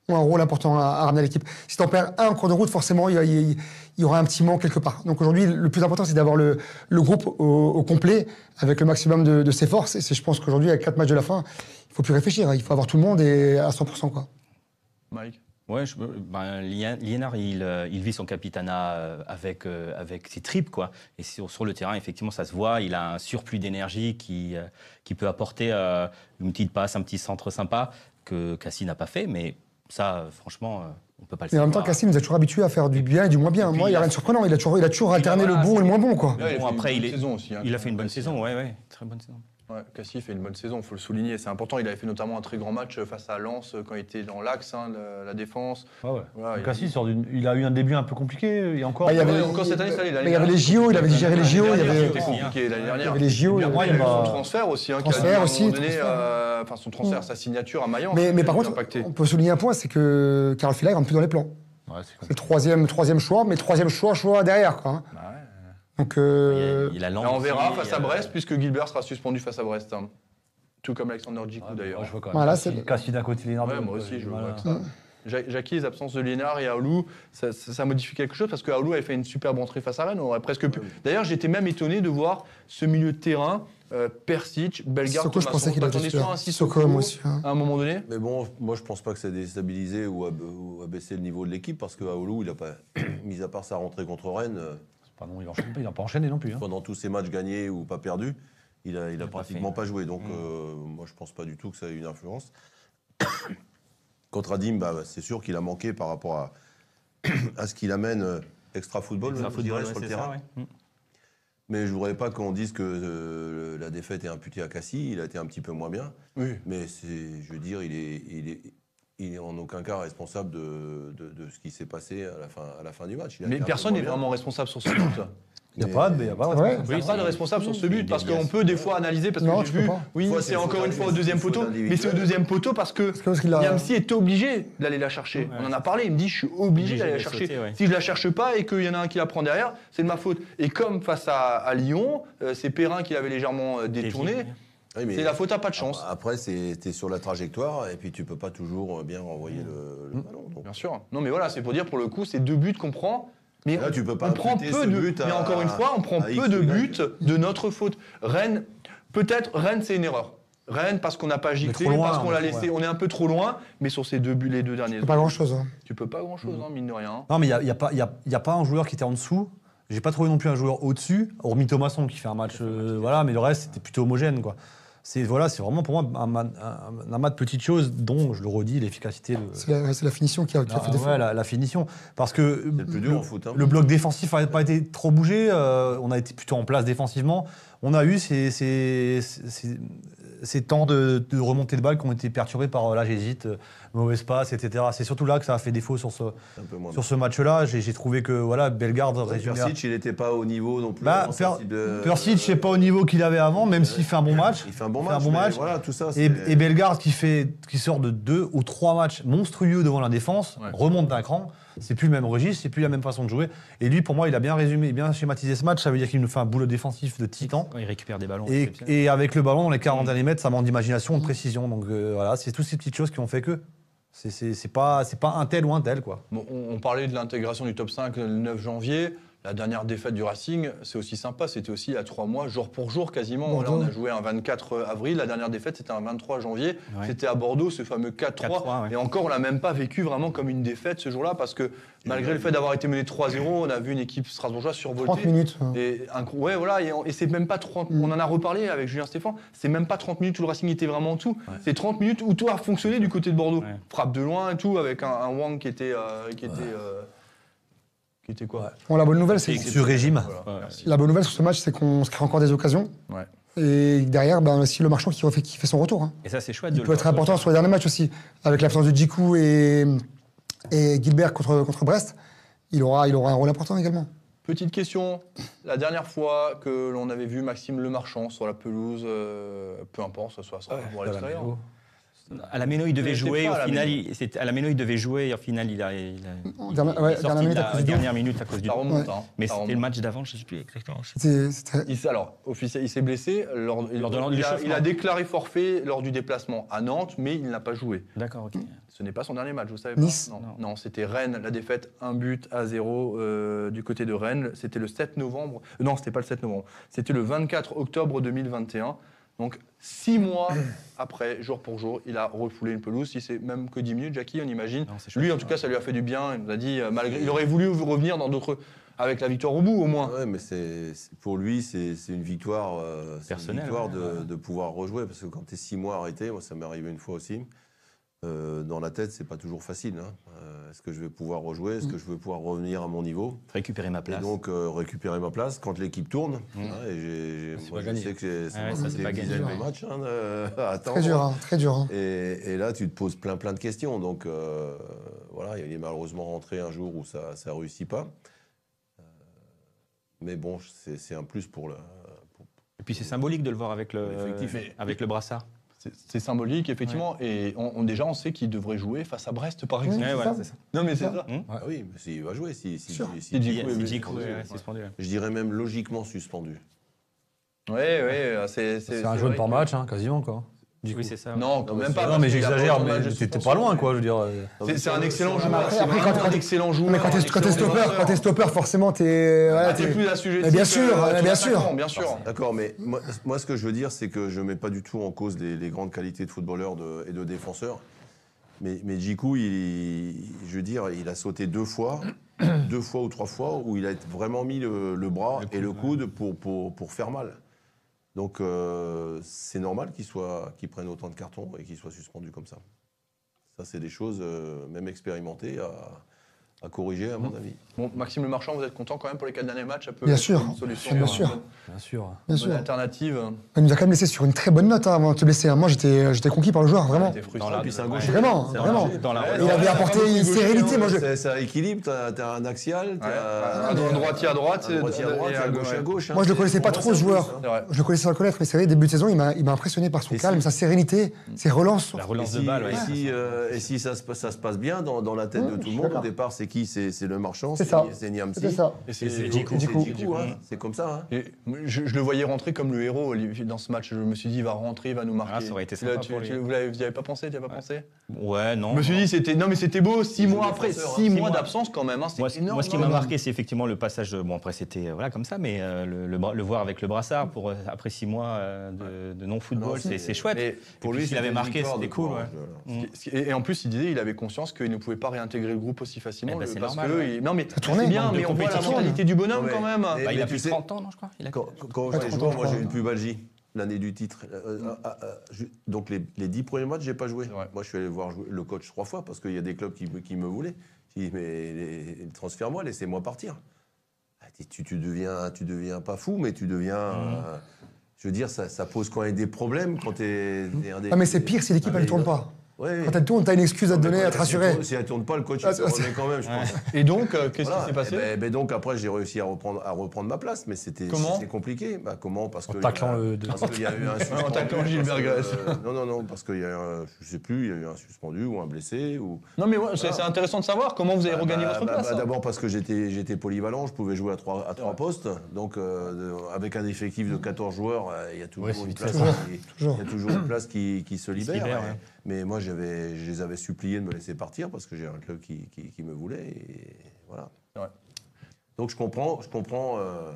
[SPEAKER 3] ont un rôle important à, à ramener à l'équipe. Si t'en perds un en cours de route, forcément, il y, a- il y a- il y aura un petit manque quelque part. Donc aujourd'hui, le plus important, c'est d'avoir le, le groupe au, au complet, avec le maximum de, de ses forces. Et c'est, je pense hein. qu'aujourd'hui, à 4 matchs de la fin, il faut plus réfléchir. Il faut avoir tout le monde et à 100%. Quoi.
[SPEAKER 1] Mike
[SPEAKER 4] Ouais, je, ben, Lien- Liénard, il, euh, il vit son capitana euh, avec, euh, avec ses tripes, quoi. Et sur, sur le terrain, effectivement, ça se voit. Il a un surplus d'énergie qui, euh, qui peut apporter euh, une petite passe, un petit centre sympa que Cassie n'a pas fait. Mais ça, euh, franchement, euh, on peut pas le
[SPEAKER 3] Et en
[SPEAKER 4] savoir.
[SPEAKER 3] même temps, Cassim nous a toujours habitué à faire du bien et du moins bien.
[SPEAKER 4] Et puis,
[SPEAKER 3] Moi, il n'y
[SPEAKER 4] il
[SPEAKER 3] a
[SPEAKER 4] a-
[SPEAKER 3] rien de surprenant. Il a toujours, il a toujours alterné le
[SPEAKER 4] voilà,
[SPEAKER 3] bon et
[SPEAKER 4] c'est-
[SPEAKER 3] le moins bon, quoi.
[SPEAKER 4] Ouais, bon, après, il est-
[SPEAKER 1] aussi. hein,
[SPEAKER 4] Il a
[SPEAKER 1] quand
[SPEAKER 4] fait une
[SPEAKER 1] même,
[SPEAKER 4] bonne
[SPEAKER 1] Cassie.
[SPEAKER 4] saison, ouais, ouais, très bonne saison.
[SPEAKER 1] Ouais, Cassie fait une bonne saison, faut le souligner, c'est important. Il avait fait notamment un très grand match face à Lens euh, quand il était dans l'axe, hein, la, la défense.
[SPEAKER 2] Ah ouais.
[SPEAKER 1] Voilà,
[SPEAKER 2] Donc,
[SPEAKER 1] il-
[SPEAKER 2] Assis sort d'une- il a eu un début un peu compliqué. Et encore.
[SPEAKER 3] Ah, il y avait-
[SPEAKER 1] Ouais, encore cette année, cette année, l'année
[SPEAKER 3] mais il y avait les
[SPEAKER 1] dernière,
[SPEAKER 3] JO, il avait digéré les
[SPEAKER 1] l'année
[SPEAKER 3] JO, il y
[SPEAKER 1] dernière,
[SPEAKER 3] avait,
[SPEAKER 1] C'était compliqué l'année
[SPEAKER 3] il y
[SPEAKER 1] dernière.
[SPEAKER 3] avait les JO. euh,
[SPEAKER 1] Et puis après, il
[SPEAKER 2] il
[SPEAKER 1] y a eu
[SPEAKER 2] m'a-
[SPEAKER 1] son transfert aussi, hein, qui a dû, à
[SPEAKER 3] Transfert
[SPEAKER 1] un
[SPEAKER 3] aussi,
[SPEAKER 1] moment donné,
[SPEAKER 3] transfert. Mm.
[SPEAKER 1] euh, enfin son transfert, sa signature à Mayence.
[SPEAKER 3] Mais,
[SPEAKER 1] qui
[SPEAKER 3] mais
[SPEAKER 1] a
[SPEAKER 3] par
[SPEAKER 1] dû
[SPEAKER 3] contre,
[SPEAKER 1] l'impacter.
[SPEAKER 3] on peut souligner un point, c'est que Karl Fila, il rentre plus dans les plans.
[SPEAKER 2] Ouais, c'est
[SPEAKER 3] C'est le troisième, troisième choix, mais troisième choix, choix derrière, quoi. hein. Donc, euh,
[SPEAKER 4] Il a- il a
[SPEAKER 1] Et
[SPEAKER 4] l'envie,
[SPEAKER 1] on verra face à
[SPEAKER 4] euh,
[SPEAKER 1] Brest, puisque Gilbert sera suspendu face à Brest. hein. Tout comme Alexander Djikou Ah, d'ailleurs.
[SPEAKER 2] Ah, Moi, je vois quand même.
[SPEAKER 3] Voilà,
[SPEAKER 2] Cassis-
[SPEAKER 3] c'est-
[SPEAKER 2] Cassis d'un côté, Liénard. de
[SPEAKER 1] Ouais, moi
[SPEAKER 2] l'autre, euh,
[SPEAKER 1] aussi,
[SPEAKER 2] j'ai
[SPEAKER 1] je
[SPEAKER 2] du mal
[SPEAKER 1] vois
[SPEAKER 2] à-
[SPEAKER 1] que ça. Ja- Jackie, les absences de Liénard et Aoulou, ça, ça- ça modifie quelque chose parce que Aoulou avait fait une superbe entrée face à Rennes. On aurait presque pu... D'ailleurs, j'étais même étonné de voir ce milieu de terrain, euh, Persic, Bellegarde,
[SPEAKER 3] Soko, je pensais qu'il
[SPEAKER 1] Thomasson.
[SPEAKER 3] était
[SPEAKER 1] Je m'attendais soit à un
[SPEAKER 3] sûr.
[SPEAKER 1] Sissoko,
[SPEAKER 3] Soko, moi aussi. hein.
[SPEAKER 1] À un moment donné,
[SPEAKER 5] Mais bon, moi je pense pas que ça a déstabilisé ou a, ou a baissé le niveau de l'équipe parce que Aoulou, il a pas, mis à part sa rentrée contre Rennes, euh,
[SPEAKER 2] Pardon, il enchaîne pas, il n'a pas enchaîné non plus. hein.
[SPEAKER 5] pendant tous ses matchs gagnés ou pas perdus, il a, il a
[SPEAKER 4] pas
[SPEAKER 5] pratiquement
[SPEAKER 4] fait,
[SPEAKER 5] pas, joué. Donc euh, moi je pense pas du tout que ça ait une influence. contre Adim, bah, c'est sûr qu'il a manqué par rapport à, à ce qu'il amène euh, extra football,
[SPEAKER 4] Extra
[SPEAKER 5] je
[SPEAKER 4] football,
[SPEAKER 5] dirais,
[SPEAKER 4] ouais,
[SPEAKER 5] sur le
[SPEAKER 4] c'est ça,
[SPEAKER 5] terrain.
[SPEAKER 4] ouais. Mm.
[SPEAKER 5] Mais je voudrais pas qu'on dise que euh, la défaite est imputée à Cassie, il a été un petit peu moins bien.
[SPEAKER 1] oui.
[SPEAKER 5] Mais c'est, je veux dire, il est, il est, il est en aucun cas responsable de, de, de ce qui s'est passé à la fin, à la fin du match. Il a
[SPEAKER 1] mais
[SPEAKER 5] été un peu
[SPEAKER 1] personne
[SPEAKER 5] moins
[SPEAKER 1] n'est
[SPEAKER 5] bien.
[SPEAKER 1] vraiment responsable sur ce but.
[SPEAKER 2] Il n'y a pas de. il y a pas de- Ouais,
[SPEAKER 3] Ouais.
[SPEAKER 1] Il n'y a pas de responsable sur ce but parce qu'on peut des fois analyser parce que
[SPEAKER 3] Non,
[SPEAKER 1] j'ai
[SPEAKER 3] tu peux
[SPEAKER 1] vu,
[SPEAKER 3] pas.
[SPEAKER 5] Des
[SPEAKER 1] oui,
[SPEAKER 5] fois, c'est
[SPEAKER 1] c'est
[SPEAKER 5] une
[SPEAKER 1] encore
[SPEAKER 5] faute
[SPEAKER 1] une fois au
[SPEAKER 5] individuelle,
[SPEAKER 1] deuxième
[SPEAKER 5] c'est une
[SPEAKER 1] poteau,
[SPEAKER 5] faute
[SPEAKER 1] mais c'est au
[SPEAKER 5] individuelle.
[SPEAKER 1] deuxième poteau parce que
[SPEAKER 3] Parce que parce qu'il a-
[SPEAKER 1] Niamsi est obligé d'aller la chercher. On en a parlé, il me dit je suis obligé
[SPEAKER 4] Obligé
[SPEAKER 1] d'aller la
[SPEAKER 4] de
[SPEAKER 1] chercher.
[SPEAKER 4] sauter, ouais.
[SPEAKER 1] Si je la cherche pas et qu'il y en a un qui la prend derrière, c'est de ma faute. Et comme face à, à Lyon, euh, c'est Perrin qui l'avait légèrement euh, détourné,
[SPEAKER 5] Oui, mais
[SPEAKER 1] c'est la faute à pas de chance.
[SPEAKER 5] Après, c'est, t'es sur la trajectoire et puis tu peux pas toujours euh, bien renvoyer
[SPEAKER 2] Mm.
[SPEAKER 5] le, le ballon. donc.
[SPEAKER 1] Bien sûr. Non mais voilà, c'est pour dire pour le coup, c'est deux buts qu'on prend. Mais
[SPEAKER 5] Là,
[SPEAKER 1] on,
[SPEAKER 5] tu peux pas
[SPEAKER 1] on prend
[SPEAKER 5] imputer
[SPEAKER 1] peu
[SPEAKER 5] ce
[SPEAKER 1] de
[SPEAKER 5] but à-
[SPEAKER 1] mais encore une fois, on prend
[SPEAKER 5] à X
[SPEAKER 1] peu de
[SPEAKER 5] ou Y.
[SPEAKER 1] buts de notre faute. Rennes, peut-être Rennes c'est une erreur. Rennes parce qu'on n'a pas giclé,
[SPEAKER 2] trop loin,
[SPEAKER 1] parce qu'on
[SPEAKER 2] on
[SPEAKER 1] l'a
[SPEAKER 2] est-
[SPEAKER 1] laissé,
[SPEAKER 2] ouais.
[SPEAKER 1] on est un peu trop loin, mais sur ces deux buts, les deux derniers,
[SPEAKER 3] c'est pas hein. grand chose.
[SPEAKER 1] tu peux pas grand chose mine de rien.
[SPEAKER 2] Non, mais il n'y a, il y a, pas- il y a- il y a pas un joueur qui était en dessous. J'ai pas trouvé non plus un joueur au-dessus, hormis Thomasson qui fait un match. euh, voilà, mais le reste, c'était plutôt homogène. quoi. C'est voilà, c'est vraiment pour moi un, ma- un- un amas de petites choses, dont, je le redis, l'efficacité. le-
[SPEAKER 3] C'est la, ouais, c'est la finition qui a, qui a
[SPEAKER 2] la,
[SPEAKER 3] fait défaut.
[SPEAKER 2] Ah Bah, ouais, la- la finition. Parce que.
[SPEAKER 5] C'est le plus dur en foot. hein.
[SPEAKER 2] Le bloc défensif n'a pas été trop bougé. euh, on a été plutôt en place défensivement. On a eu ces, ces, ces- ces temps de, de remontée de balles qui ont été perturbés par euh, là, j'hésite, euh, mauvaise passe, etc. C'est surtout là que ça a fait défaut sur ce,
[SPEAKER 5] C'est un peu moins
[SPEAKER 2] sur ce match-là. J'ai j'ai trouvé que voilà, Bellegarde
[SPEAKER 5] bien.
[SPEAKER 2] résumait. à-
[SPEAKER 5] Persic, euh, il n'était pas au niveau non plus.
[SPEAKER 2] Bah,
[SPEAKER 5] en
[SPEAKER 2] Per-
[SPEAKER 5] sortie de-
[SPEAKER 2] Persic, je sais pas au niveau qu'il avait avant, même s'il fait un bon match.
[SPEAKER 5] Il fait un bon
[SPEAKER 2] il fait
[SPEAKER 5] match.
[SPEAKER 2] un bon
[SPEAKER 5] mais
[SPEAKER 2] match.
[SPEAKER 5] Voilà, tout ça.
[SPEAKER 2] Et,
[SPEAKER 5] c'est-
[SPEAKER 2] et Bellegarde qui, fait, qui sort de deux ou trois matchs monstrueux devant la défense,
[SPEAKER 1] Ouais.
[SPEAKER 2] remonte d'un cran, c'est plus le même registre, c'est plus la même façon de jouer. Et lui, pour moi, il a bien résumé, bien schématisé ce match, ça veut dire qu'il nous fait un boulot défensif de titan.
[SPEAKER 4] Ouais, Il récupère des ballons.
[SPEAKER 2] Et,
[SPEAKER 4] exceptionnels.
[SPEAKER 2] et avec le ballon dans les 40
[SPEAKER 4] Mm.
[SPEAKER 2] derniers mètres, ça manque d'imagination, de précision. Donc euh, voilà, c'est toutes ces petites choses qui ont fait que. C'est- C'est c'est pas, c'est pas un tel ou un tel, quoi.
[SPEAKER 1] Bon, on, on parlait de l'intégration du top 5 le 9 janvier. La dernière défaite du Racing, c'est aussi sympa. C'était aussi à trois mois, jour pour jour quasiment.
[SPEAKER 3] Bordeaux.
[SPEAKER 1] Là, on a joué un 24 avril. La dernière défaite, c'était un 23 janvier.
[SPEAKER 4] Ouais.
[SPEAKER 1] C'était à Bordeaux, ce fameux 4-3.
[SPEAKER 4] 4-3, ouais.
[SPEAKER 1] Et encore, on l'a même pas vécu vraiment comme une défaite ce jour-là, parce que malgré le fait d'avoir été mené 3-0, on a vu une équipe strasbourgeoise
[SPEAKER 3] 30
[SPEAKER 1] survolter.
[SPEAKER 3] minutes. hein.
[SPEAKER 1] Et, un- ouais, voilà, et, on- et c'est même pas 30.
[SPEAKER 4] Mm.
[SPEAKER 1] On en a reparlé avec Julien Stéphane. C'est même pas 30 minutes où le Racing était vraiment en tout. C'est 30 minutes où tout a fonctionné du côté de Bordeaux.
[SPEAKER 4] Ouais.
[SPEAKER 1] Frappe de loin et tout, avec un, un Wang qui était. euh, qui était euh, qui était quoi
[SPEAKER 3] Bon, la bonne nouvelle, c'est
[SPEAKER 2] Sur régime.
[SPEAKER 1] Voilà,
[SPEAKER 4] Ouais.
[SPEAKER 1] merci.
[SPEAKER 3] la bonne nouvelle sur ce match, c'est qu'on se crée encore des occasions.
[SPEAKER 1] Ouais.
[SPEAKER 3] Et derrière, ben, si le marchand qui refait- qui fait son retour. hein.
[SPEAKER 4] Et ça, c'est chouette de
[SPEAKER 3] Il
[SPEAKER 4] le
[SPEAKER 3] peut être
[SPEAKER 4] voir.
[SPEAKER 3] important sur les derniers matchs aussi. Avec l'absence de Djikou et, et Gilbert contre, contre Brest, il aura, il aura un rôle important également.
[SPEAKER 1] Petite question. La dernière fois que l'on avait vu Maxime Lemarchand sur la pelouse, euh, peu importe, ce soit à Strasbourg ou à l'extérieur.
[SPEAKER 4] À la Méno,
[SPEAKER 1] Mais
[SPEAKER 4] il devait
[SPEAKER 1] j'étais
[SPEAKER 4] jouer.
[SPEAKER 1] pas à
[SPEAKER 4] Au
[SPEAKER 1] la
[SPEAKER 4] final,
[SPEAKER 1] Méno.
[SPEAKER 4] il, c'est- à la Méno, il devait jouer. Et au final, il a. Il a
[SPEAKER 3] Dernière-
[SPEAKER 4] il est
[SPEAKER 3] ouais,
[SPEAKER 4] sorti
[SPEAKER 3] dernière
[SPEAKER 4] de
[SPEAKER 3] minute à
[SPEAKER 4] la
[SPEAKER 3] cause du-
[SPEAKER 4] dernière minute à cause du.
[SPEAKER 1] Ça remonte,
[SPEAKER 3] Ouais.
[SPEAKER 1] hein,
[SPEAKER 4] Mais
[SPEAKER 1] ça
[SPEAKER 4] c'était
[SPEAKER 1] remonte.
[SPEAKER 4] le match d'avant, je ne sais plus exactement.
[SPEAKER 3] C'était- c'était-
[SPEAKER 1] Il, s'est- alors, officiel, il s'est blessé. Lors,
[SPEAKER 4] Lors de
[SPEAKER 1] il, a,
[SPEAKER 4] l'échauffement.
[SPEAKER 1] il a déclaré forfait lors du déplacement à Nantes, mais il n'a pas joué.
[SPEAKER 4] D'accord, ok.
[SPEAKER 1] Ce n'est pas son dernier match, vous savez
[SPEAKER 3] Nice.
[SPEAKER 1] pas Non,
[SPEAKER 4] Non.
[SPEAKER 1] Non, c'était Rennes, la défaite, un but à zéro euh, du côté de Rennes. C'était le 7 novembre. euh, Non, c'était pas le 7 novembre. C'était le 24 octobre 2021. Donc, six mois après, jour pour jour, il a refoulé une pelouse. Si c'est même que 10 minutes, Jackie, on imagine.
[SPEAKER 4] Non, c'est chouette. hein.
[SPEAKER 1] Lui, en tout cas, ça lui a fait du bien. Il nous a dit, euh, malgré, il aurait voulu revenir dans d'autres. avec la victoire au bout, au moins.
[SPEAKER 5] Ouais, mais c'est c'est- pour lui, c'est c'est une victoire, euh, c'est une
[SPEAKER 4] Personnelle,
[SPEAKER 5] victoire
[SPEAKER 4] ouais,
[SPEAKER 5] de,
[SPEAKER 4] ouais.
[SPEAKER 5] de pouvoir rejouer. Parce que quand tu es six mois arrêté, moi, ça m'est arrivé une fois aussi. euh, dans la tête, c'est pas toujours facile. hein. Euh, Est-ce que je vais pouvoir rejouer
[SPEAKER 2] Mm.
[SPEAKER 5] Est-ce que je vais pouvoir revenir à mon niveau
[SPEAKER 4] Récupérer ma place.
[SPEAKER 5] Et donc euh, récupérer ma place quand l'équipe tourne. hein, et j'ai- j'ai-
[SPEAKER 2] C'est
[SPEAKER 5] moi,
[SPEAKER 2] pas
[SPEAKER 5] je
[SPEAKER 2] gagné.
[SPEAKER 5] sais que j'ai- ça
[SPEAKER 4] Ah ouais,
[SPEAKER 5] m'a
[SPEAKER 4] ça, c'est
[SPEAKER 5] coûté
[SPEAKER 4] pas
[SPEAKER 5] une
[SPEAKER 4] gagné,
[SPEAKER 5] dizaine de
[SPEAKER 4] ouais.
[SPEAKER 5] matchs hein, de- à attendre.
[SPEAKER 3] Très dur, hein, très dur. hein.
[SPEAKER 5] Et, et là, tu te poses plein plein de questions. Donc euh, voilà, il est malheureusement rentré un jour où ça ça réussit pas. Euh, Mais bon, c'est c'est un plus pour le. pour-
[SPEAKER 4] Et puis c'est symbolique de le voir avec le,
[SPEAKER 5] Effectif.
[SPEAKER 1] Mais-
[SPEAKER 4] avec le brassard.
[SPEAKER 1] C'est c'est symbolique, effectivement. Et on, on- déjà, on sait qu'il devrait jouer face à Brest, par exemple.
[SPEAKER 3] Ouais, c'est
[SPEAKER 4] Ouais, voilà,
[SPEAKER 3] ça.
[SPEAKER 4] c'est ça.
[SPEAKER 1] Non, mais c'est ça.
[SPEAKER 5] Ah oui, mais s'il va jouer, si, si,
[SPEAKER 3] Sûr.
[SPEAKER 5] si- si-
[SPEAKER 1] Il dit
[SPEAKER 4] J'y
[SPEAKER 1] oui, oui,
[SPEAKER 4] j'y
[SPEAKER 1] oui.
[SPEAKER 4] crois, ouais, ouais, suspendu. ouais.
[SPEAKER 5] je dirais même logiquement suspendu.
[SPEAKER 1] Ouais, ouais, euh, c'est.
[SPEAKER 2] C'est un
[SPEAKER 1] c'est
[SPEAKER 2] jaune
[SPEAKER 1] vrai
[SPEAKER 2] par
[SPEAKER 1] que-
[SPEAKER 2] match, hein, quasiment, quoi. Du
[SPEAKER 4] Oui,
[SPEAKER 2] coup.
[SPEAKER 4] c'est ça.
[SPEAKER 1] Non, quand
[SPEAKER 5] Non,
[SPEAKER 1] même
[SPEAKER 5] mais
[SPEAKER 1] pas.
[SPEAKER 2] Non, mais
[SPEAKER 1] parce qu'il a pas
[SPEAKER 2] j'étais
[SPEAKER 1] un match de
[SPEAKER 2] t'étais
[SPEAKER 1] suspension.
[SPEAKER 2] pas loin, quoi, je veux dire. euh.
[SPEAKER 1] C'est c'est un excellent
[SPEAKER 5] jeu.
[SPEAKER 1] joueur.
[SPEAKER 3] après,
[SPEAKER 1] C'est
[SPEAKER 3] après,
[SPEAKER 1] vraiment
[SPEAKER 3] quand-
[SPEAKER 1] un excellent joueur.
[SPEAKER 3] Mais quand
[SPEAKER 1] un
[SPEAKER 3] t'es quand t'es
[SPEAKER 1] excellent
[SPEAKER 3] stopper,
[SPEAKER 1] défenseur.
[SPEAKER 3] quand t'es stopper, forcément, t'es.
[SPEAKER 1] Ah,
[SPEAKER 3] voilà,
[SPEAKER 1] t'es
[SPEAKER 3] t'es-
[SPEAKER 1] plus assujetti.
[SPEAKER 3] Mais bien
[SPEAKER 1] que
[SPEAKER 3] sûr,
[SPEAKER 1] tout
[SPEAKER 3] mais bien
[SPEAKER 1] attaquant,
[SPEAKER 3] sûr.
[SPEAKER 1] bien sûr.
[SPEAKER 5] D'accord, mais moi, moi, ce que je veux dire, c'est que je ne mets pas du tout en cause les, les grandes qualités de footballeur de- et de défenseur. Mais, mais Djikou, il, je veux dire, il a sauté deux fois, deux fois ou trois fois, où il a vraiment mis le, le bras et le coude pour, pour, pour faire mal. Donc euh, c'est normal qu'il soit- qu'il prenne autant de cartons et qu'il soit suspendu comme ça. Ça, c'est des choses, euh, même expérimentées, à, à corriger, à mon avis.
[SPEAKER 1] Bon, Maxime Le Marchand, vous êtes content quand même pour les quatre derniers matchs ça peut
[SPEAKER 3] Bien
[SPEAKER 1] être
[SPEAKER 3] sûr.
[SPEAKER 1] une solution,
[SPEAKER 3] Bien
[SPEAKER 1] euh,
[SPEAKER 3] sûr.
[SPEAKER 1] une
[SPEAKER 2] Bien sûr.
[SPEAKER 3] Bien
[SPEAKER 1] bonne
[SPEAKER 3] sûr.
[SPEAKER 1] alternative.
[SPEAKER 3] Il nous a quand même laissé sur une très bonne note hein, avant de te blesser. hein. Moi, j'étais j'étais conquis par le joueur, vraiment.
[SPEAKER 1] T'es frustré.
[SPEAKER 4] Dans la-
[SPEAKER 1] Puis c'est un
[SPEAKER 4] ouais.
[SPEAKER 1] gaucher.
[SPEAKER 3] Vraiment,
[SPEAKER 5] C'est un
[SPEAKER 3] vraiment.
[SPEAKER 5] danger.
[SPEAKER 4] Dans la
[SPEAKER 1] Ouais,
[SPEAKER 3] Il avait
[SPEAKER 1] ouais,
[SPEAKER 3] apporté
[SPEAKER 1] vraiment
[SPEAKER 3] une
[SPEAKER 1] gaucher,
[SPEAKER 3] sérénité.
[SPEAKER 1] hein.
[SPEAKER 3] Moi, je.
[SPEAKER 5] Ça, ça équilibre, t'as t'as un axial,
[SPEAKER 1] Ouais.
[SPEAKER 5] t'as
[SPEAKER 1] Un droitier à droite,
[SPEAKER 5] un droitier à droite,
[SPEAKER 1] et
[SPEAKER 5] un gauche
[SPEAKER 1] ouais.
[SPEAKER 5] à gauche.
[SPEAKER 3] Moi, je le connaissais pas
[SPEAKER 5] Pour
[SPEAKER 3] trop,
[SPEAKER 5] moi,
[SPEAKER 3] ce
[SPEAKER 5] c'est un
[SPEAKER 3] joueur.
[SPEAKER 5] plus, hein.
[SPEAKER 1] C'est vrai.
[SPEAKER 3] Je le connaissais sans le connaître, mais c'est vrai, début de saison, il m'a il m'a impressionné par son
[SPEAKER 5] Et
[SPEAKER 3] calme,
[SPEAKER 5] si-
[SPEAKER 3] sa sérénité,
[SPEAKER 1] Mm.
[SPEAKER 3] ses relances.
[SPEAKER 4] La
[SPEAKER 5] Et
[SPEAKER 4] relance
[SPEAKER 5] si,
[SPEAKER 4] de balle, ouais.
[SPEAKER 5] et si, euh, et si ça, se, passe- ça se passe bien dans, dans la tête
[SPEAKER 3] Ouais,
[SPEAKER 5] de
[SPEAKER 3] je
[SPEAKER 5] tout
[SPEAKER 3] suis
[SPEAKER 5] le monde, au
[SPEAKER 3] d'accord.
[SPEAKER 5] départ, c'est qui C'est c'est le marchand,
[SPEAKER 3] C'est
[SPEAKER 5] c'est
[SPEAKER 3] ça.
[SPEAKER 5] c'est Niamsi.
[SPEAKER 3] C'était ça.
[SPEAKER 1] Et
[SPEAKER 5] C'est
[SPEAKER 1] c'est-
[SPEAKER 5] c'est
[SPEAKER 4] Djikou.
[SPEAKER 5] Djikou, c'est
[SPEAKER 3] Djikou.
[SPEAKER 5] Djikou, hein. C'est comme ça. hein.
[SPEAKER 1] Et je, je le voyais rentrer comme le héros Olivier, dans ce match. Je me suis dit, il va rentrer, il va nous marquer.
[SPEAKER 4] Ah, ça aurait été
[SPEAKER 1] Là,
[SPEAKER 4] sympa
[SPEAKER 1] tu-
[SPEAKER 4] pour
[SPEAKER 1] tu-
[SPEAKER 4] lui.
[SPEAKER 1] vous l'avez- vous n'y avez pas pensé Tu n'y as pas pensé
[SPEAKER 4] Ouais, non.
[SPEAKER 1] Je me suis dit, c'était non, mais c'était beau. Six
[SPEAKER 5] Il joue
[SPEAKER 1] mois après,
[SPEAKER 5] défenseur, hein.
[SPEAKER 1] six
[SPEAKER 5] Six
[SPEAKER 1] mois
[SPEAKER 4] mois.
[SPEAKER 1] d'absence quand même. hein, c'est
[SPEAKER 4] Moi, ce-
[SPEAKER 1] énorme.
[SPEAKER 4] moi, ce qui m'a marqué, c'est effectivement le passage. de- Bon, après, c'était euh, voilà, comme ça, mais euh, le, le bra- le voir avec le brassard pour, euh, après six mois euh, de, de
[SPEAKER 5] Non,
[SPEAKER 4] non-football,
[SPEAKER 5] c'est-
[SPEAKER 4] c'est c'est chouette.
[SPEAKER 1] Mais
[SPEAKER 4] pour lui, s'il
[SPEAKER 5] c'était
[SPEAKER 4] avait
[SPEAKER 5] une
[SPEAKER 4] marqué,
[SPEAKER 5] victoire
[SPEAKER 4] c'était
[SPEAKER 5] de
[SPEAKER 4] cool.
[SPEAKER 5] courage,
[SPEAKER 4] ouais.
[SPEAKER 5] voilà.
[SPEAKER 4] Mm.
[SPEAKER 1] Ce qui- Et et en plus, il disait, il avait conscience qu'il ne pouvait pas réintégrer le groupe aussi facilement.
[SPEAKER 4] Eh ben,
[SPEAKER 1] le-
[SPEAKER 4] c'est
[SPEAKER 1] parce
[SPEAKER 4] normal,
[SPEAKER 1] que
[SPEAKER 4] ouais.
[SPEAKER 1] il- non, mais c'est
[SPEAKER 3] tournait.
[SPEAKER 1] bien,
[SPEAKER 4] Manque de
[SPEAKER 1] mais on voit la
[SPEAKER 4] compétition,
[SPEAKER 1] mentalité du bonhomme
[SPEAKER 5] Ouais.
[SPEAKER 1] quand même. hein.
[SPEAKER 5] Et-
[SPEAKER 4] Bah,
[SPEAKER 5] mais
[SPEAKER 4] il a
[SPEAKER 5] tu
[SPEAKER 4] plus de
[SPEAKER 5] sais-
[SPEAKER 4] 30 ans, non, je crois. Il a-
[SPEAKER 5] Quand, quand
[SPEAKER 3] Pas
[SPEAKER 5] j'étais
[SPEAKER 3] trop
[SPEAKER 5] joueur, moi,
[SPEAKER 3] longtemps,
[SPEAKER 5] j'ai eu une
[SPEAKER 3] hein.
[SPEAKER 5] pubalgie l'année du titre. Euh, euh, ah, ah, je- donc, les, les dix premiers matchs, j'ai pas joué.
[SPEAKER 1] C'est vrai.
[SPEAKER 5] Moi, je suis allé voir jouer le coach trois fois parce qu'il y a des clubs qui, me- qui me voulaient. J'ai dit, mais les- transfère-moi, laissez-moi partir. Ah, tu- Tu, tu deviens, tu deviens pas fou, mais tu deviens. euh, je veux dire, ça, ça pose quand même des problèmes quand t'es. t'es un des-
[SPEAKER 3] Ah, mais c'est pire si l'équipe,
[SPEAKER 5] un
[SPEAKER 3] elle
[SPEAKER 5] des-
[SPEAKER 3] tourne pas.
[SPEAKER 5] Ouais, ouais.
[SPEAKER 3] Quand elle tourne, t'as une excuse à te
[SPEAKER 5] Non, mais
[SPEAKER 3] donner, à te
[SPEAKER 5] quand- si elle
[SPEAKER 3] rassurer.
[SPEAKER 5] tourne- Si elle tourne pas, le coach,
[SPEAKER 3] Ah,
[SPEAKER 5] il se
[SPEAKER 3] c'est-
[SPEAKER 5] remet quand même, je pense.
[SPEAKER 1] Et donc, euh, qu'est-ce
[SPEAKER 5] Voilà.
[SPEAKER 1] qui s'est passé
[SPEAKER 5] Eh ben- eh ben donc après, j'ai réussi à reprendre, à reprendre ma place, mais c'était
[SPEAKER 1] Comment
[SPEAKER 5] c'était compliqué. Bah, comment Parce
[SPEAKER 2] En
[SPEAKER 5] que
[SPEAKER 2] taclant
[SPEAKER 5] il y a-
[SPEAKER 2] le- de-
[SPEAKER 5] parce qu'il y a eu un suspendu,
[SPEAKER 1] taclant
[SPEAKER 5] parce
[SPEAKER 1] Gilbert
[SPEAKER 5] que,
[SPEAKER 1] Grèce.
[SPEAKER 5] euh, non, non, non, parce qu'il y a eu un, je sais plus, il y a eu un suspendu ou un blessé ou.
[SPEAKER 1] Non, mais ouais, c'est c'est intéressant de savoir comment vous avez regagné
[SPEAKER 5] Bah,
[SPEAKER 1] votre
[SPEAKER 5] bah,
[SPEAKER 1] place.
[SPEAKER 5] bah,
[SPEAKER 1] hein.
[SPEAKER 5] D'abord parce que j'étais j'étais polyvalent, je pouvais jouer à trois, à trois postes. Donc euh, de- avec un effectif de 14 joueurs, euh, il y a toujours
[SPEAKER 2] Ouais, c'est
[SPEAKER 5] une
[SPEAKER 2] vite
[SPEAKER 5] place,
[SPEAKER 2] fait,
[SPEAKER 3] ça.
[SPEAKER 5] qui,
[SPEAKER 3] Toujours.
[SPEAKER 5] il y a toujours une place qui, qui se libère.
[SPEAKER 4] libère,
[SPEAKER 5] Et-
[SPEAKER 4] ouais.
[SPEAKER 5] Mais moi j'avais je les avais suppliés de me laisser partir parce que j'ai un club qui, qui- qui me voulait et voilà.
[SPEAKER 1] Ouais.
[SPEAKER 5] Donc je comprends je comprends euh,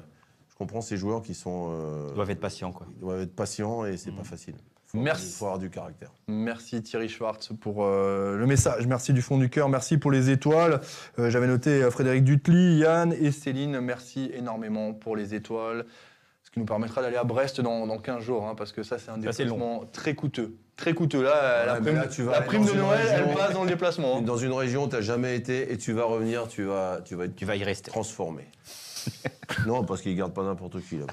[SPEAKER 5] je comprends ces joueurs qui sont euh,
[SPEAKER 4] Ils doivent être Mm. patients, quoi.
[SPEAKER 5] ils doivent être patients et c'est pas facile. Faut
[SPEAKER 1] Merci.
[SPEAKER 5] Il faut avoir du caractère.
[SPEAKER 1] Merci Thierry Schwartz pour euh, le message. Merci du fond du cœur. Merci pour les étoiles. Euh, J'avais noté euh, Frédéric Dutly, Yann et Céline. Merci énormément pour les étoiles. Ce qui nous permettra d'aller à Brest dans, dans 15 jours, hein, parce que ça, c'est un
[SPEAKER 4] Ça, c'est long.
[SPEAKER 1] déplacement très coûteux. Très coûteux. Là, la
[SPEAKER 5] mais
[SPEAKER 1] prime,
[SPEAKER 5] là, tu vas
[SPEAKER 1] la
[SPEAKER 5] aller
[SPEAKER 1] prime
[SPEAKER 5] dans
[SPEAKER 1] de
[SPEAKER 5] une
[SPEAKER 1] Noël, elle
[SPEAKER 5] région-
[SPEAKER 1] passe dans le déplacement. hein.
[SPEAKER 5] Dans une région où tu n'as jamais été et tu vas revenir, tu vas, tu vas être
[SPEAKER 4] Tu vas y rester.
[SPEAKER 5] transformé. non, parce qu'ils gardent pas n'importe qui là.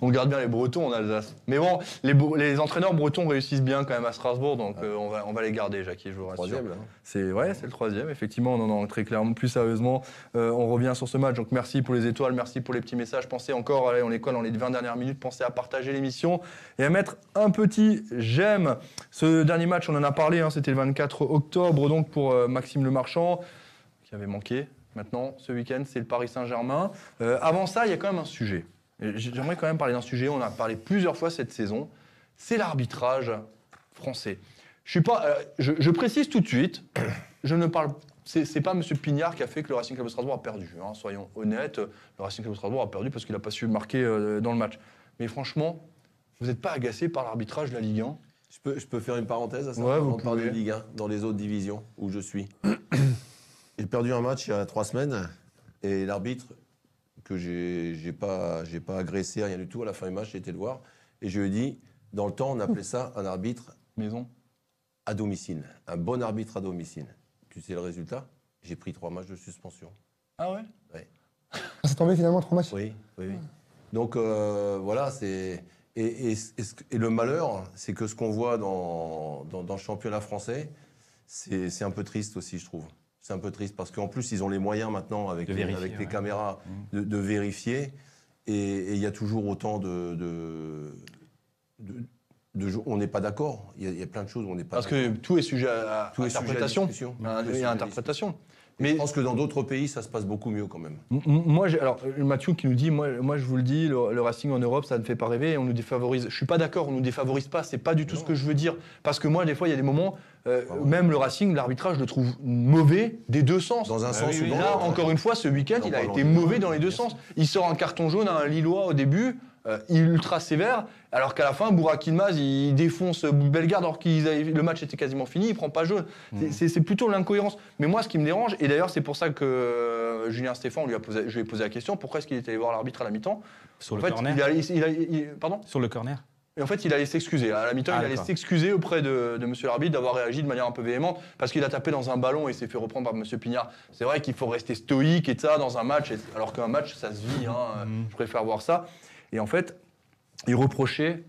[SPEAKER 1] On garde bien les Bretons en Alsace. Mais bon, les, Bre- les entraîneurs bretons réussissent bien quand même à Strasbourg, donc euh, on, va, on va les garder, Jackie, je vous rassure.
[SPEAKER 5] Troisième là.
[SPEAKER 1] C'est ouais, c'est le troisième, effectivement. Non, non, très clairement. Plus sérieusement, euh, on revient sur ce match. Donc merci pour les étoiles, merci pour les petits messages. Pensez encore, allez, on les colle dans les 20 dernières minutes. Pensez à partager l'émission et à mettre un petit j'aime. Ce dernier match, on en a parlé, hein, c'était le 24 octobre, donc pour euh, Maxime Le Marchand, qui avait manqué. Maintenant, ce week-end, c'est le Paris Saint-Germain. Euh, avant ça, il y a quand même un sujet. Et J'aimerais quand même parler d'un sujet, on en a parlé plusieurs fois cette saison. C'est l'arbitrage français. Je, suis pas, euh, je, je précise tout de suite, je ne parle. C'est c'est pas M. Pignard qui a fait que le Racing Club de Strasbourg a perdu. hein, soyons honnêtes, le Racing Club de Strasbourg a perdu parce qu'il n'a pas su marquer euh, dans le match. Mais franchement, Vous n'êtes pas agacé par l'arbitrage de la Ligue 1
[SPEAKER 5] Je peux, je peux faire une parenthèse à ça
[SPEAKER 1] Ouais, vous
[SPEAKER 5] On parle de
[SPEAKER 1] pouvez.
[SPEAKER 5] Ligue 1, dans les autres divisions où je suis. J'ai perdu un match il y a trois semaines et l'arbitre, que j'ai j'ai pas, j'ai pas agressé, rien du tout, à la fin du match, j'ai été le voir et je lui ai dit dans le temps, on appelait ça un arbitre
[SPEAKER 1] Maison
[SPEAKER 5] à domicile, un bon arbitre à domicile. Tu sais le résultat J'ai pris trois matchs de suspension.
[SPEAKER 1] Ah ouais
[SPEAKER 3] Ah, c'est tombé finalement trois matchs.
[SPEAKER 5] Oui, oui, oui. Donc euh, voilà, c'est. Et, et- et ce- et le malheur, c'est que ce qu'on voit dans, dans, dans le championnat français, c'est c'est un peu triste aussi, je trouve. C'est un peu triste parce qu'en plus, ils ont les moyens maintenant, avec,
[SPEAKER 4] De
[SPEAKER 5] les,
[SPEAKER 4] vérifier,
[SPEAKER 5] avec les
[SPEAKER 4] ouais.
[SPEAKER 5] caméras,
[SPEAKER 1] Hmm.
[SPEAKER 5] de, de vérifier. Et et il y a toujours autant de. de, de- de jou- on n'est pas d'accord. Il y, a- il y a plein de choses où on n'est pas
[SPEAKER 1] Parce que tout est sujet à, à
[SPEAKER 5] Tout est sujet à
[SPEAKER 1] interprétation.
[SPEAKER 5] discussion.
[SPEAKER 1] Il y a un-
[SPEAKER 5] Tout
[SPEAKER 1] il
[SPEAKER 5] est
[SPEAKER 1] y
[SPEAKER 5] sujet
[SPEAKER 1] a
[SPEAKER 5] à
[SPEAKER 1] interprétation.
[SPEAKER 5] Mais...
[SPEAKER 1] Mais
[SPEAKER 5] Je pense que dans d'autres pays, ça se passe beaucoup mieux quand même.
[SPEAKER 1] M- m- Moi, j'ai- alors euh, Mathieu qui nous dit, moi, moi je vous le dis, le, le Racing en Europe, ça ne fait pas rêver, et on nous défavorise. Je suis pas d'accord, on nous défavorise pas, c'est pas du tout
[SPEAKER 5] Non.
[SPEAKER 1] ce que je veux dire. Parce que moi, des fois, il y a des moments, euh,
[SPEAKER 5] Ah ouais.
[SPEAKER 1] même le Racing, l'arbitrage, je le trouve mauvais des deux sens.
[SPEAKER 5] Dans un
[SPEAKER 1] Ah
[SPEAKER 5] sens
[SPEAKER 1] oui,
[SPEAKER 5] ou
[SPEAKER 1] oui,
[SPEAKER 5] dans
[SPEAKER 1] Là,
[SPEAKER 5] l'autre.
[SPEAKER 1] encore une fois, ce week-end,
[SPEAKER 5] Dans
[SPEAKER 1] il a
[SPEAKER 5] pas
[SPEAKER 1] été
[SPEAKER 5] l'autre.
[SPEAKER 1] mauvais dans les deux
[SPEAKER 5] Bien
[SPEAKER 1] sens. Il sort un carton jaune à un Lillois au début. euh, ultra sévère, alors qu'à la fin, Bourak Yilmaz, il défonce Bellegarde, alors que le match était quasiment fini, il prend pas jaune.
[SPEAKER 4] Mm.
[SPEAKER 1] C'est- C'est c'est plutôt l'incohérence. Mais moi, ce qui me dérange, et d'ailleurs, c'est pour ça que euh, Julien Stéphane, on lui a posé, je lui ai posé la question pourquoi est-ce qu'il est allé voir l'arbitre à la mi-temps En
[SPEAKER 4] Sur le
[SPEAKER 1] fait,
[SPEAKER 4] corner
[SPEAKER 1] il a- il a- il- pardon
[SPEAKER 4] Sur le corner
[SPEAKER 1] Et en fait, il allait s'excuser. À la mi-temps,
[SPEAKER 4] Ah,
[SPEAKER 1] il allait
[SPEAKER 4] d'accord.
[SPEAKER 1] s'excuser auprès de, de monsieur l'arbitre d'avoir réagi de manière un peu véhémente parce qu'il a tapé dans un ballon et s'est fait reprendre par monsieur Pignard. C'est vrai qu'il faut rester stoïque et ça dans un match, et- alors qu'un match, ça se vit. hein.
[SPEAKER 4] Mhm.
[SPEAKER 1] Je préfère voir ça. Et en fait, il reprochait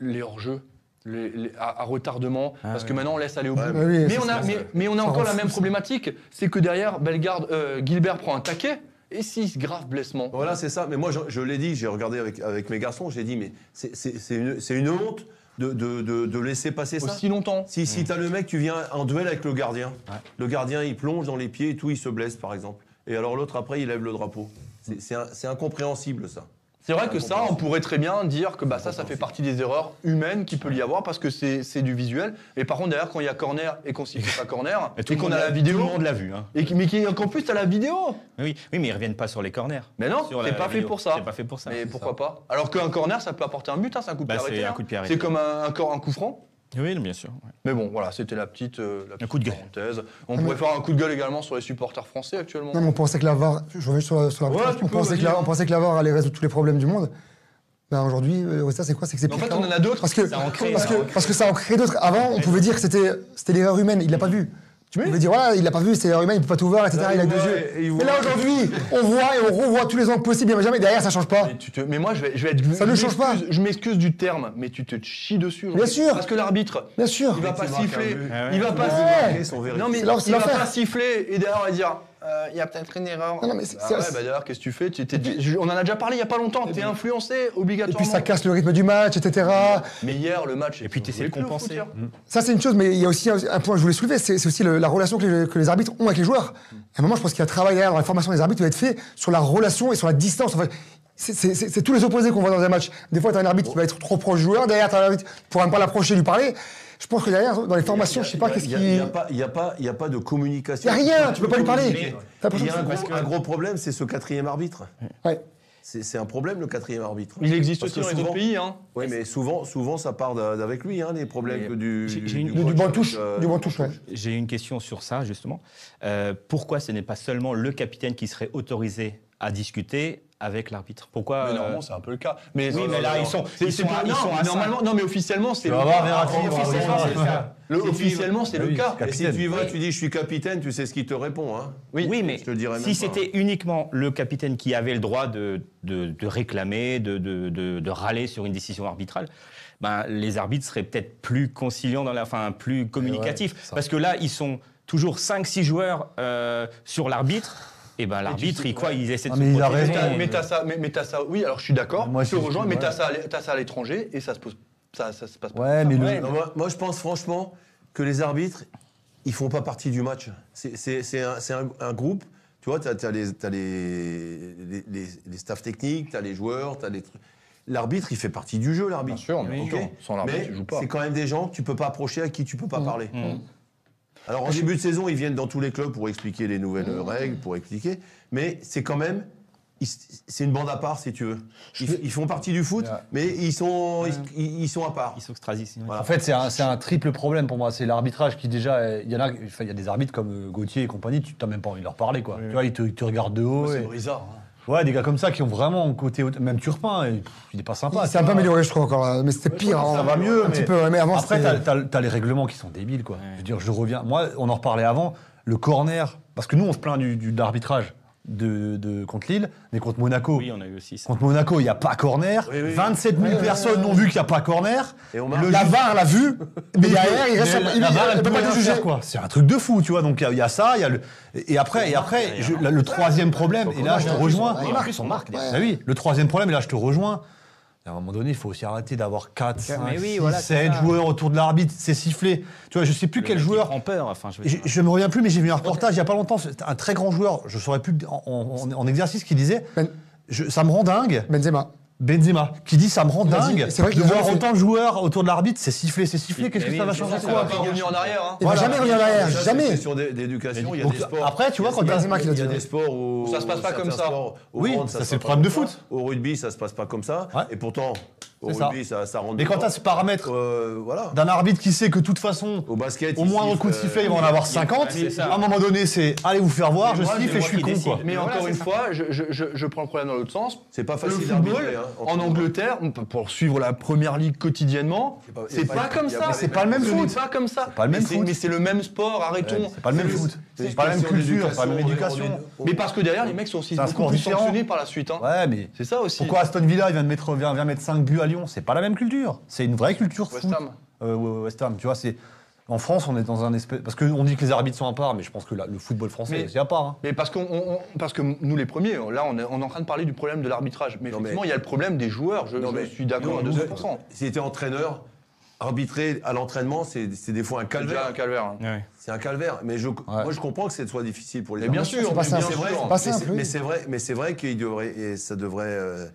[SPEAKER 1] les hors-jeux. les- les- à, à retardement,
[SPEAKER 4] Ah,
[SPEAKER 1] parce que
[SPEAKER 4] oui.
[SPEAKER 1] maintenant on laisse aller au bout.
[SPEAKER 5] Ouais,
[SPEAKER 3] mais bah oui,
[SPEAKER 1] mais,
[SPEAKER 3] ça,
[SPEAKER 1] on a,
[SPEAKER 3] c'est-
[SPEAKER 1] mais, mais on a
[SPEAKER 3] ça
[SPEAKER 1] encore
[SPEAKER 3] rend
[SPEAKER 1] la
[SPEAKER 3] fou,
[SPEAKER 1] même
[SPEAKER 3] ça.
[SPEAKER 1] problématique, c'est que derrière, Bellegarde, euh, Gilbert prend un taquet, et s'il se grave blessement,
[SPEAKER 5] Voilà, c'est ça. Mais moi, je, je l'ai dit, j'ai regardé avec, avec mes garçons, j'ai dit, mais c'est- c'est c'est une, c'est une honte de, de- de- de laisser passer ça.
[SPEAKER 1] aussi longtemps.
[SPEAKER 5] Si, si t'as le mec, tu viens en duel avec le gardien. Le gardien, il plonge dans les pieds et tout, il se blesse, par exemple. Et alors l'autre, après, il lève le drapeau. C'est- C'est un- c'est incompréhensible, ça.
[SPEAKER 1] C'est
[SPEAKER 4] Ah,
[SPEAKER 1] vrai que
[SPEAKER 4] bah,
[SPEAKER 1] ça, on
[SPEAKER 5] Incompréhensible.
[SPEAKER 1] pourrait très bien dire que bah, ça, ça fait partie des erreurs humaines qu'il peut y avoir parce que c'est c'est du visuel. Et par contre, derrière, quand il y a corner et qu'on siffle pas corner, et,
[SPEAKER 4] tout le
[SPEAKER 1] qu'on
[SPEAKER 4] monde
[SPEAKER 1] a la
[SPEAKER 4] l'a-
[SPEAKER 1] vidéo,
[SPEAKER 4] Tout le monde l'a vu. hein.
[SPEAKER 1] et qui- mais qui- qu'en plus, t'as la vidéo
[SPEAKER 4] Oui, oui, mais ils reviennent pas sur les corners.
[SPEAKER 1] Mais non,
[SPEAKER 4] Sur
[SPEAKER 1] c'est
[SPEAKER 4] la
[SPEAKER 1] pas fait
[SPEAKER 4] vidéo.
[SPEAKER 1] pour ça.
[SPEAKER 4] C'est pas fait pour ça.
[SPEAKER 1] Mais
[SPEAKER 4] c'est
[SPEAKER 1] pourquoi
[SPEAKER 4] ça.
[SPEAKER 1] pas Alors qu'un corner, ça peut apporter un but, hein, c'est un coup de
[SPEAKER 4] Bah,
[SPEAKER 1] pied
[SPEAKER 4] c'est
[SPEAKER 1] arrêté.
[SPEAKER 4] un
[SPEAKER 1] hein.
[SPEAKER 4] coup de pied arrêté.
[SPEAKER 1] C'est comme un, un cor- un coup franc.
[SPEAKER 4] Oui, bien sûr. ouais.
[SPEAKER 1] Mais bon, voilà, c'était la petite, euh, la petite
[SPEAKER 4] coup de gueule.
[SPEAKER 1] parenthèse. On
[SPEAKER 3] Ah, mais-
[SPEAKER 1] pourrait faire un coup de gueule également sur les supporters français actuellement.
[SPEAKER 3] Non, mais on pensait que la VAR, je reviens sur, la- sur la
[SPEAKER 1] Ouais,
[SPEAKER 3] VAR,
[SPEAKER 1] tu
[SPEAKER 3] on,
[SPEAKER 1] peux,
[SPEAKER 3] pensait que
[SPEAKER 1] vas-y,
[SPEAKER 3] la,
[SPEAKER 1] hein.
[SPEAKER 3] on pensait que la VAR allait résoudre tous les problèmes du monde. Ben aujourd'hui, le résultat, c'est quoi C'est que c'est
[SPEAKER 1] Mais en
[SPEAKER 3] plus
[SPEAKER 1] fait,
[SPEAKER 3] clair.
[SPEAKER 1] on en a d'autres.
[SPEAKER 3] Parce que,
[SPEAKER 4] Ça en crée,
[SPEAKER 3] parce,
[SPEAKER 4] ça
[SPEAKER 3] que,
[SPEAKER 4] en crée.
[SPEAKER 3] parce que ça en crée d'autres. Avant, on pouvait dire que c'était c'était l'erreur humaine, il l'a pas vu. Tu on pouvait dire, voilà, il l'a pas vu, c'est l'erreur humaine, il peut pas tout voir, etc.
[SPEAKER 5] Là,
[SPEAKER 3] il a
[SPEAKER 5] il
[SPEAKER 3] deux
[SPEAKER 5] voit
[SPEAKER 3] yeux.
[SPEAKER 5] et il
[SPEAKER 3] Mais là,
[SPEAKER 5] voit.
[SPEAKER 3] aujourd'hui, on voit et on revoit tous les angles possibles, il y en a jamais. Derrière, ça change pas.
[SPEAKER 1] Mais, tu te- mais moi, je vais, je vais être.
[SPEAKER 3] Ça
[SPEAKER 1] je
[SPEAKER 3] ne change pas.
[SPEAKER 1] m'excuse- Je m'excuse du terme, mais tu te chies dessus.
[SPEAKER 3] Bien
[SPEAKER 1] aujourd'hui.
[SPEAKER 3] sûr.
[SPEAKER 1] Parce que l'arbitre,
[SPEAKER 3] Bien sûr.
[SPEAKER 1] il va pas
[SPEAKER 5] Effectivement,
[SPEAKER 1] siffler.
[SPEAKER 5] qu'un but.
[SPEAKER 4] Ah ouais.
[SPEAKER 1] Il va pas.
[SPEAKER 3] Ouais.
[SPEAKER 5] Les sont vérifiés.
[SPEAKER 1] Non mais
[SPEAKER 3] C'est leur- c'est
[SPEAKER 1] il va
[SPEAKER 3] leur
[SPEAKER 1] pas
[SPEAKER 3] faire.
[SPEAKER 1] siffler et derrière on va dire Euh, il y a peut-être une erreur.
[SPEAKER 3] Non, non, mais c'est-
[SPEAKER 1] Bah
[SPEAKER 3] c'est-
[SPEAKER 1] ouais,
[SPEAKER 3] c'est-
[SPEAKER 1] bah d'ailleurs qu'est-ce que tu fais Tu- t'es- je- On en a déjà parlé il y a pas longtemps. T'es influencé
[SPEAKER 3] Et
[SPEAKER 1] obligatoirement.
[SPEAKER 3] puis ça casse le rythme du match, etc.
[SPEAKER 1] Mais hier le match.
[SPEAKER 4] Et puis t'essaies de compenser. Mmh.
[SPEAKER 3] Ça, c'est une chose, mais il y a aussi un, un point que je voulais soulever, c'est c'est aussi le- la relation que les, que les arbitres ont avec les joueurs. À un moment, je pense qu'il y a un travail derrière dans la formation des arbitres qui doit être fait sur la relation et sur la distance. Enfin, c'est- c'est c'est- c'est tous les opposés qu'on voit dans un match. Des fois, tu as un arbitre qui va être trop proche du joueur, derrière, tu as un arbitre qui pourra même pas l'approcher, lui parler. Je pense que derrière, dans les formations, je sais pas qu'est-ce
[SPEAKER 5] Il n'y
[SPEAKER 3] qui.
[SPEAKER 5] a, pas- il y a pas- il y a pas de communication.
[SPEAKER 3] Il y a rien, tu peux pas lui parler.
[SPEAKER 5] Mais-
[SPEAKER 3] T'as l'impression
[SPEAKER 5] Il y a un
[SPEAKER 3] que c'est-
[SPEAKER 5] gros, un gros problème, c'est ce quatrième arbitre.
[SPEAKER 3] Ouais.
[SPEAKER 5] C'est c'est un problème, le quatrième arbitre.
[SPEAKER 1] Il existe
[SPEAKER 5] Parce
[SPEAKER 1] aussi
[SPEAKER 5] que
[SPEAKER 1] dans les autres
[SPEAKER 5] souvent-
[SPEAKER 1] pays. Hein.
[SPEAKER 5] Oui, mais souvent, souvent ça part d'a- d'avec lui, hein, les problèmes
[SPEAKER 4] Mais
[SPEAKER 5] que du,
[SPEAKER 4] j'ai- j'ai une-
[SPEAKER 3] Du, du
[SPEAKER 5] coach
[SPEAKER 3] banc
[SPEAKER 5] avec,
[SPEAKER 3] touche,
[SPEAKER 5] euh,
[SPEAKER 3] du banc touche, ouais.
[SPEAKER 4] J'ai une question sur ça, justement. Euh, pourquoi ce n'est pas seulement le capitaine qui serait autorisé à discuter avec l'arbitre Pourquoi
[SPEAKER 1] Mais
[SPEAKER 4] euh,
[SPEAKER 1] normalement c'est un peu le cas. Mais,
[SPEAKER 4] Oui, mais là, ils sont-
[SPEAKER 1] C'est-
[SPEAKER 4] ils
[SPEAKER 1] c'est
[SPEAKER 4] sont
[SPEAKER 1] pas-
[SPEAKER 4] à- ils
[SPEAKER 1] non,
[SPEAKER 4] sont à ça.
[SPEAKER 1] normalement non mais officiellement c'est.
[SPEAKER 2] Tu
[SPEAKER 1] le
[SPEAKER 2] vas voir
[SPEAKER 1] cas.
[SPEAKER 2] Verratti,
[SPEAKER 1] Ah,
[SPEAKER 2] bravo,
[SPEAKER 1] officiellement,
[SPEAKER 2] bravo.
[SPEAKER 1] c'est le cas. Le- Officiellement c'est
[SPEAKER 2] Ah
[SPEAKER 1] le
[SPEAKER 2] oui,
[SPEAKER 1] cas.
[SPEAKER 2] c'est
[SPEAKER 5] Et si
[SPEAKER 2] capitaine.
[SPEAKER 5] tu y vas, tu dis je suis capitaine, tu sais ce qu'il te répond. Hein.
[SPEAKER 4] Oui, mais
[SPEAKER 5] je te le dirais même
[SPEAKER 4] si
[SPEAKER 5] pas.
[SPEAKER 4] c'était uniquement le capitaine qui avait le droit de, de- de réclamer, de, de- de- de râler sur une décision arbitrale, ben, les arbitres seraient peut-être plus conciliants, dans la, enfin, plus communicatifs.
[SPEAKER 2] ça.
[SPEAKER 4] parce que là, ils sont toujours 5-6 joueurs euh, sur l'arbitre. Et ben l'arbitre,
[SPEAKER 1] sais-
[SPEAKER 4] il quoi Il essaie de
[SPEAKER 2] Ah,
[SPEAKER 4] se
[SPEAKER 2] mais il a
[SPEAKER 4] protéger.
[SPEAKER 1] Mais
[SPEAKER 2] raison.
[SPEAKER 1] t'as- Mais t'as ça, mais, mais t'as ça. Oui, alors je suis d'accord.
[SPEAKER 2] Moi,
[SPEAKER 1] Je te
[SPEAKER 2] je suis-
[SPEAKER 1] rejoins, mais
[SPEAKER 2] ouais.
[SPEAKER 1] t'as ça, à l'é- t'as ça à l'étranger et ça se pose, ça, ça se passe. pas
[SPEAKER 2] Ouais, mais le-
[SPEAKER 5] Non, moi, moi, je pense franchement que les arbitres, ils font pas partie du match. C'est- C'est c'est un, c'est un- un groupe. Tu vois, tu as, les, t'as les, les, les- les staffs techniques, tu as les joueurs, tu as les trucs. L'arbitre, il fait partie du jeu, l'arbitre.
[SPEAKER 1] Bien sûr, bien
[SPEAKER 5] Ok
[SPEAKER 1] sûr. Sans l'arbitre,
[SPEAKER 5] Mais
[SPEAKER 1] tu joues pas. Mmh.
[SPEAKER 5] C'est quand même des gens que tu peux pas approcher, à qui tu peux pas parler. Alors, en
[SPEAKER 1] Mmh.
[SPEAKER 5] début de saison, ils viennent dans tous les clubs pour expliquer les nouvelles euh, règles, pour expliquer. Mais c'est quand même. ils- c'est une bande à part, si tu veux. Ils,
[SPEAKER 1] Je-
[SPEAKER 5] ils font partie du foot,
[SPEAKER 1] Ouais.
[SPEAKER 5] mais ils sont, ils, ils sont à part.
[SPEAKER 4] Ils s'extrasissent. ouais.
[SPEAKER 2] En fait, c'est un, c'est un triple problème pour moi. C'est l'arbitrage qui déjà, euh, il y en a, enfin, il y a des arbitres comme euh, Gauthier et compagnie, tu t'as même pas envie de leur parler quoi.
[SPEAKER 1] Oui,
[SPEAKER 2] tu
[SPEAKER 1] oui.
[SPEAKER 2] vois, ils te, ils te regardent de haut.
[SPEAKER 1] C'est
[SPEAKER 2] et-
[SPEAKER 1] Brisa.
[SPEAKER 5] hein.
[SPEAKER 2] Ouais, des gars comme ça qui ont vraiment un côté, haute- même Turpin, et, pff, il est pas sympa.
[SPEAKER 3] C'est
[SPEAKER 2] tu
[SPEAKER 3] un peu
[SPEAKER 2] vois.
[SPEAKER 3] amélioré, je trouve, encore. là. Mais c'était pire.
[SPEAKER 2] Ça
[SPEAKER 3] hein.
[SPEAKER 2] va mieux,
[SPEAKER 3] Un
[SPEAKER 2] mais-
[SPEAKER 3] petit peu, ouais, mais avant,
[SPEAKER 2] Après,
[SPEAKER 3] c'était.
[SPEAKER 2] t'as t'as- t'as les règlements qui sont débiles, quoi. Je veux dire, je reviens. Moi, on en reparlait avant, le corner, parce que nous, on se plaint du, du- de l'arbitrage de, de- contre Lille, mais contre Monaco.
[SPEAKER 4] Oui, on a eu aussi ça.
[SPEAKER 2] Contre Monaco, il n'y a pas corner.
[SPEAKER 5] Oui, oui.
[SPEAKER 2] 27 000 personnes n'ont vu qu'il n'y a pas corner.
[SPEAKER 5] Et on marque.
[SPEAKER 2] Le
[SPEAKER 3] La
[SPEAKER 2] juge-
[SPEAKER 3] VAR l'a vu, mais derrière, il reste.
[SPEAKER 2] mais
[SPEAKER 3] à-
[SPEAKER 2] la-
[SPEAKER 3] il-
[SPEAKER 2] la VAR,
[SPEAKER 3] Il
[SPEAKER 2] elle
[SPEAKER 3] peut
[SPEAKER 2] peut
[SPEAKER 3] pas
[SPEAKER 2] rien
[SPEAKER 3] le juger.
[SPEAKER 2] faire, quoi. C'est un truc de fou, tu vois. Donc il y a- il y, a ça, il y a le et après et après je- là, le troisième problème. Et là, je te rejoins.
[SPEAKER 4] Et en plus, on marque.
[SPEAKER 2] Bah oui, le troisième problème, et là je te rejoins, à un moment donné, il faut aussi arrêter d'avoir 4, 5,
[SPEAKER 4] mais oui,
[SPEAKER 2] 6,
[SPEAKER 4] voilà, c'est
[SPEAKER 2] 7
[SPEAKER 4] ça.
[SPEAKER 2] joueurs autour de l'arbitre, c'est sifflé. Tu vois, je sais plus quel joueur.
[SPEAKER 4] En peur, enfin, je veux
[SPEAKER 2] Je,
[SPEAKER 4] dire. euh,
[SPEAKER 2] je me reviens plus, mais j'ai vu un reportage il y a pas longtemps, c'est un très grand joueur, je saurais plus en, en- en exercice, qui disait
[SPEAKER 3] Ben-
[SPEAKER 2] je- ça me rend dingue,
[SPEAKER 3] Benzema.
[SPEAKER 2] Benzema, qui dit ça me rend
[SPEAKER 3] Il a dit-
[SPEAKER 2] dingue
[SPEAKER 3] c'est vrai qu'il
[SPEAKER 2] de
[SPEAKER 3] a jamais
[SPEAKER 2] voir
[SPEAKER 3] fait-
[SPEAKER 2] autant de joueurs autour de l'arbitre, c'est sifflé, c'est sifflé, qu'est-ce que
[SPEAKER 4] mais
[SPEAKER 2] ça
[SPEAKER 4] oui,
[SPEAKER 2] va
[SPEAKER 4] mais
[SPEAKER 2] changer
[SPEAKER 4] ça,
[SPEAKER 1] On va
[SPEAKER 2] quoi
[SPEAKER 1] pas revenir en arrière. hein.
[SPEAKER 3] Il va
[SPEAKER 2] Voilà.
[SPEAKER 3] jamais revenir derrière,
[SPEAKER 5] Ça, c'est une
[SPEAKER 3] jamais.
[SPEAKER 5] question d'é- d'éducation, il y a
[SPEAKER 2] Donc,
[SPEAKER 5] des sports.
[SPEAKER 2] après, tu vois, quand
[SPEAKER 5] il y a-
[SPEAKER 2] t'as-
[SPEAKER 3] Benzema qui l'a
[SPEAKER 5] Il y a
[SPEAKER 3] dit,
[SPEAKER 5] des sports où.
[SPEAKER 1] Ça se passe pas
[SPEAKER 5] certains
[SPEAKER 1] comme ça.
[SPEAKER 5] sports, au
[SPEAKER 2] Oui,
[SPEAKER 5] hand,
[SPEAKER 2] ça,
[SPEAKER 5] se
[SPEAKER 2] c'est le
[SPEAKER 5] passe
[SPEAKER 2] problème
[SPEAKER 5] pas
[SPEAKER 2] de
[SPEAKER 5] comme
[SPEAKER 2] foot.
[SPEAKER 5] ça. Au rugby, ça se passe pas comme ça.
[SPEAKER 2] Ouais.
[SPEAKER 5] Et pourtant, au
[SPEAKER 2] C'est ça.
[SPEAKER 5] rugby, ça, ça rentre.
[SPEAKER 2] Mais quand
[SPEAKER 5] dedans.
[SPEAKER 2] t'as ce paramètre
[SPEAKER 5] Euh, Voilà.
[SPEAKER 2] d'un arbitre qui sait que de toute façon,
[SPEAKER 5] Au basket.
[SPEAKER 2] au
[SPEAKER 5] ils
[SPEAKER 2] moindre coup de
[SPEAKER 5] sifflent,
[SPEAKER 2] sifflet, il
[SPEAKER 5] euh,
[SPEAKER 2] va en avoir
[SPEAKER 4] ouais,
[SPEAKER 2] 50,
[SPEAKER 4] c'est ça.
[SPEAKER 2] à un moment donné, c'est allez vous faire voir, je
[SPEAKER 4] moi,
[SPEAKER 2] siffle
[SPEAKER 4] c'est
[SPEAKER 2] et je
[SPEAKER 4] moi
[SPEAKER 2] suis
[SPEAKER 4] qui
[SPEAKER 2] con,
[SPEAKER 4] décide.
[SPEAKER 2] quoi.
[SPEAKER 1] Mais
[SPEAKER 4] Voilà,
[SPEAKER 1] encore
[SPEAKER 4] c'est
[SPEAKER 1] une
[SPEAKER 4] ça.
[SPEAKER 1] fois, je, je- je- je prends le problème dans l'autre sens.
[SPEAKER 5] C'est pas
[SPEAKER 1] Le
[SPEAKER 5] facile
[SPEAKER 1] football
[SPEAKER 5] d'arbitrer, hein,
[SPEAKER 1] en Angleterre, pour suivre la première ligue quotidiennement,
[SPEAKER 5] C'est pas- y a
[SPEAKER 1] c'est
[SPEAKER 5] pas-
[SPEAKER 1] pas
[SPEAKER 5] y a
[SPEAKER 1] comme
[SPEAKER 5] pas
[SPEAKER 1] ça.
[SPEAKER 5] les
[SPEAKER 2] mêmes- c'est
[SPEAKER 1] C'est pas comme ça.
[SPEAKER 2] pas le
[SPEAKER 1] Mais
[SPEAKER 2] même
[SPEAKER 1] c'est-
[SPEAKER 2] foot.
[SPEAKER 1] Mais c'est le même sport, arrêtons.
[SPEAKER 2] C'est pas le même foot, c'est pas la même
[SPEAKER 5] question
[SPEAKER 2] culture, c'est pas la même
[SPEAKER 5] d'éducation,
[SPEAKER 2] éducation.
[SPEAKER 5] on est- on est-
[SPEAKER 1] Mais parce que derrière, les mecs sont aussi
[SPEAKER 2] C'est un
[SPEAKER 1] beaucoup
[SPEAKER 2] sport
[SPEAKER 1] plus
[SPEAKER 2] différent.
[SPEAKER 1] sanctionnés par la suite. hein.
[SPEAKER 2] Ouais, mais
[SPEAKER 1] C'est ça aussi.
[SPEAKER 2] pourquoi Aston Villa il vient de mettre, vient, vient mettre 5 buts à Lyon C'est pas la même culture. C'est une vraie culture
[SPEAKER 1] West
[SPEAKER 2] foot.
[SPEAKER 1] Ham.
[SPEAKER 2] Euh, ouais, ouais, West Ham, tu vois, c'est. En France, on est dans un espèce. Parce qu'on dit que les arbitres sont à part, mais je pense que la- le football français
[SPEAKER 1] Mais-
[SPEAKER 2] est aussi à part. hein.
[SPEAKER 1] Mais parce, qu'on- on- on- parce que nous, les premiers, là, on est, on est en train de parler du problème de l'arbitrage. Mais
[SPEAKER 5] Non, mais-
[SPEAKER 1] effectivement, il y a le problème des joueurs. Je,
[SPEAKER 5] Non,
[SPEAKER 1] je
[SPEAKER 5] mais-
[SPEAKER 1] suis d'accord à
[SPEAKER 5] non,
[SPEAKER 1] 200%.
[SPEAKER 5] Si t'es entraîneur, arbitrer à l'entraînement, c'est c'est des fois un
[SPEAKER 1] C'est déjà un
[SPEAKER 5] calvaire.
[SPEAKER 1] calvaire. hein.
[SPEAKER 4] Ouais.
[SPEAKER 5] C'est un calvaire. Mais je, moi, je comprends que c'est soit difficile pour les
[SPEAKER 1] Mais bien
[SPEAKER 5] arbitres.
[SPEAKER 1] sûr,
[SPEAKER 3] C'est pas
[SPEAKER 1] mais
[SPEAKER 3] ça.
[SPEAKER 1] bien
[SPEAKER 5] C'est vrai,
[SPEAKER 1] sûr.
[SPEAKER 3] C'est pas
[SPEAKER 5] mais
[SPEAKER 3] simple,
[SPEAKER 5] c'est-
[SPEAKER 3] oui.
[SPEAKER 5] mais c'est vrai, mais c'est vrai qu'il devrait et ça devrait euh,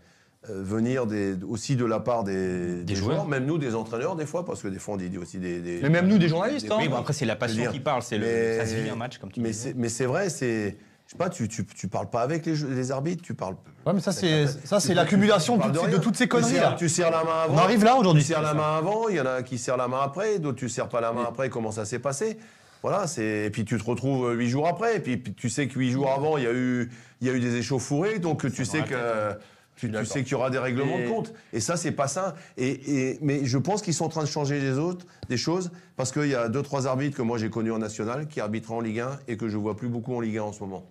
[SPEAKER 5] euh, venir des, aussi de la part des, des
[SPEAKER 4] joueurs.
[SPEAKER 5] même nous des entraîneurs des fois, parce que des fois on dit aussi des. des-
[SPEAKER 1] Mais même nous, des journalistes. hein.
[SPEAKER 4] Oui, bon, après, c'est la
[SPEAKER 5] Je veux
[SPEAKER 4] passion
[SPEAKER 5] dire,
[SPEAKER 4] qui parle. C'est le.
[SPEAKER 5] mais-
[SPEAKER 4] Ça se vit un match, comme tu
[SPEAKER 5] mais
[SPEAKER 4] disais.
[SPEAKER 5] c'est- mais c'est vrai, c'est je sais pas, tu, tu, tu parles pas avec les, jeux- les arbitres, tu parles.
[SPEAKER 2] Ouais, mais ça, c'est ça, c'est
[SPEAKER 5] tu-
[SPEAKER 2] l'accumulation
[SPEAKER 5] tu
[SPEAKER 2] de,
[SPEAKER 5] parles
[SPEAKER 2] toutes ces- de
[SPEAKER 5] rien.
[SPEAKER 2] toutes ces
[SPEAKER 5] Tu serres-
[SPEAKER 2] conneries-là.
[SPEAKER 5] Tu serres la main avant.
[SPEAKER 2] On arrive là
[SPEAKER 5] Tu
[SPEAKER 2] aujourd'hui.
[SPEAKER 5] serres la main avant, il y en a qui serrent la main après, d'autres tu serres pas la main après, comment ça s'est passé voilà, c'est et puis tu te retrouves euh, huit jours après, et puis, puis tu sais que huit jours avant il y a eu il y a eu des échauffourées, donc tu sais
[SPEAKER 4] la
[SPEAKER 5] que
[SPEAKER 4] tête,
[SPEAKER 5] euh, tu, tu sais qu'il y aura des règlements
[SPEAKER 1] Et-
[SPEAKER 5] de compte. Et ça c'est pas ça. Et, et- mais je pense qu'ils sont en train de changer les autres des choses parce qu'il y a deux trois arbitres que moi j'ai connus en national qui arbitrent en Ligue 1 et que je vois plus beaucoup en Ligue 1 en ce moment.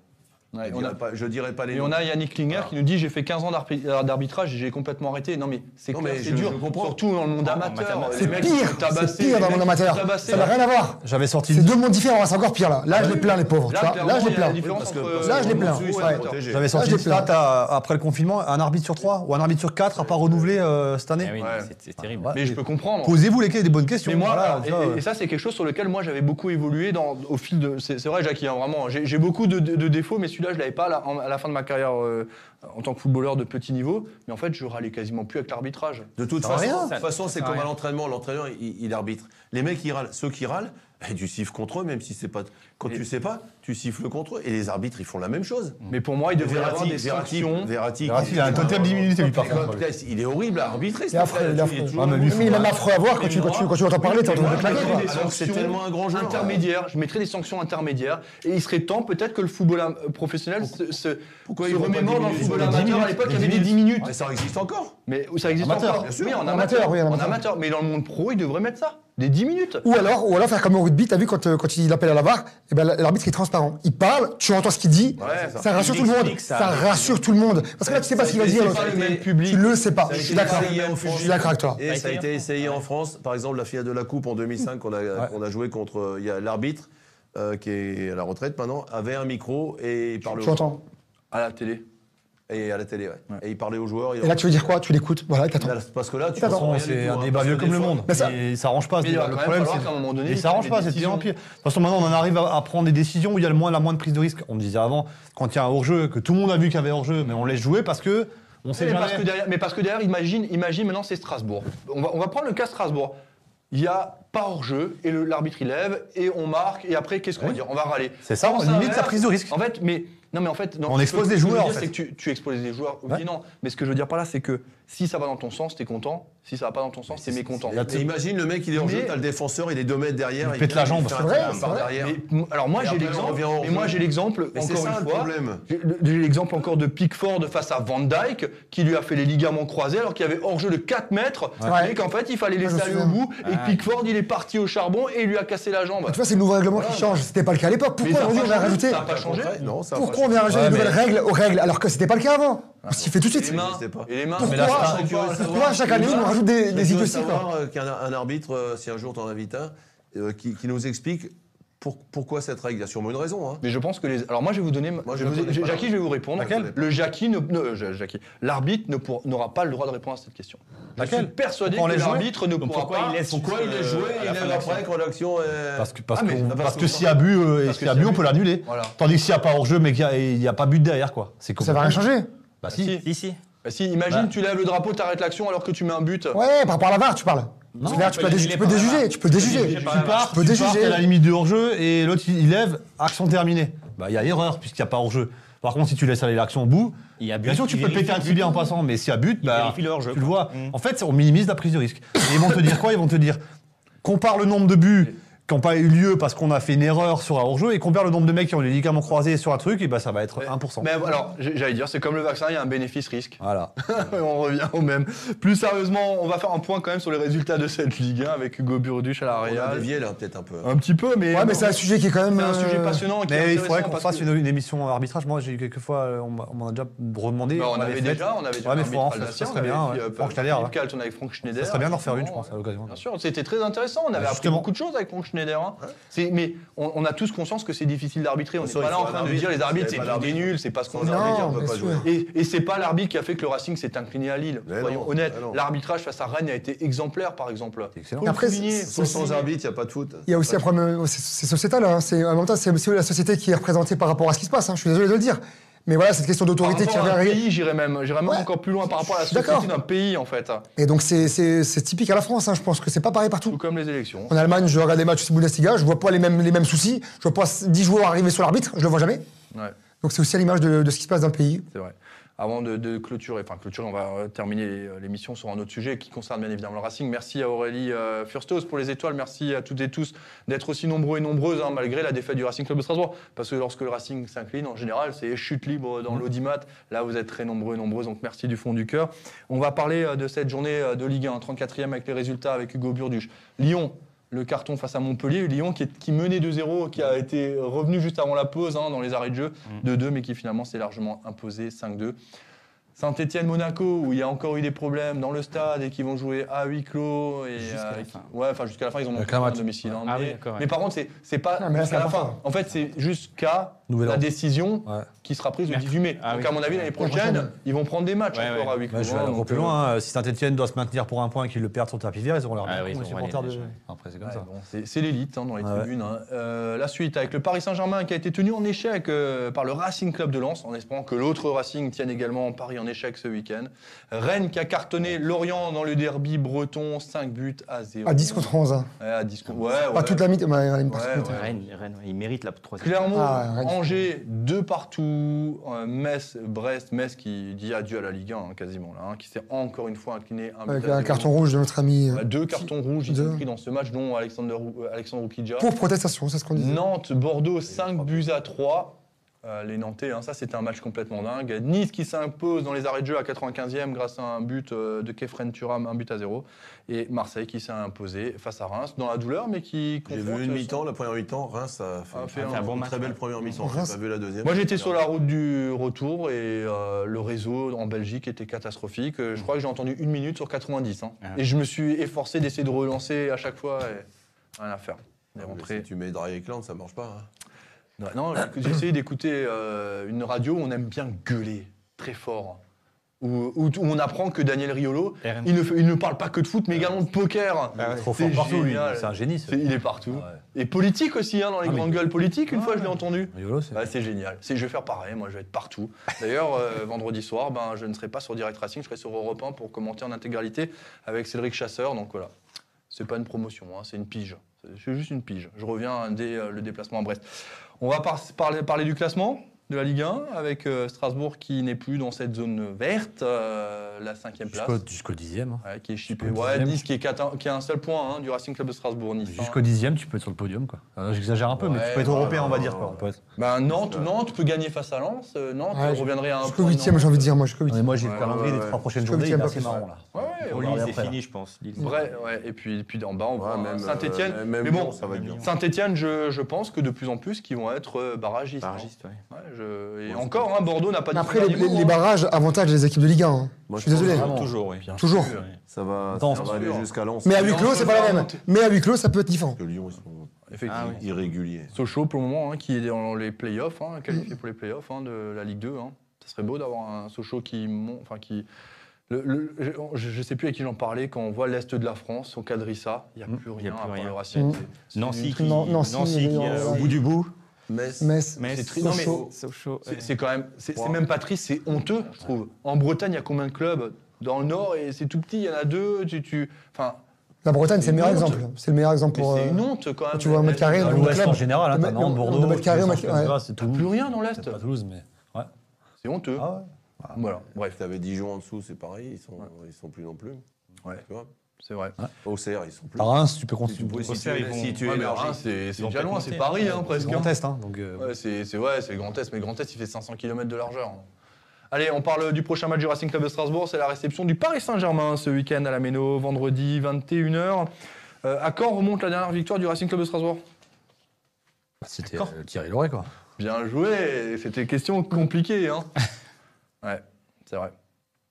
[SPEAKER 1] Ouais,
[SPEAKER 5] je,
[SPEAKER 1] on a-
[SPEAKER 5] dirais pas, je dirais pas les
[SPEAKER 1] Et
[SPEAKER 5] noms.
[SPEAKER 1] on a Yannick Klinger
[SPEAKER 5] Voilà.
[SPEAKER 1] qui nous dit j'ai fait 15 ans d'arbi- d'arbitrage et j'ai complètement arrêté. Non mais c'est
[SPEAKER 5] Non,
[SPEAKER 1] clair,
[SPEAKER 5] mais
[SPEAKER 1] c'est
[SPEAKER 5] je-
[SPEAKER 1] dur.
[SPEAKER 5] je comprends.
[SPEAKER 1] Surtout dans le monde
[SPEAKER 4] En- en
[SPEAKER 1] amateur.
[SPEAKER 4] amateur,
[SPEAKER 1] les
[SPEAKER 4] c'est
[SPEAKER 1] mecs qui
[SPEAKER 3] Pire,
[SPEAKER 1] sont tabassés,
[SPEAKER 3] c'est pire
[SPEAKER 1] les
[SPEAKER 3] dans
[SPEAKER 1] mecs
[SPEAKER 3] mon
[SPEAKER 1] qui sont
[SPEAKER 3] amateur.
[SPEAKER 1] tabassés.
[SPEAKER 3] Ça n'a rien à voir.
[SPEAKER 2] J'avais sorti.
[SPEAKER 3] C'est deux mondes différents, c'est encore pire là. Là, je les plains, les pauvres.
[SPEAKER 1] Là,
[SPEAKER 3] tu vois.
[SPEAKER 1] clairement,
[SPEAKER 3] Là, je
[SPEAKER 1] il
[SPEAKER 3] les
[SPEAKER 1] y a la
[SPEAKER 3] plains.
[SPEAKER 1] différence
[SPEAKER 5] Parce que-
[SPEAKER 1] entre-
[SPEAKER 5] parce que
[SPEAKER 3] Là, je les
[SPEAKER 5] le
[SPEAKER 3] plains.
[SPEAKER 5] dessus, ils sont
[SPEAKER 1] Ouais.
[SPEAKER 5] protégés.
[SPEAKER 2] J'avais sorti
[SPEAKER 3] j'ai
[SPEAKER 2] une stat à- après le confinement, un arbitre sur trois ou un arbitre sur quatre à pas renouvelé euh, cette année.
[SPEAKER 4] Ah oui,
[SPEAKER 1] Ouais.
[SPEAKER 4] non, c'est- C'est terrible.
[SPEAKER 2] Ouais.
[SPEAKER 1] Mais je peux comprendre.
[SPEAKER 2] Posez-vous les des bonnes questions.
[SPEAKER 1] Mais moi,
[SPEAKER 2] voilà,
[SPEAKER 1] alors,
[SPEAKER 2] tu vois,
[SPEAKER 1] et- et,
[SPEAKER 2] euh.
[SPEAKER 1] et ça c'est quelque chose sur lequel moi j'avais beaucoup évolué dans, au fil de. C'est c'est vrai, Jackie, hein, vraiment. J'ai j'ai beaucoup de, de- de défauts, mais celui-là je l'avais pas à la, en- à la fin de ma carrière euh, en tant que footballeur de petit niveau. Mais en fait, je râlais quasiment plus avec l'arbitrage.
[SPEAKER 5] De toute
[SPEAKER 2] Ça sert à
[SPEAKER 5] façon,
[SPEAKER 2] rien.
[SPEAKER 5] de toute façon, c'est
[SPEAKER 4] sert à
[SPEAKER 5] comme à
[SPEAKER 4] rien.
[SPEAKER 5] l'entraînement. L'entraîneur, il, il arbitre. Les mecs, ils râlent. Ceux qui râlent, eh, tu siffles contre eux, même si c'est pas. Quand tu sais pas, tu siffles contre eux. Et les arbitres, ils font la même chose.
[SPEAKER 1] Mais pour moi, il devrait y avoir
[SPEAKER 5] Verratti,
[SPEAKER 1] des
[SPEAKER 5] Verratti,
[SPEAKER 1] sanctions.
[SPEAKER 5] Verratti,
[SPEAKER 2] Verratti, il a un totem d'immunité, lui, par contre.
[SPEAKER 5] Il est horrible à arbitrer.
[SPEAKER 3] C'est affreux, il est affreux.
[SPEAKER 2] Ah, mais lui,
[SPEAKER 3] Mais il est même affreux à voir quand tu, quand tu, quand tu entends parler, t'es en train de
[SPEAKER 1] Moi, je
[SPEAKER 3] claquer.
[SPEAKER 1] mettrais
[SPEAKER 3] quoi.
[SPEAKER 1] des
[SPEAKER 5] Alors que c'est
[SPEAKER 1] sanctions
[SPEAKER 5] tellement un grand joueur.
[SPEAKER 1] Intermédiaires, je mettrais des sanctions intermédiaires. Et il serait temps peut-être que le football am- euh, professionnel se, se,
[SPEAKER 5] pourquoi
[SPEAKER 1] se
[SPEAKER 5] ils vont pas
[SPEAKER 1] remémore dans le
[SPEAKER 5] diminuer
[SPEAKER 1] football
[SPEAKER 5] les
[SPEAKER 1] amateur. À l'époque, il y avait des 10 minutes.
[SPEAKER 5] Mais ça existe encore.
[SPEAKER 1] Mais ça existe
[SPEAKER 2] Amateur,
[SPEAKER 1] encore.
[SPEAKER 2] bien
[SPEAKER 5] sûr.
[SPEAKER 1] Oui, en
[SPEAKER 3] En
[SPEAKER 1] amateur.
[SPEAKER 3] amateur, oui, en
[SPEAKER 1] en
[SPEAKER 3] amateur.
[SPEAKER 1] amateur. Mais dans le monde pro, ils devraient mettre ça. Des 10 minutes.
[SPEAKER 3] Ou alors, ou alors faire comme au rugby, t'as vu quand, euh, quand il appelle à la VAR, eh ben, l'arbitre est transparent. Il parle, tu entends ce qu'il dit,
[SPEAKER 5] Ouais, c'est
[SPEAKER 3] ça rassure tout le monde.
[SPEAKER 4] explique ça.
[SPEAKER 3] Ça rassure tout le monde. Parce que là, tu sais pas ce qu'il va
[SPEAKER 1] C'est
[SPEAKER 3] dire.
[SPEAKER 1] pas
[SPEAKER 3] l'autre.
[SPEAKER 1] le même public.
[SPEAKER 3] Tu le sais pas.
[SPEAKER 5] Ça a
[SPEAKER 3] Je suis
[SPEAKER 5] été
[SPEAKER 3] d'accord.
[SPEAKER 5] essayé en
[SPEAKER 3] Je
[SPEAKER 5] France.
[SPEAKER 3] suis d'accord avec toi.
[SPEAKER 5] Et ça a été
[SPEAKER 4] Ouais.
[SPEAKER 5] essayé en France. Par exemple, la finale de la Coupe en 2005 qu'on a, qu'on a joué contre. Il y a l'arbitre euh, qui est à la retraite maintenant, avait un micro et il parlait
[SPEAKER 3] Tu
[SPEAKER 5] aux-
[SPEAKER 3] entends.
[SPEAKER 1] À la télé.
[SPEAKER 5] Et à la télé, ouais. Et il parlait aux joueurs. il
[SPEAKER 3] Et là, tu veux dire quoi Tu l'écoutes. Voilà, t'attends.
[SPEAKER 5] Là, Parce que là, tu
[SPEAKER 2] De toute
[SPEAKER 5] comprends
[SPEAKER 2] façon,
[SPEAKER 5] rien du
[SPEAKER 2] c'est
[SPEAKER 5] tout,
[SPEAKER 2] un
[SPEAKER 5] hein,
[SPEAKER 2] débat
[SPEAKER 5] parce que
[SPEAKER 2] vieux
[SPEAKER 5] des
[SPEAKER 2] comme le
[SPEAKER 5] fois-
[SPEAKER 2] monde.
[SPEAKER 3] Mais ça-
[SPEAKER 2] Et ça arrange pas. ce
[SPEAKER 1] Mais il va
[SPEAKER 2] débat.
[SPEAKER 1] quand
[SPEAKER 2] Le
[SPEAKER 1] même
[SPEAKER 2] problème,
[SPEAKER 1] falloir
[SPEAKER 2] c'est.
[SPEAKER 1] qu'à un moment donné,
[SPEAKER 2] et
[SPEAKER 1] ils
[SPEAKER 2] ça arrange
[SPEAKER 1] prennent
[SPEAKER 2] pas,
[SPEAKER 1] des
[SPEAKER 2] c'est de pire en
[SPEAKER 1] décisions.
[SPEAKER 2] pire. De toute façon, maintenant, on en arrive à, à prendre des décisions où il y a le moins, la moindre prise de risque. On me disait avant, quand il y a un hors-jeu, que tout le monde a vu qu'il y avait hors-jeu, mais on laisse jouer parce que on sait
[SPEAKER 1] Mais
[SPEAKER 2] jamais.
[SPEAKER 1] Eh, parce, que derrière, mais parce que derrière, imagine, imagine maintenant c'est Strasbourg. On va, on va prendre le cas Strasbourg. Il y a pas hors-jeu, et le- l'arbitre il lève, et on marque, et après qu'est-ce qu'on va dire On va râler.
[SPEAKER 2] C'est ça,
[SPEAKER 1] Quand
[SPEAKER 2] limite,
[SPEAKER 1] inverse,
[SPEAKER 2] la prise de risque.
[SPEAKER 1] En fait, mais Non, mais en fait, non,
[SPEAKER 2] On
[SPEAKER 1] ce que-
[SPEAKER 2] expose
[SPEAKER 1] ce
[SPEAKER 2] des
[SPEAKER 1] que je veux
[SPEAKER 2] joueurs,
[SPEAKER 1] dire,
[SPEAKER 2] en fait.
[SPEAKER 1] C'est que tu, tu exposes des joueurs. oui,
[SPEAKER 2] Ouais.
[SPEAKER 1] non, mais ce que je veux dire par là, c'est que si ça va dans ton sens, t'es content. Si ça va pas dans ton sens, t'es mécontent.
[SPEAKER 5] Mais imagine le mec, il est en
[SPEAKER 1] Mais-
[SPEAKER 5] jeu, t'as le défenseur, il est 2 mètres derrière.
[SPEAKER 2] Il pète
[SPEAKER 5] vient,
[SPEAKER 2] la jambe.
[SPEAKER 5] fait un
[SPEAKER 3] C'est vrai,
[SPEAKER 5] slam
[SPEAKER 3] c'est
[SPEAKER 5] par
[SPEAKER 3] vrai.
[SPEAKER 5] derrière.
[SPEAKER 1] Mais, m- alors moi
[SPEAKER 5] Et
[SPEAKER 1] j'ai
[SPEAKER 5] après, on
[SPEAKER 1] l'exemple,
[SPEAKER 5] revient au
[SPEAKER 1] mais moi
[SPEAKER 5] revenu.
[SPEAKER 1] j'ai l'exemple
[SPEAKER 5] Mais c'est
[SPEAKER 1] encore
[SPEAKER 5] ça,
[SPEAKER 1] une
[SPEAKER 5] le
[SPEAKER 1] fois.
[SPEAKER 5] problème.
[SPEAKER 1] J'ai le- j'ai l'exemple encore de Pickford face à Van Dyke qui lui a fait les ligaments croisés alors qu'il y avait hors jeu de 4 mètres
[SPEAKER 3] Ouais.
[SPEAKER 1] et qu'en fait il fallait
[SPEAKER 3] je
[SPEAKER 1] laisser
[SPEAKER 3] me
[SPEAKER 1] aller au
[SPEAKER 3] souviens.
[SPEAKER 1] bout et que Pickford il est parti au charbon et il lui a cassé la jambe.
[SPEAKER 3] Tu vois, c'est le nouveau règlement qui change. C'était pas le cas à l'époque.
[SPEAKER 1] Mais
[SPEAKER 3] Pourquoi
[SPEAKER 1] ça a
[SPEAKER 3] aujourd'hui on
[SPEAKER 1] pas
[SPEAKER 3] vient
[SPEAKER 1] changé,
[SPEAKER 3] rajouter
[SPEAKER 1] ça a pas changé.
[SPEAKER 5] Non, ça a pas
[SPEAKER 3] Pourquoi on
[SPEAKER 5] changé.
[SPEAKER 3] vient rajouter
[SPEAKER 2] Ouais,
[SPEAKER 3] des nouvelles
[SPEAKER 2] mais-
[SPEAKER 3] règles aux règles alors que c'était pas le cas avant On s'y fait tout de
[SPEAKER 1] Et
[SPEAKER 3] suite.
[SPEAKER 1] les mains,
[SPEAKER 5] Je sais pas.
[SPEAKER 1] et les mains.
[SPEAKER 3] Pourquoi
[SPEAKER 1] Mais là,
[SPEAKER 3] Pourquoi,
[SPEAKER 1] ça- ça-
[SPEAKER 3] pourquoi chaque année on rajoute des,
[SPEAKER 5] Je
[SPEAKER 3] des
[SPEAKER 5] veux
[SPEAKER 3] idioties quoi
[SPEAKER 5] savoir euh, qu'un un arbitre, euh, si un jour t'en invites un, euh, qui, qui nous explique pour- pourquoi cette règle. Il y a sûrement une raison. Hein.
[SPEAKER 1] Mais je pense que les. Alors moi je vais vous donner.
[SPEAKER 5] Moi,
[SPEAKER 1] je
[SPEAKER 5] je
[SPEAKER 1] vais
[SPEAKER 5] la
[SPEAKER 1] vous-
[SPEAKER 5] connais pas.
[SPEAKER 1] Jackie, je vais vous répondre.
[SPEAKER 5] Laquelle Je la connais
[SPEAKER 1] Le Jackie, ne... ne- euh, Jackie. l'arbitre ne pour- n'aura pas le droit de répondre à cette question.
[SPEAKER 2] Laquelle
[SPEAKER 1] je suis persuadé
[SPEAKER 2] On prend
[SPEAKER 1] que
[SPEAKER 2] les jouer
[SPEAKER 1] l'arbitre ne
[SPEAKER 4] Donc
[SPEAKER 1] pourra
[SPEAKER 4] pourquoi
[SPEAKER 1] pas.
[SPEAKER 4] il laisse
[SPEAKER 5] Pourquoi il est
[SPEAKER 4] euh,
[SPEAKER 5] joué
[SPEAKER 4] à
[SPEAKER 5] Il
[SPEAKER 4] la fin
[SPEAKER 5] est
[SPEAKER 4] de l'action
[SPEAKER 5] après quand l'action est.
[SPEAKER 2] Parce que, parce
[SPEAKER 1] Ah, mais-
[SPEAKER 2] qu'on-
[SPEAKER 5] parce
[SPEAKER 2] parce
[SPEAKER 5] que-
[SPEAKER 2] que s'il y a but, euh,
[SPEAKER 1] parce
[SPEAKER 2] et s'il
[SPEAKER 1] que
[SPEAKER 2] y a
[SPEAKER 1] s'il y
[SPEAKER 2] but,
[SPEAKER 1] a
[SPEAKER 2] on peut
[SPEAKER 1] but.
[SPEAKER 2] l'annuler.
[SPEAKER 1] Voilà.
[SPEAKER 2] Tandis que s'il n'y a pas hors-jeu, mais qu'il n'y a, pas but derrière, quoi. C'est
[SPEAKER 3] Ça va rien changer.
[SPEAKER 2] Bah si.
[SPEAKER 4] Si, si.
[SPEAKER 1] Bah, si, imagine,
[SPEAKER 2] Bah.
[SPEAKER 1] tu lèves le drapeau, t'arrêtes l'action alors que tu mets un but.
[SPEAKER 3] Ouais, par rapport à la VAR, tu parles. Parce que là, tu peux déju- tu peux déjuger, tu peux déjuger.
[SPEAKER 2] Tu
[SPEAKER 4] par la
[SPEAKER 2] pars,
[SPEAKER 3] Tu peux
[SPEAKER 2] tu pars,
[SPEAKER 3] déjuger.
[SPEAKER 2] t'es à la limite de hors-jeu, et l'autre, il il lève, action terminée. Bah, il y a erreur, puisqu'il n'y a pas hors-jeu. Par contre, si tu laisses aller l'action au bout,
[SPEAKER 4] Il y a but,
[SPEAKER 2] bien sûr, tu
[SPEAKER 4] il
[SPEAKER 2] peux
[SPEAKER 4] vérifie
[SPEAKER 2] péter un
[SPEAKER 4] le
[SPEAKER 2] petit
[SPEAKER 4] but.
[SPEAKER 2] bien en passant, mais s'il y a but,
[SPEAKER 4] Il
[SPEAKER 2] bah,
[SPEAKER 4] vérifie
[SPEAKER 2] tu
[SPEAKER 4] le hors-jeu,
[SPEAKER 2] le vois.
[SPEAKER 4] quoi.
[SPEAKER 1] Mm.
[SPEAKER 2] En fait, on minimise la prise de risque. Et ils vont te dire quoi Ils vont te dire, compare le nombre de buts qui n'ont pas eu lieu parce qu'on a fait une erreur sur un hors-jeu, et compare le nombre de mecs qui ont les ligaments croisés sur un truc, et bah, ça va être 1%.
[SPEAKER 1] Mais alors, j'ai- j'allais dire, c'est comme le vaccin, il y a un bénéfice-risque.
[SPEAKER 2] Voilà.
[SPEAKER 1] on revient au même. Plus sérieusement, on va faire un point quand même sur les résultats de cette Ligue 1 avec Hugo Burduche à la
[SPEAKER 5] On a
[SPEAKER 1] Real.
[SPEAKER 5] dévié là, hein, peut-être un peu.
[SPEAKER 1] Un petit peu, mais.
[SPEAKER 3] Ouais, mais c'est un sujet qui est quand même.
[SPEAKER 1] c'est un sujet
[SPEAKER 3] euh,
[SPEAKER 1] passionnant. Qui est
[SPEAKER 2] Mais il faudrait
[SPEAKER 1] intéressant
[SPEAKER 2] qu'on
[SPEAKER 1] parce
[SPEAKER 2] fasse
[SPEAKER 1] que-
[SPEAKER 2] une, une émission en arbitrage. Moi, j'ai eu quelques fois, euh, on m'a- on m'en a déjà redemandé.
[SPEAKER 1] Bah, on,
[SPEAKER 2] l'avait
[SPEAKER 1] avait
[SPEAKER 2] faite.
[SPEAKER 1] déjà, on avait déjà
[SPEAKER 2] Ouais, mais
[SPEAKER 1] un
[SPEAKER 2] faut en
[SPEAKER 1] arbitre
[SPEAKER 2] faire, ça
[SPEAKER 1] alsacien, on
[SPEAKER 2] serait
[SPEAKER 1] avait
[SPEAKER 2] bien,
[SPEAKER 1] fait,
[SPEAKER 2] ouais.
[SPEAKER 1] euh,
[SPEAKER 2] Franck Thaler,
[SPEAKER 1] Philippe
[SPEAKER 2] ouais.
[SPEAKER 1] Calton avec Franck Schneider.
[SPEAKER 2] Ça serait bien d'en refaire une, je
[SPEAKER 1] Bon,
[SPEAKER 2] pense, à l'occasion.
[SPEAKER 1] Bien sûr, c'était très intéressant. On avait
[SPEAKER 2] Bah,
[SPEAKER 1] appris
[SPEAKER 2] justement.
[SPEAKER 1] beaucoup de choses avec Franck Schneider. hein. C'est- Mais on, on a tous conscience que c'est difficile d'arbitrer. On n'est
[SPEAKER 5] façon,
[SPEAKER 1] pas
[SPEAKER 5] il
[SPEAKER 1] là en
[SPEAKER 5] faut un
[SPEAKER 1] train de
[SPEAKER 5] arbitre.
[SPEAKER 1] dire les arbitres,
[SPEAKER 5] Il
[SPEAKER 1] c'est
[SPEAKER 5] y a pas
[SPEAKER 1] tous des
[SPEAKER 5] d'arbitre.
[SPEAKER 1] nuls, c'est pas ce qu'on
[SPEAKER 5] Sans
[SPEAKER 1] a
[SPEAKER 5] arbitre, on
[SPEAKER 3] Non,
[SPEAKER 5] peut
[SPEAKER 3] bien
[SPEAKER 5] pas
[SPEAKER 3] sûr.
[SPEAKER 5] jouer.
[SPEAKER 1] et, et c'est pas l'arbitre qui a fait que le Racing s'est incliné à Lille.
[SPEAKER 5] Mais
[SPEAKER 1] soyons
[SPEAKER 5] non,
[SPEAKER 1] honnêtes.
[SPEAKER 5] mais non.
[SPEAKER 1] L'arbitrage face à Rennes a été exemplaire, par exemple.
[SPEAKER 2] C'est excellent.
[SPEAKER 1] Faut le
[SPEAKER 3] Après,
[SPEAKER 1] souligner,
[SPEAKER 3] c'est-
[SPEAKER 1] faut
[SPEAKER 5] Sans,
[SPEAKER 1] le
[SPEAKER 5] sans
[SPEAKER 1] souligner.
[SPEAKER 5] arbitre, il n'y a pas de foot.
[SPEAKER 3] Il y a aussi un problème, euh, c'est c'est sociétal, hein. c'est en même temps c'est aussi la société qui est représentée par rapport à ce qui se passe. hein. Je suis désolé de le dire, mais voilà cette question
[SPEAKER 1] Par
[SPEAKER 3] d'autorité qui
[SPEAKER 1] rapport à un
[SPEAKER 3] revient.
[SPEAKER 1] pays, j'irais même, j'irais même
[SPEAKER 3] Ouais.
[SPEAKER 1] encore plus loin par rapport à la
[SPEAKER 3] Je suis d'accord.
[SPEAKER 1] société d'un pays, en fait.
[SPEAKER 3] Et donc c'est- c'est c'est typique à la France. hein. Je pense que c'est pas pareil
[SPEAKER 1] Tout
[SPEAKER 3] partout.
[SPEAKER 1] comme les élections.
[SPEAKER 3] En Allemagne, je regarde les matchs de Bundesliga, je vois pas les mêmes les mêmes soucis. Je vois pas 10 joueurs arriver sur l'arbitre, je le vois jamais.
[SPEAKER 1] Ouais.
[SPEAKER 3] Donc c'est aussi à l'image de, de ce qui se passe dans le pays.
[SPEAKER 1] C'est vrai. Avant de, de clôturer, enfin clôturer, on va euh, terminer les- l'émission sur un autre sujet qui concerne bien évidemment le Racing. Merci à Aurélie euh, Furstos pour les étoiles. Merci à toutes et tous d'être aussi nombreux et nombreuses hein, malgré la défaite du Racing Club de Strasbourg. Parce que lorsque le Racing s'incline, en général, c'est chute libre
[SPEAKER 4] Mmh.
[SPEAKER 1] dans l'audimat. Là, vous êtes très nombreux et nombreuses, donc merci du fond du cœur. On va parler euh, de cette journée euh, de Ligue 1, 34e avec les résultats avec Hugo Burduche. Lyon. Le carton face à Montpellier, Lyon qui, est- qui menait 2-0, qui a été revenu juste avant la pause hein, dans les arrêts de jeu
[SPEAKER 4] Mmh.
[SPEAKER 1] de 2 mais qui finalement s'est largement imposé 5-2. Saint-Étienne-Monaco, où il y a encore eu des problèmes dans le stade et qui vont jouer à huis clos. Et,
[SPEAKER 4] Jusqu'à la
[SPEAKER 1] euh,
[SPEAKER 4] fin.
[SPEAKER 1] Ouais, enfin jusqu'à la fin, ils en ont
[SPEAKER 2] Avec
[SPEAKER 1] pris
[SPEAKER 2] un
[SPEAKER 1] un à
[SPEAKER 2] match.
[SPEAKER 1] domicile. hein,
[SPEAKER 4] Ah
[SPEAKER 1] mais,
[SPEAKER 4] oui, d'accord, ouais.
[SPEAKER 1] mais par contre, c'est, c'est pas
[SPEAKER 3] Non, mais là,
[SPEAKER 1] jusqu'à
[SPEAKER 3] c'est
[SPEAKER 1] la fin.
[SPEAKER 3] important.
[SPEAKER 1] En fait, c'est jusqu'à
[SPEAKER 2] Nouvel
[SPEAKER 1] la
[SPEAKER 2] an.
[SPEAKER 1] décision
[SPEAKER 2] Ouais.
[SPEAKER 1] qui sera prise le
[SPEAKER 4] Mercredi.
[SPEAKER 1] 18 mai.
[SPEAKER 4] Ah
[SPEAKER 1] Donc
[SPEAKER 4] oui.
[SPEAKER 1] à mon avis, l'année prochaine, ils vont prendre des matchs
[SPEAKER 4] Ouais,
[SPEAKER 1] encore
[SPEAKER 4] ouais.
[SPEAKER 1] à huis clos.
[SPEAKER 2] Ouais, Bah, je vais aller
[SPEAKER 1] hein,
[SPEAKER 2] encore
[SPEAKER 1] donc,
[SPEAKER 2] plus
[SPEAKER 1] euh,
[SPEAKER 2] loin. hein. Si Saint-Etienne doit se maintenir pour un point et qu'ils le perdent sur le tapis vert, ils auront leur
[SPEAKER 4] Ah
[SPEAKER 2] bien
[SPEAKER 4] oui,
[SPEAKER 2] con,
[SPEAKER 4] ils
[SPEAKER 2] les
[SPEAKER 4] auront
[SPEAKER 2] supporters
[SPEAKER 4] les
[SPEAKER 2] de-
[SPEAKER 4] matchs, ouais.
[SPEAKER 2] Après, c'est comme
[SPEAKER 1] euh, Ouais,
[SPEAKER 2] ça.
[SPEAKER 1] bon, c'est c'est l'élite hein, dans les
[SPEAKER 2] Ah ouais.
[SPEAKER 1] tribunes. hein. Euh, la suite avec le Paris Saint-Germain qui a été tenu en échec euh, par le Racing Club de Lens, en espérant que l'autre Racing tienne également Paris en échec ce week-end. Rennes qui a cartonné Lorient dans le derby breton, 5 buts à 0.
[SPEAKER 3] À 10 contre 11. hein.
[SPEAKER 1] Ouais, à 10 contre- ouais,
[SPEAKER 3] Pas
[SPEAKER 1] ouais.
[SPEAKER 3] toute la mi ouais, ouais, une
[SPEAKER 1] Ouais,
[SPEAKER 3] partie.
[SPEAKER 1] ouais.
[SPEAKER 4] Rennes, Rennes, ouais, il mérite la troisième.
[SPEAKER 1] Clermont,
[SPEAKER 3] Ah, Rennes.
[SPEAKER 1] Angers, deux partout. euh, Metz, Brest, Metz qui dit adieu à la Ligue 1 hein, quasiment là, hein, qui s'est encore une fois incliné un but
[SPEAKER 3] Avec
[SPEAKER 1] à
[SPEAKER 3] un
[SPEAKER 1] zéro.
[SPEAKER 3] carton rouge de notre ami euh,
[SPEAKER 1] Bah, deux cartons rouges, ils
[SPEAKER 3] deux.
[SPEAKER 1] sont pris dans ce match, dont Alexander, Rou- euh, Alexandre Oukidja.
[SPEAKER 3] pour protestation, c'est ce qu'on dit.
[SPEAKER 1] Nantes, Bordeaux, 5 buts à 3. Euh, les Nantais, hein, ça c'était un match complètement dingue. Nice qui s'impose dans les arrêts de jeu à 95e grâce à un but euh, de Kefren Turam, un but à 0. Et Marseille qui s'est imposé face à Reims dans la douleur, mais qui
[SPEAKER 5] J'ai
[SPEAKER 1] confronte
[SPEAKER 5] vu une
[SPEAKER 1] son-
[SPEAKER 5] mi-temps, la première mi-temps, Reims a fait,
[SPEAKER 1] Ah, fait
[SPEAKER 5] une
[SPEAKER 1] un
[SPEAKER 4] bon match,
[SPEAKER 5] très belle
[SPEAKER 4] ouais.
[SPEAKER 5] première mi-temps. J'ai
[SPEAKER 3] Reims-
[SPEAKER 5] pas vu la deuxième.
[SPEAKER 1] Moi j'étais sur la route du retour et euh, le réseau en Belgique était catastrophique.
[SPEAKER 2] Mm.
[SPEAKER 1] Euh, Je crois que j'ai entendu une minute sur 90. hein.
[SPEAKER 4] Ah.
[SPEAKER 1] Et je me suis efforcé d'essayer de relancer à chaque fois et rien à faire.
[SPEAKER 2] Ah,
[SPEAKER 1] On est
[SPEAKER 5] Mais
[SPEAKER 1] rentré.
[SPEAKER 5] Si tu mets Dry Eklund, ça marche pas. hein.
[SPEAKER 1] Non, non, j'écoute- j'ai essayé d'écouter euh, une radio où on aime bien gueuler très fort. Où, où- où on apprend que Daniel Riolo,
[SPEAKER 4] RM.
[SPEAKER 1] il ne, fait- il ne parle pas que de foot, mais également de poker.
[SPEAKER 2] Il est Ah, trop
[SPEAKER 1] C'est
[SPEAKER 2] fort partout, lui.
[SPEAKER 1] génial.
[SPEAKER 2] C'est un génie.
[SPEAKER 1] C'est- Il est partout.
[SPEAKER 2] Ah
[SPEAKER 1] Et politique aussi, hein, dans les
[SPEAKER 2] Ah, mais-
[SPEAKER 1] grandes gueules politiques, une fois je l'ai entendu.
[SPEAKER 2] Rigolo, c'est.
[SPEAKER 1] Bah, c'est génial. C'est- Je vais faire pareil, moi je vais être partout. D'ailleurs, euh, vendredi soir, ben, je ne serai pas sur Direct Racing, je serai sur Europe 1 pour commenter en intégralité avec Cédric Chasseur. Donc voilà, c'est pas une promotion, hein, c'est une pige. C'est c'est juste une pige. Je reviens dès euh, le déplacement à Brest. On va par- parler, parler du classement de la Ligue 1, avec euh, Strasbourg qui n'est plus dans cette zone verte, euh, la cinquième place,
[SPEAKER 2] Jusqu'au jusqu'au dixième. hein.
[SPEAKER 1] Ouais, qui est chippée.
[SPEAKER 2] jusqu'au
[SPEAKER 1] Ouais,
[SPEAKER 2] dixième.
[SPEAKER 1] Nice qui est, quatre- qui a un seul point hein, du Racing Club de Strasbourg. Nice, hein.
[SPEAKER 2] Jusqu'au dixième, tu peux être sur le podium. quoi. Alors, J'exagère un peu, mais
[SPEAKER 1] Ouais,
[SPEAKER 2] tu peux être
[SPEAKER 1] ouais,
[SPEAKER 2] européen, on va
[SPEAKER 5] ouais,
[SPEAKER 2] dire.
[SPEAKER 5] ouais,
[SPEAKER 2] quoi.
[SPEAKER 5] ouais.
[SPEAKER 2] On peut être-
[SPEAKER 1] Bah, Nantes, Nantes peut gagner face à Lens. euh, Nantes
[SPEAKER 3] Ouais,
[SPEAKER 1] reviendrait à un
[SPEAKER 3] Jusqu'au
[SPEAKER 1] point,
[SPEAKER 3] 8
[SPEAKER 1] Nantes. euh,
[SPEAKER 3] j'ai envie de dire, moi, jusqu'au
[SPEAKER 2] Non, mais
[SPEAKER 3] 8
[SPEAKER 2] moi, j'ai
[SPEAKER 5] Ouais,
[SPEAKER 2] le calendrier
[SPEAKER 5] ouais,
[SPEAKER 2] des
[SPEAKER 5] ouais.
[SPEAKER 2] trois prochaines
[SPEAKER 3] Jusqu'au
[SPEAKER 2] journées, il
[SPEAKER 3] huitième,
[SPEAKER 2] est
[SPEAKER 3] pas
[SPEAKER 2] assez
[SPEAKER 3] plus,
[SPEAKER 2] marrant,
[SPEAKER 3] ouais.
[SPEAKER 2] là.
[SPEAKER 1] Ouais, ouais,
[SPEAKER 2] Pour
[SPEAKER 1] ouais.
[SPEAKER 2] lui,
[SPEAKER 4] Lille,
[SPEAKER 2] regarde
[SPEAKER 4] c'est
[SPEAKER 2] après,
[SPEAKER 4] fini, je pense. Lille.
[SPEAKER 1] Vrai, ouais. Et puis, et puis en bas, on voit
[SPEAKER 5] Ouais, même, euh,
[SPEAKER 1] Saint-Etienne.
[SPEAKER 5] même
[SPEAKER 1] mais bon,
[SPEAKER 5] Lyon, ça va être bien.
[SPEAKER 1] Saint-Etienne, je, je pense que de plus en plus, qui vont être euh, barragistes. hein.
[SPEAKER 4] Barragiste, ouais.
[SPEAKER 1] Ouais, je- Et encore, hein, Bordeaux n'a pas dit
[SPEAKER 3] Après,
[SPEAKER 1] son
[SPEAKER 3] les,
[SPEAKER 1] dernier
[SPEAKER 3] les-
[SPEAKER 1] mot,
[SPEAKER 3] les
[SPEAKER 1] hein.
[SPEAKER 3] barrages, avantage des équipes de Ligue 1. hein.
[SPEAKER 5] Moi,
[SPEAKER 3] je suis
[SPEAKER 5] pense
[SPEAKER 3] désolé.
[SPEAKER 5] que
[SPEAKER 2] Vraiment.
[SPEAKER 4] Toujours, oui.
[SPEAKER 3] Toujours.
[SPEAKER 5] Ça va,
[SPEAKER 2] Dans
[SPEAKER 5] ça
[SPEAKER 1] ce
[SPEAKER 5] va aller
[SPEAKER 1] sûr.
[SPEAKER 5] jusqu'à Lens.
[SPEAKER 3] Mais à
[SPEAKER 1] Mais
[SPEAKER 3] huis
[SPEAKER 1] on
[SPEAKER 3] clos,
[SPEAKER 1] peut
[SPEAKER 3] c'est pas
[SPEAKER 1] pas
[SPEAKER 3] la même.
[SPEAKER 1] remonter.
[SPEAKER 3] Mais à huis clos, ça peut être différent.
[SPEAKER 5] Parce que Lyon, ils sont
[SPEAKER 1] Effectivement.
[SPEAKER 4] Ah oui.
[SPEAKER 5] irréguliers.
[SPEAKER 1] Sochaux, pour le moment, hein, qui est dans les playoffs, hein, qualifié pour les playoffs hein, de la Ligue 2. hein. Ça serait beau d'avoir un Sochaux qui monte. Enfin, qui. le- le- je ne sais plus à qui j'en parlais, quand on voit l'Est de la France, on quadrille ça, il n'y a
[SPEAKER 4] Mm.
[SPEAKER 1] plus
[SPEAKER 4] Il y
[SPEAKER 1] rien
[SPEAKER 4] a
[SPEAKER 1] à
[SPEAKER 4] plus
[SPEAKER 1] part
[SPEAKER 4] rien.
[SPEAKER 1] le Racing.
[SPEAKER 3] Mm.
[SPEAKER 1] C'est
[SPEAKER 4] Nancy
[SPEAKER 1] du-
[SPEAKER 4] qui,
[SPEAKER 3] Non, Nancy,
[SPEAKER 4] Nancy qui,
[SPEAKER 3] euh,
[SPEAKER 4] euh,
[SPEAKER 3] au
[SPEAKER 4] au bout
[SPEAKER 3] bout
[SPEAKER 4] du bout.
[SPEAKER 5] Metz.
[SPEAKER 3] Metz,
[SPEAKER 4] Mais
[SPEAKER 1] C'est
[SPEAKER 4] c'est
[SPEAKER 1] triste. Non, mais-
[SPEAKER 3] Sochaux.
[SPEAKER 1] C'est c'est quand même, c'est c'est même pas triste, c'est honteux, je trouve. En Bretagne, il y a combien de clubs Dans le Nord, et c'est tout petit, il y en a deux. Tu, tu, enfin,
[SPEAKER 3] La Bretagne,
[SPEAKER 1] C'est
[SPEAKER 3] c'est le meilleur
[SPEAKER 1] une honte.
[SPEAKER 3] exemple. C'est le meilleur exemple
[SPEAKER 1] mais
[SPEAKER 3] pour.
[SPEAKER 1] c'est
[SPEAKER 3] euh,
[SPEAKER 1] une honte quand même.
[SPEAKER 3] tu vois un mètre carré,
[SPEAKER 1] T'as
[SPEAKER 2] Dans
[SPEAKER 3] le
[SPEAKER 2] l'Ouest
[SPEAKER 3] club.
[SPEAKER 2] en général, hein,
[SPEAKER 3] Le
[SPEAKER 2] t'as
[SPEAKER 3] mec-
[SPEAKER 2] Nantes,
[SPEAKER 3] le- le
[SPEAKER 2] Bordeaux,
[SPEAKER 3] mètre carré,
[SPEAKER 2] tu
[SPEAKER 3] on
[SPEAKER 2] descends,
[SPEAKER 3] m'a-
[SPEAKER 2] tu vois, c'est tout.
[SPEAKER 1] plus rien dans l'Est.
[SPEAKER 2] C'est pas Toulouse, mais. Ouais.
[SPEAKER 1] C'est honteux.
[SPEAKER 2] Ah ouais.
[SPEAKER 1] Voilà, bref,
[SPEAKER 5] Tu avais Dijon en dessous, c'est pareil, ils sont, ils sont plus non plus.
[SPEAKER 1] Ouais.
[SPEAKER 5] Tu vois
[SPEAKER 1] c'est vrai.
[SPEAKER 5] Auxerre, ils sont plus.
[SPEAKER 2] T'as Reims, tu peux
[SPEAKER 5] Si tu,
[SPEAKER 2] continuer.
[SPEAKER 5] si tu,
[SPEAKER 4] Auxerre, ils vont-
[SPEAKER 5] si tu
[SPEAKER 1] Ouais, mais
[SPEAKER 5] élargis-
[SPEAKER 1] Reims, c'est
[SPEAKER 4] vont
[SPEAKER 1] c'est déjà
[SPEAKER 4] peut-être
[SPEAKER 1] loin, c'est
[SPEAKER 4] monter.
[SPEAKER 1] Paris hein,
[SPEAKER 2] C'est
[SPEAKER 1] presque. hein.
[SPEAKER 2] grand Est, hein, donc. euh,
[SPEAKER 1] Ouais, c'est c'est- ouais, c'est le Grand Est, mais le Grand Est, il fait 500 km de largeur. hein. Allez, on parle du prochain match du Racing Club de Strasbourg, c'est la réception du Paris Saint-Germain ce week-end à la Méno, vendredi 21h. Euh, à quand remonte la dernière victoire du Racing Club de Strasbourg
[SPEAKER 2] C'était
[SPEAKER 1] D'accord.
[SPEAKER 2] euh, Thierry Loret, quoi.
[SPEAKER 1] Bien joué, c'était une question compliquée. Hein. Ouais, c'est vrai.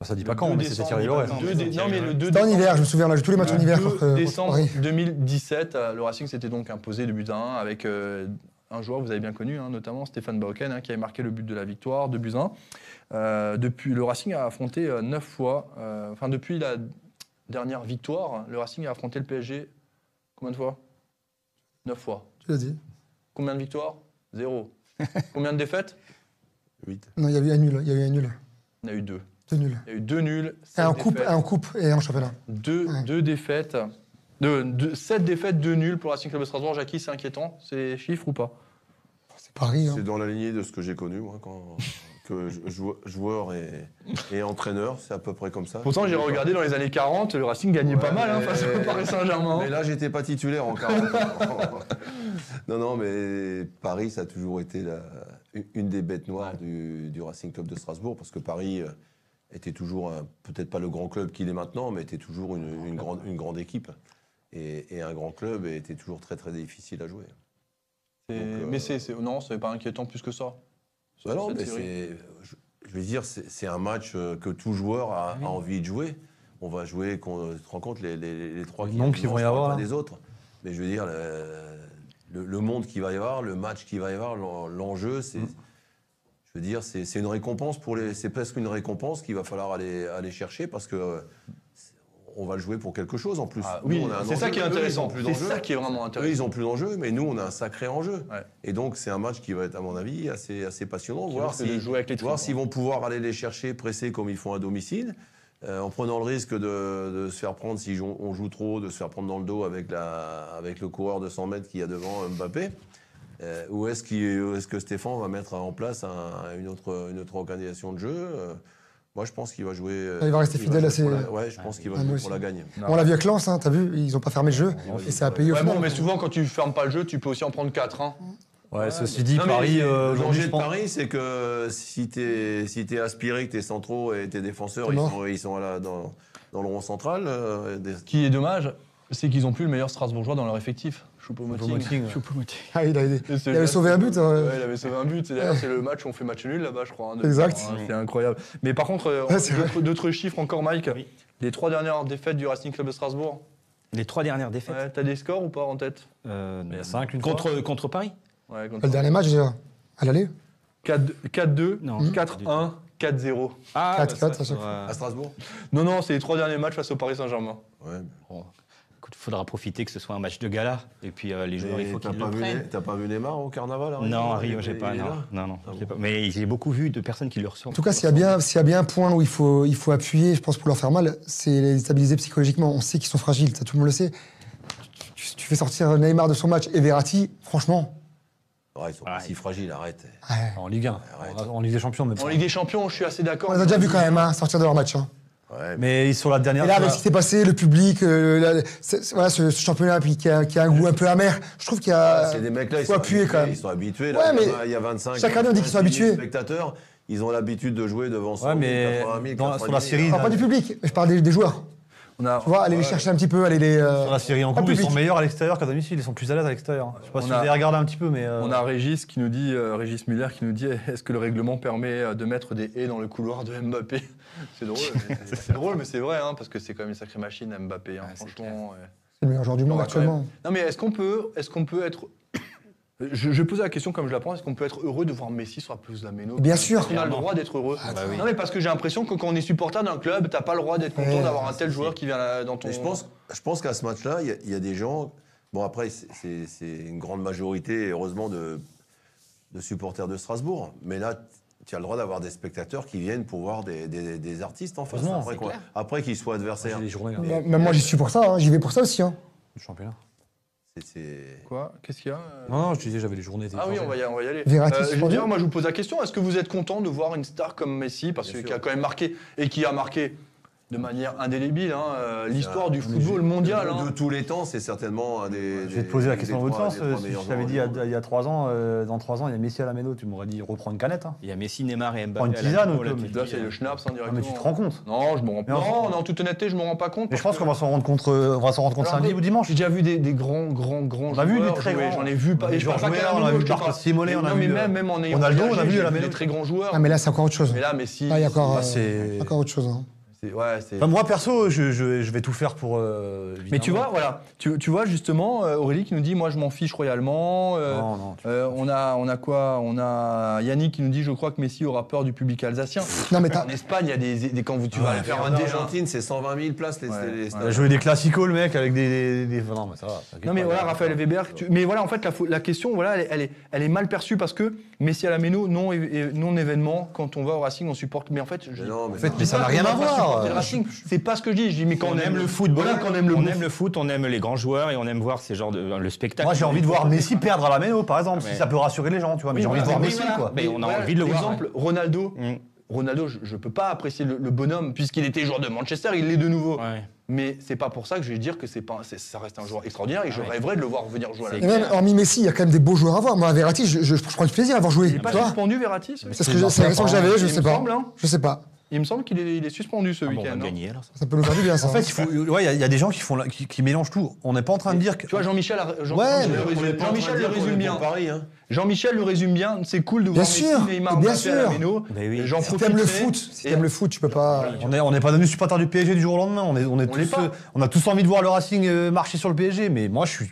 [SPEAKER 2] Ça dit
[SPEAKER 1] Le
[SPEAKER 2] pas quand,
[SPEAKER 1] 2
[SPEAKER 2] mais c'était
[SPEAKER 1] décembre,
[SPEAKER 2] Thierry Loret.
[SPEAKER 1] le
[SPEAKER 4] Lorrain.
[SPEAKER 1] 2 dé- Non, mais le 2
[SPEAKER 3] C'était en
[SPEAKER 1] décembre-
[SPEAKER 3] hiver, je me souviens, là, j'ai tous les matchs en hiver.
[SPEAKER 1] Le
[SPEAKER 3] contre, euh,
[SPEAKER 1] 2
[SPEAKER 3] contre
[SPEAKER 1] décembre
[SPEAKER 3] Paris.
[SPEAKER 1] 2017, euh, le Racing s'était donc imposé de but à 1 avec euh, un joueur que vous avez bien connu, hein, notamment Stéphane Bauken, hein, qui avait marqué le but de la victoire, 2 buts à 1. Euh, depuis, le Racing a affronté 9 fois, euh, enfin depuis la dernière victoire, le Racing a affronté le PSG combien de fois 9 fois.
[SPEAKER 3] Tu l'as dit.
[SPEAKER 1] Combien de victoires Zéro. combien de défaites
[SPEAKER 5] Huit.
[SPEAKER 3] Non, il y a eu un nul. Il y a eu un nul.
[SPEAKER 1] Il y en a eu deux.
[SPEAKER 3] Deux nuls.
[SPEAKER 1] Il y a eu deux nuls,
[SPEAKER 3] Et
[SPEAKER 1] sept
[SPEAKER 3] en coupe,
[SPEAKER 1] défaites.
[SPEAKER 3] un coupe et un championnat.
[SPEAKER 1] Deux,
[SPEAKER 3] Ouais.
[SPEAKER 1] deux défaites. De, de- sept défaites, deux nuls pour la Racing Club de Strasbourg. Jackie, c'est inquiétant, ces chiffres ou pas
[SPEAKER 3] C'est Paris. hein.
[SPEAKER 5] C'est dans la lignée de ce que j'ai connu, moi, quand, que je- jou- joueur et, et entraîneur, c'est à peu près comme ça.
[SPEAKER 1] Pourtant, j'ai regardé dans les années 40, le Racing gagnait pas
[SPEAKER 5] Ouais,
[SPEAKER 1] mal hein,
[SPEAKER 5] mais-
[SPEAKER 1] face au Paris Saint-Germain.
[SPEAKER 5] Mais là, j'étais pas titulaire en 40. non, non, mais Paris, ça a toujours été la- une des bêtes noires du, du Racing Club de Strasbourg, parce que Paris euh, était toujours, un- peut-être pas le grand club qu'il est maintenant, mais était toujours une, une grande, une grande équipe. Et, et un grand club et était toujours très, très difficile à jouer.
[SPEAKER 1] C'est-
[SPEAKER 5] Donc, euh,
[SPEAKER 1] Mais c'est, c'est- non, c'est pas inquiétant plus que ça.
[SPEAKER 5] Bah non,
[SPEAKER 1] cette
[SPEAKER 5] mais
[SPEAKER 1] série.
[SPEAKER 5] c'est- je, je veux dire, c'est c'est un match euh, que tout joueur a, a envie de jouer. On va jouer, qu'on tu te rends compte, les, les- les trois
[SPEAKER 2] Les
[SPEAKER 5] qui
[SPEAKER 2] noms qui
[SPEAKER 5] non,
[SPEAKER 2] vont y
[SPEAKER 5] je parle
[SPEAKER 2] avoir,
[SPEAKER 5] pas
[SPEAKER 2] là.
[SPEAKER 5] des autres. Mais je veux dire, le, le- le monde qui va y avoir, le match qui va y avoir, l'en- l'enjeu, c'est.
[SPEAKER 1] Mm.
[SPEAKER 5] Je veux dire, c'est c'est une récompense pour les. C'est presque une récompense qu'il va falloir aller, aller chercher parce que. euh, c'est- On va le jouer pour quelque chose en plus.
[SPEAKER 1] Ah,
[SPEAKER 5] Nous,
[SPEAKER 1] oui,
[SPEAKER 5] on a un
[SPEAKER 1] c'est ça
[SPEAKER 5] enjeu.
[SPEAKER 1] qui est
[SPEAKER 5] Eux, ils ont
[SPEAKER 1] intéressant.
[SPEAKER 5] plus
[SPEAKER 1] C'est
[SPEAKER 5] d'enjeu.
[SPEAKER 1] ça qui est vraiment
[SPEAKER 5] Eux, ils
[SPEAKER 1] intéressant.
[SPEAKER 5] ont plus d'enjeu, mais nous, on a un sacré enjeu.
[SPEAKER 1] Ouais.
[SPEAKER 5] Et donc, c'est un match qui va être, à mon avis, assez, assez passionnant. Voir
[SPEAKER 1] risque de
[SPEAKER 5] si-
[SPEAKER 1] jouer avec les
[SPEAKER 5] voir
[SPEAKER 1] tripes,
[SPEAKER 5] s'ils vont pouvoir aller les chercher, presser comme ils font à domicile, euh, en prenant le risque de, de se faire prendre, si on, on joue trop, de se faire prendre dans le dos avec, la, avec le coureur de 100 mètres qu'il y a devant Mbappé. Euh, ou est-ce est que Stéphane va mettre en place un- une, autre, une autre organisation de jeu Euh, Moi, je pense qu'il va jouer. euh,
[SPEAKER 3] Il va rester
[SPEAKER 5] jouer
[SPEAKER 3] fidèle à ses-
[SPEAKER 5] pour la- ouais, je pense qu'il va
[SPEAKER 3] Ah,
[SPEAKER 5] jouer
[SPEAKER 3] moi
[SPEAKER 5] pour
[SPEAKER 3] aussi.
[SPEAKER 5] la gagne.
[SPEAKER 1] Non.
[SPEAKER 3] On l'a vu avec Lens, hein, t'as vu, ils ont pas fermé le jeu et ça a payé au
[SPEAKER 1] Ouais,
[SPEAKER 3] final.
[SPEAKER 1] bon, mais souvent, quand tu fermes pas le jeu, tu peux aussi en prendre hein. 4.
[SPEAKER 3] Mm.
[SPEAKER 2] Ouais, ceci dit,
[SPEAKER 1] Non, mais
[SPEAKER 2] Paris,
[SPEAKER 1] c'est-
[SPEAKER 2] euh,
[SPEAKER 5] Le
[SPEAKER 2] aujourd'hui,
[SPEAKER 5] danger
[SPEAKER 2] je
[SPEAKER 5] de
[SPEAKER 2] pense.
[SPEAKER 5] Paris, c'est que si t'es si t'es aspiré, que t'es centraux et tes défenseurs,
[SPEAKER 3] C'est
[SPEAKER 5] ils
[SPEAKER 3] mort.
[SPEAKER 5] sont, ils sont à la- dans, dans le rond central. euh, des-
[SPEAKER 1] Ce qui est dommage, c'est qu'ils ont plus le meilleur Strasbourgeois dans leur effectif. Choupo-Moting.
[SPEAKER 2] Choupo-Moting, ouais.
[SPEAKER 3] Ah, il a aidé.
[SPEAKER 1] Et c'est
[SPEAKER 3] Il avait
[SPEAKER 1] juste-
[SPEAKER 3] sauvé un but, euh.
[SPEAKER 1] Ouais, il avait sauvé un but. C'est d'ailleurs, c'est le match où on fait match nul là-bas, je crois. hein, de-
[SPEAKER 3] Exact.
[SPEAKER 1] hein, c'est incroyable. Mais par contre, euh,
[SPEAKER 3] Ouais, c'est vrai.
[SPEAKER 1] d'autres- d'autres chiffres encore, Mike.
[SPEAKER 4] Oui.
[SPEAKER 1] Les trois dernières défaites du Racing Club de Strasbourg.
[SPEAKER 4] Les trois dernières défaites.
[SPEAKER 1] Ouais, T'as des scores ou pas en tête
[SPEAKER 4] Euh,
[SPEAKER 2] Il y a cinq, une
[SPEAKER 4] contre, contre Paris
[SPEAKER 1] Ouais,
[SPEAKER 3] Le dernier match déjà, à l'aller.
[SPEAKER 1] 4-2,
[SPEAKER 4] Non,
[SPEAKER 3] Hmm.
[SPEAKER 1] 4-1, 4-0.
[SPEAKER 4] Ah,
[SPEAKER 3] Quatre, quatre à chaque
[SPEAKER 5] À Strasbourg
[SPEAKER 1] Non, non, c'est les trois derniers matchs face au Paris Saint-Germain.
[SPEAKER 5] Ouais.
[SPEAKER 4] Il faudra profiter que ce soit un match de gala. Et puis euh, les joueurs, il faut
[SPEAKER 5] T'as
[SPEAKER 4] qu'ils
[SPEAKER 5] pas,
[SPEAKER 4] le
[SPEAKER 5] vu
[SPEAKER 4] prennent.
[SPEAKER 5] Ne- t'as pas vu Neymar au carnaval à Rio
[SPEAKER 4] Non, à
[SPEAKER 5] Il-
[SPEAKER 4] Rio, j'ai
[SPEAKER 5] il
[SPEAKER 4] pas,
[SPEAKER 5] est
[SPEAKER 4] non,
[SPEAKER 5] là
[SPEAKER 4] non, non,
[SPEAKER 5] Ah
[SPEAKER 4] j'ai
[SPEAKER 5] bon.
[SPEAKER 4] pas. Mais j'ai beaucoup vu de personnes qui le ressortent.
[SPEAKER 3] En tout cas, s'il y, a bien- s'il y a bien un point où il faut, il faut appuyer, je pense, pour leur faire mal, c'est les stabiliser psychologiquement. On sait qu'ils sont fragiles, ça, tout le monde le sait. Tu, tu- tu fais sortir Neymar de son match et Verratti, franchement,
[SPEAKER 5] Ouais, ils sont pas
[SPEAKER 4] Ah,
[SPEAKER 5] si fragiles, arrête.
[SPEAKER 3] Ouais.
[SPEAKER 2] euh, En Ligue 1,
[SPEAKER 5] Arrête.
[SPEAKER 2] en, en Ligue des Champions même.
[SPEAKER 1] En Ligue des Champions, je suis assez d'accord.
[SPEAKER 3] On les a déjà vus quand même hein, sortir de leur match. hein.
[SPEAKER 5] Ouais,
[SPEAKER 2] Mais sur la dernière.
[SPEAKER 3] Et là,
[SPEAKER 2] sur
[SPEAKER 3] avec
[SPEAKER 2] la-
[SPEAKER 3] ce qui s'est passé, le public, euh, la- c'est- c'est- voilà, ce, ce championnat puis qui, a, qui a un goût un peu amer, je trouve qu'il y a.
[SPEAKER 5] Ces euh, mecs-là, ils,
[SPEAKER 3] faut
[SPEAKER 5] sont
[SPEAKER 3] appuyer,
[SPEAKER 5] habitués,
[SPEAKER 3] quand même.
[SPEAKER 5] ils sont habitués.
[SPEAKER 3] Ouais,
[SPEAKER 5] Là, il y en
[SPEAKER 3] mais
[SPEAKER 5] a- il y a 25
[SPEAKER 3] chaque année, on dit qu'ils sont
[SPEAKER 5] 26 000
[SPEAKER 3] habitués.
[SPEAKER 5] spectateurs, ils ont l'habitude de jouer devant 100
[SPEAKER 2] Ouais,
[SPEAKER 5] 000,
[SPEAKER 2] mais
[SPEAKER 5] 80 000,
[SPEAKER 2] dans-
[SPEAKER 5] 90 000.
[SPEAKER 2] sur la série,
[SPEAKER 3] Je parle pas du public, mais je parle des, des joueurs.
[SPEAKER 1] On a-
[SPEAKER 3] Tu vois, aller les
[SPEAKER 1] ouais.
[SPEAKER 3] chercher un petit peu, aller les. euh,
[SPEAKER 2] sur la série en
[SPEAKER 3] pas
[SPEAKER 2] coupe, ils
[SPEAKER 3] public.
[SPEAKER 2] sont meilleurs à l'extérieur qu'à domicile, ils sont plus à l'aise à l'extérieur. Je sais pas
[SPEAKER 1] On
[SPEAKER 2] si
[SPEAKER 1] a-
[SPEAKER 2] vous avez regardé un petit peu, mais. euh,
[SPEAKER 1] On a Régis qui nous dit, euh, Régis Muller qui nous dit, eh, est-ce que le règlement permet euh, de mettre des haies dans le couloir de Mbappé C'est drôle, mais- c'est drôle, mais c'est vrai, hein, parce que c'est quand même une sacrée machine Mbappé, hein,
[SPEAKER 4] Ah, c'est
[SPEAKER 1] franchement. ouais.
[SPEAKER 3] C'est le meilleur joueur du monde
[SPEAKER 1] Ouais,
[SPEAKER 3] actuellement.
[SPEAKER 1] Non mais est-ce qu'on peut, est-ce qu'on peut être, je, je vais poser la question comme je la pense, est-ce qu'on peut être heureux de voir Messi sur la pelouse d'Ameno
[SPEAKER 3] Bien sûr.
[SPEAKER 1] On a le droit d'être heureux.
[SPEAKER 4] Bah oui.
[SPEAKER 1] Non mais parce que j'ai l'impression que quand on est supporter d'un club, t'as pas le droit d'être content
[SPEAKER 3] Ouais,
[SPEAKER 1] d'avoir un tel joueur qui vient là- dans ton.
[SPEAKER 5] Mais je pense, je pense qu'à ce match-là, il y a- il y, a des gens. Bon, après, c'est- c'est c'est une grande majorité, heureusement, de, de supporters de Strasbourg. Mais là, tu as le droit d'avoir des spectateurs qui viennent pour voir des, des- des artistes en face.
[SPEAKER 2] Heureusement,
[SPEAKER 5] après,
[SPEAKER 2] c'est
[SPEAKER 5] quoi. Après qu'ils soient
[SPEAKER 2] J'ai
[SPEAKER 5] adversaires.
[SPEAKER 2] des journées hein,
[SPEAKER 3] Bah,
[SPEAKER 5] Mais-
[SPEAKER 3] Même moi, j'y suis pour ça, hein, j'y vais pour ça aussi. hein.
[SPEAKER 2] du championnat.
[SPEAKER 5] C'est- c'est-
[SPEAKER 1] Quoi Qu'est-ce qu'il y a euh
[SPEAKER 2] Non, non, je disais, j'avais des journées. des
[SPEAKER 1] Ah oui,
[SPEAKER 2] journées.
[SPEAKER 1] on va y, on va y aller.
[SPEAKER 3] Verratti
[SPEAKER 1] je veux
[SPEAKER 3] suspendu.
[SPEAKER 1] dire, moi, je vous pose la question est-ce que vous êtes content de voir une star comme Messi, parce
[SPEAKER 5] Bien
[SPEAKER 1] que-
[SPEAKER 5] sûr.
[SPEAKER 1] qui a quand même marqué et qui a marqué de manière indélébile hein, euh, l'histoire
[SPEAKER 5] un-
[SPEAKER 1] du football mondial
[SPEAKER 5] De,
[SPEAKER 1] hein.
[SPEAKER 5] de tous les temps, c'est certainement un des.
[SPEAKER 2] Je vais te poser la
[SPEAKER 5] des-
[SPEAKER 2] question
[SPEAKER 5] des
[SPEAKER 2] dans l'autre
[SPEAKER 5] trois-
[SPEAKER 2] sens.
[SPEAKER 5] des trois
[SPEAKER 2] euh, Si
[SPEAKER 5] meilleurs
[SPEAKER 2] je t'avais
[SPEAKER 5] joueurs
[SPEAKER 2] dit il y a-
[SPEAKER 5] du monde.
[SPEAKER 2] il y a trois ans, euh, dans trois ans, il y a Messi à la méno, tu m'aurais dit reprends une canette. hein.
[SPEAKER 4] Il y a Messi, Neymar et
[SPEAKER 2] Prends
[SPEAKER 4] Mbappé.
[SPEAKER 2] une
[SPEAKER 4] à la
[SPEAKER 2] tisane
[SPEAKER 4] Juve,
[SPEAKER 2] au
[SPEAKER 4] là,
[SPEAKER 2] club,
[SPEAKER 4] tu
[SPEAKER 2] mais
[SPEAKER 4] te
[SPEAKER 1] Là,
[SPEAKER 4] dis,
[SPEAKER 1] c'est le schnapps hein,
[SPEAKER 2] Non,
[SPEAKER 1] directement.
[SPEAKER 2] mais tu te rends compte.
[SPEAKER 1] Non, je me rends pas.
[SPEAKER 2] Mais en-
[SPEAKER 1] Non, en toute honnêteté, je me rends pas compte.
[SPEAKER 2] Mais je
[SPEAKER 1] parce
[SPEAKER 2] pense
[SPEAKER 1] que-
[SPEAKER 2] qu'on va s'en rendre compte, euh, on va s'en rendre compte
[SPEAKER 1] Alors,
[SPEAKER 2] samedi
[SPEAKER 1] mais
[SPEAKER 2] ou dimanche.
[SPEAKER 1] J'ai déjà vu des, des grands, grands, grands
[SPEAKER 2] On a vu
[SPEAKER 1] joueurs
[SPEAKER 2] des très
[SPEAKER 1] jouer,
[SPEAKER 2] grands.
[SPEAKER 1] J'en ai vu
[SPEAKER 2] On
[SPEAKER 1] pas.
[SPEAKER 2] a
[SPEAKER 1] Et
[SPEAKER 2] vu
[SPEAKER 1] je parle pas
[SPEAKER 2] Georges
[SPEAKER 1] qu'à
[SPEAKER 2] Weah,
[SPEAKER 1] la
[SPEAKER 2] on a
[SPEAKER 1] Meno,
[SPEAKER 2] vu
[SPEAKER 1] je te
[SPEAKER 2] Marc
[SPEAKER 1] parle.
[SPEAKER 2] Simonet, on a
[SPEAKER 1] Non, mais
[SPEAKER 2] vu,
[SPEAKER 1] même,
[SPEAKER 2] euh,
[SPEAKER 1] même en ayant
[SPEAKER 2] Ronaldo, on a
[SPEAKER 1] regardé,
[SPEAKER 2] vu
[SPEAKER 1] j'ai
[SPEAKER 2] la Meno.
[SPEAKER 1] des très grands joueurs.
[SPEAKER 3] Ah, mais là, c'est encore autre chose.
[SPEAKER 1] Mais là, Messi.
[SPEAKER 3] Là, il y a encore,
[SPEAKER 2] Ah,
[SPEAKER 3] euh,
[SPEAKER 2] c'est-
[SPEAKER 3] encore autre chose. hein.
[SPEAKER 1] c'est- Ouais, c'est.
[SPEAKER 2] Enfin, moi perso, je, je- je vais tout faire pour. euh,
[SPEAKER 1] Mais tu vois,
[SPEAKER 2] évidemment.
[SPEAKER 1] voilà, tu, tu vois justement euh, Aurélie qui nous dit moi je m'en fiche royalement. euh,
[SPEAKER 2] Non, non. tu-
[SPEAKER 1] euh, on a on a quoi On a Yannick qui nous dit je crois que Messi aura peur du public alsacien.
[SPEAKER 3] Non, mais t'as.
[SPEAKER 1] En Espagne, il y a des, des quand vous tu
[SPEAKER 2] Ah
[SPEAKER 1] vas
[SPEAKER 2] ouais,
[SPEAKER 1] aller faire
[SPEAKER 5] En
[SPEAKER 1] un déjeuner.
[SPEAKER 2] hein.
[SPEAKER 5] Argentine, c'est 120 000 places, les,
[SPEAKER 1] Ouais,
[SPEAKER 5] les- les
[SPEAKER 1] ouais.
[SPEAKER 2] Il a
[SPEAKER 5] stades.
[SPEAKER 2] joué des classicos, le mec, avec des. des- des- Non, mais ça va. t'inquiète
[SPEAKER 1] Non mais
[SPEAKER 2] pas,
[SPEAKER 1] voilà
[SPEAKER 2] il y a-
[SPEAKER 1] Raphaël Weber. tu- mais voilà en fait la, fo- la question voilà elle, est- elle est elle est mal perçue parce que Messi à la méno non é- é- non événement quand on va au Racing on supporte mais en fait je
[SPEAKER 5] Mais non, mais
[SPEAKER 2] En fait,
[SPEAKER 5] non.
[SPEAKER 2] mais ça n'a rien à voir.
[SPEAKER 1] Le Racing c'est pas ce que je dis je dis mais quand
[SPEAKER 4] on aime le football,
[SPEAKER 1] voilà, quand on aime le bon
[SPEAKER 4] foot, on aime les grands joueurs et on aime voir ces genres de le spectacle.
[SPEAKER 2] Moi, j'ai envie de voir Messi perdre à la méno, par exemple,
[SPEAKER 4] Ah,
[SPEAKER 2] si
[SPEAKER 4] mais-
[SPEAKER 2] ça peut rassurer les gens, tu vois. Mais
[SPEAKER 1] Oui,
[SPEAKER 2] j'ai envie de
[SPEAKER 1] voilà,
[SPEAKER 2] voir
[SPEAKER 1] mais
[SPEAKER 2] Messi,
[SPEAKER 1] voilà.
[SPEAKER 2] quoi.
[SPEAKER 4] Mais on a
[SPEAKER 1] voilà,
[SPEAKER 4] envie de le voir,
[SPEAKER 1] Exemple Ronaldo
[SPEAKER 4] Mm.
[SPEAKER 1] Ronaldo, je, je peux pas apprécier le, le bonhomme puisqu'il était joueur de Manchester, il l'est de nouveau.
[SPEAKER 4] Ouais.
[SPEAKER 1] Mais c'est pas pour ça que je vais dire que c'est pas, c'est- ça reste un joueur extraordinaire et je
[SPEAKER 4] Ah ouais.
[SPEAKER 1] rêverais de le voir revenir jouer. À la
[SPEAKER 4] C'est-
[SPEAKER 3] Et même, hormis Messi, il y a quand même des beaux joueurs à voir. Moi, à Verratti, je, je- je prends du plaisir à voir jouer.
[SPEAKER 1] il est pas
[SPEAKER 3] Tu vois
[SPEAKER 1] suspendu Verratti celui-là
[SPEAKER 3] C'est ce
[SPEAKER 2] Il
[SPEAKER 3] que j'ai-
[SPEAKER 2] marque
[SPEAKER 3] c'est la question que j'avais, je
[SPEAKER 1] Il
[SPEAKER 3] sais
[SPEAKER 1] me
[SPEAKER 3] pas.
[SPEAKER 1] semble, hein.
[SPEAKER 3] Je sais pas.
[SPEAKER 1] Il me semble qu'il est, il est suspendu ce
[SPEAKER 4] Ah bon, on
[SPEAKER 1] week-end.
[SPEAKER 4] va
[SPEAKER 1] hein.
[SPEAKER 4] gagner alors. ça.
[SPEAKER 3] Ça peut nous faire du bien, ça. hein.
[SPEAKER 2] En fait, il faut- ouais, il y, a- il y a des gens qui, font la- qui, qui mélangent tout. On n'est pas en train de dire que.
[SPEAKER 1] Tu vois Jean-Michel, a- Jean-
[SPEAKER 2] Ouais,
[SPEAKER 1] Jean-Michel
[SPEAKER 2] mais
[SPEAKER 1] le
[SPEAKER 5] On est
[SPEAKER 1] résume-
[SPEAKER 5] pas en train de
[SPEAKER 1] Jean-Michel le
[SPEAKER 5] dire qu'on est
[SPEAKER 1] résume
[SPEAKER 5] pour
[SPEAKER 1] bien.
[SPEAKER 5] Paris, hein.
[SPEAKER 1] Jean-Michel le résume bien. C'est cool de
[SPEAKER 3] Bien
[SPEAKER 1] voir Messi,
[SPEAKER 3] sûr,
[SPEAKER 1] Neymar,
[SPEAKER 3] bien
[SPEAKER 1] Mbappé à la
[SPEAKER 3] sûr.
[SPEAKER 1] méno.
[SPEAKER 4] Mais oui.
[SPEAKER 1] J'en
[SPEAKER 3] Si t'aimes le
[SPEAKER 1] profiterai.
[SPEAKER 3] foot, si
[SPEAKER 1] Et-
[SPEAKER 3] t'aimes le foot, tu peux pas.
[SPEAKER 2] On est- on n'est pas devenus supporters du PSG du jour au lendemain. On, est, on, est
[SPEAKER 1] On
[SPEAKER 2] tous,
[SPEAKER 1] l'est pas.
[SPEAKER 2] euh, on a tous envie de voir le Racing euh, marcher sur le PSG. Mais moi, je suis,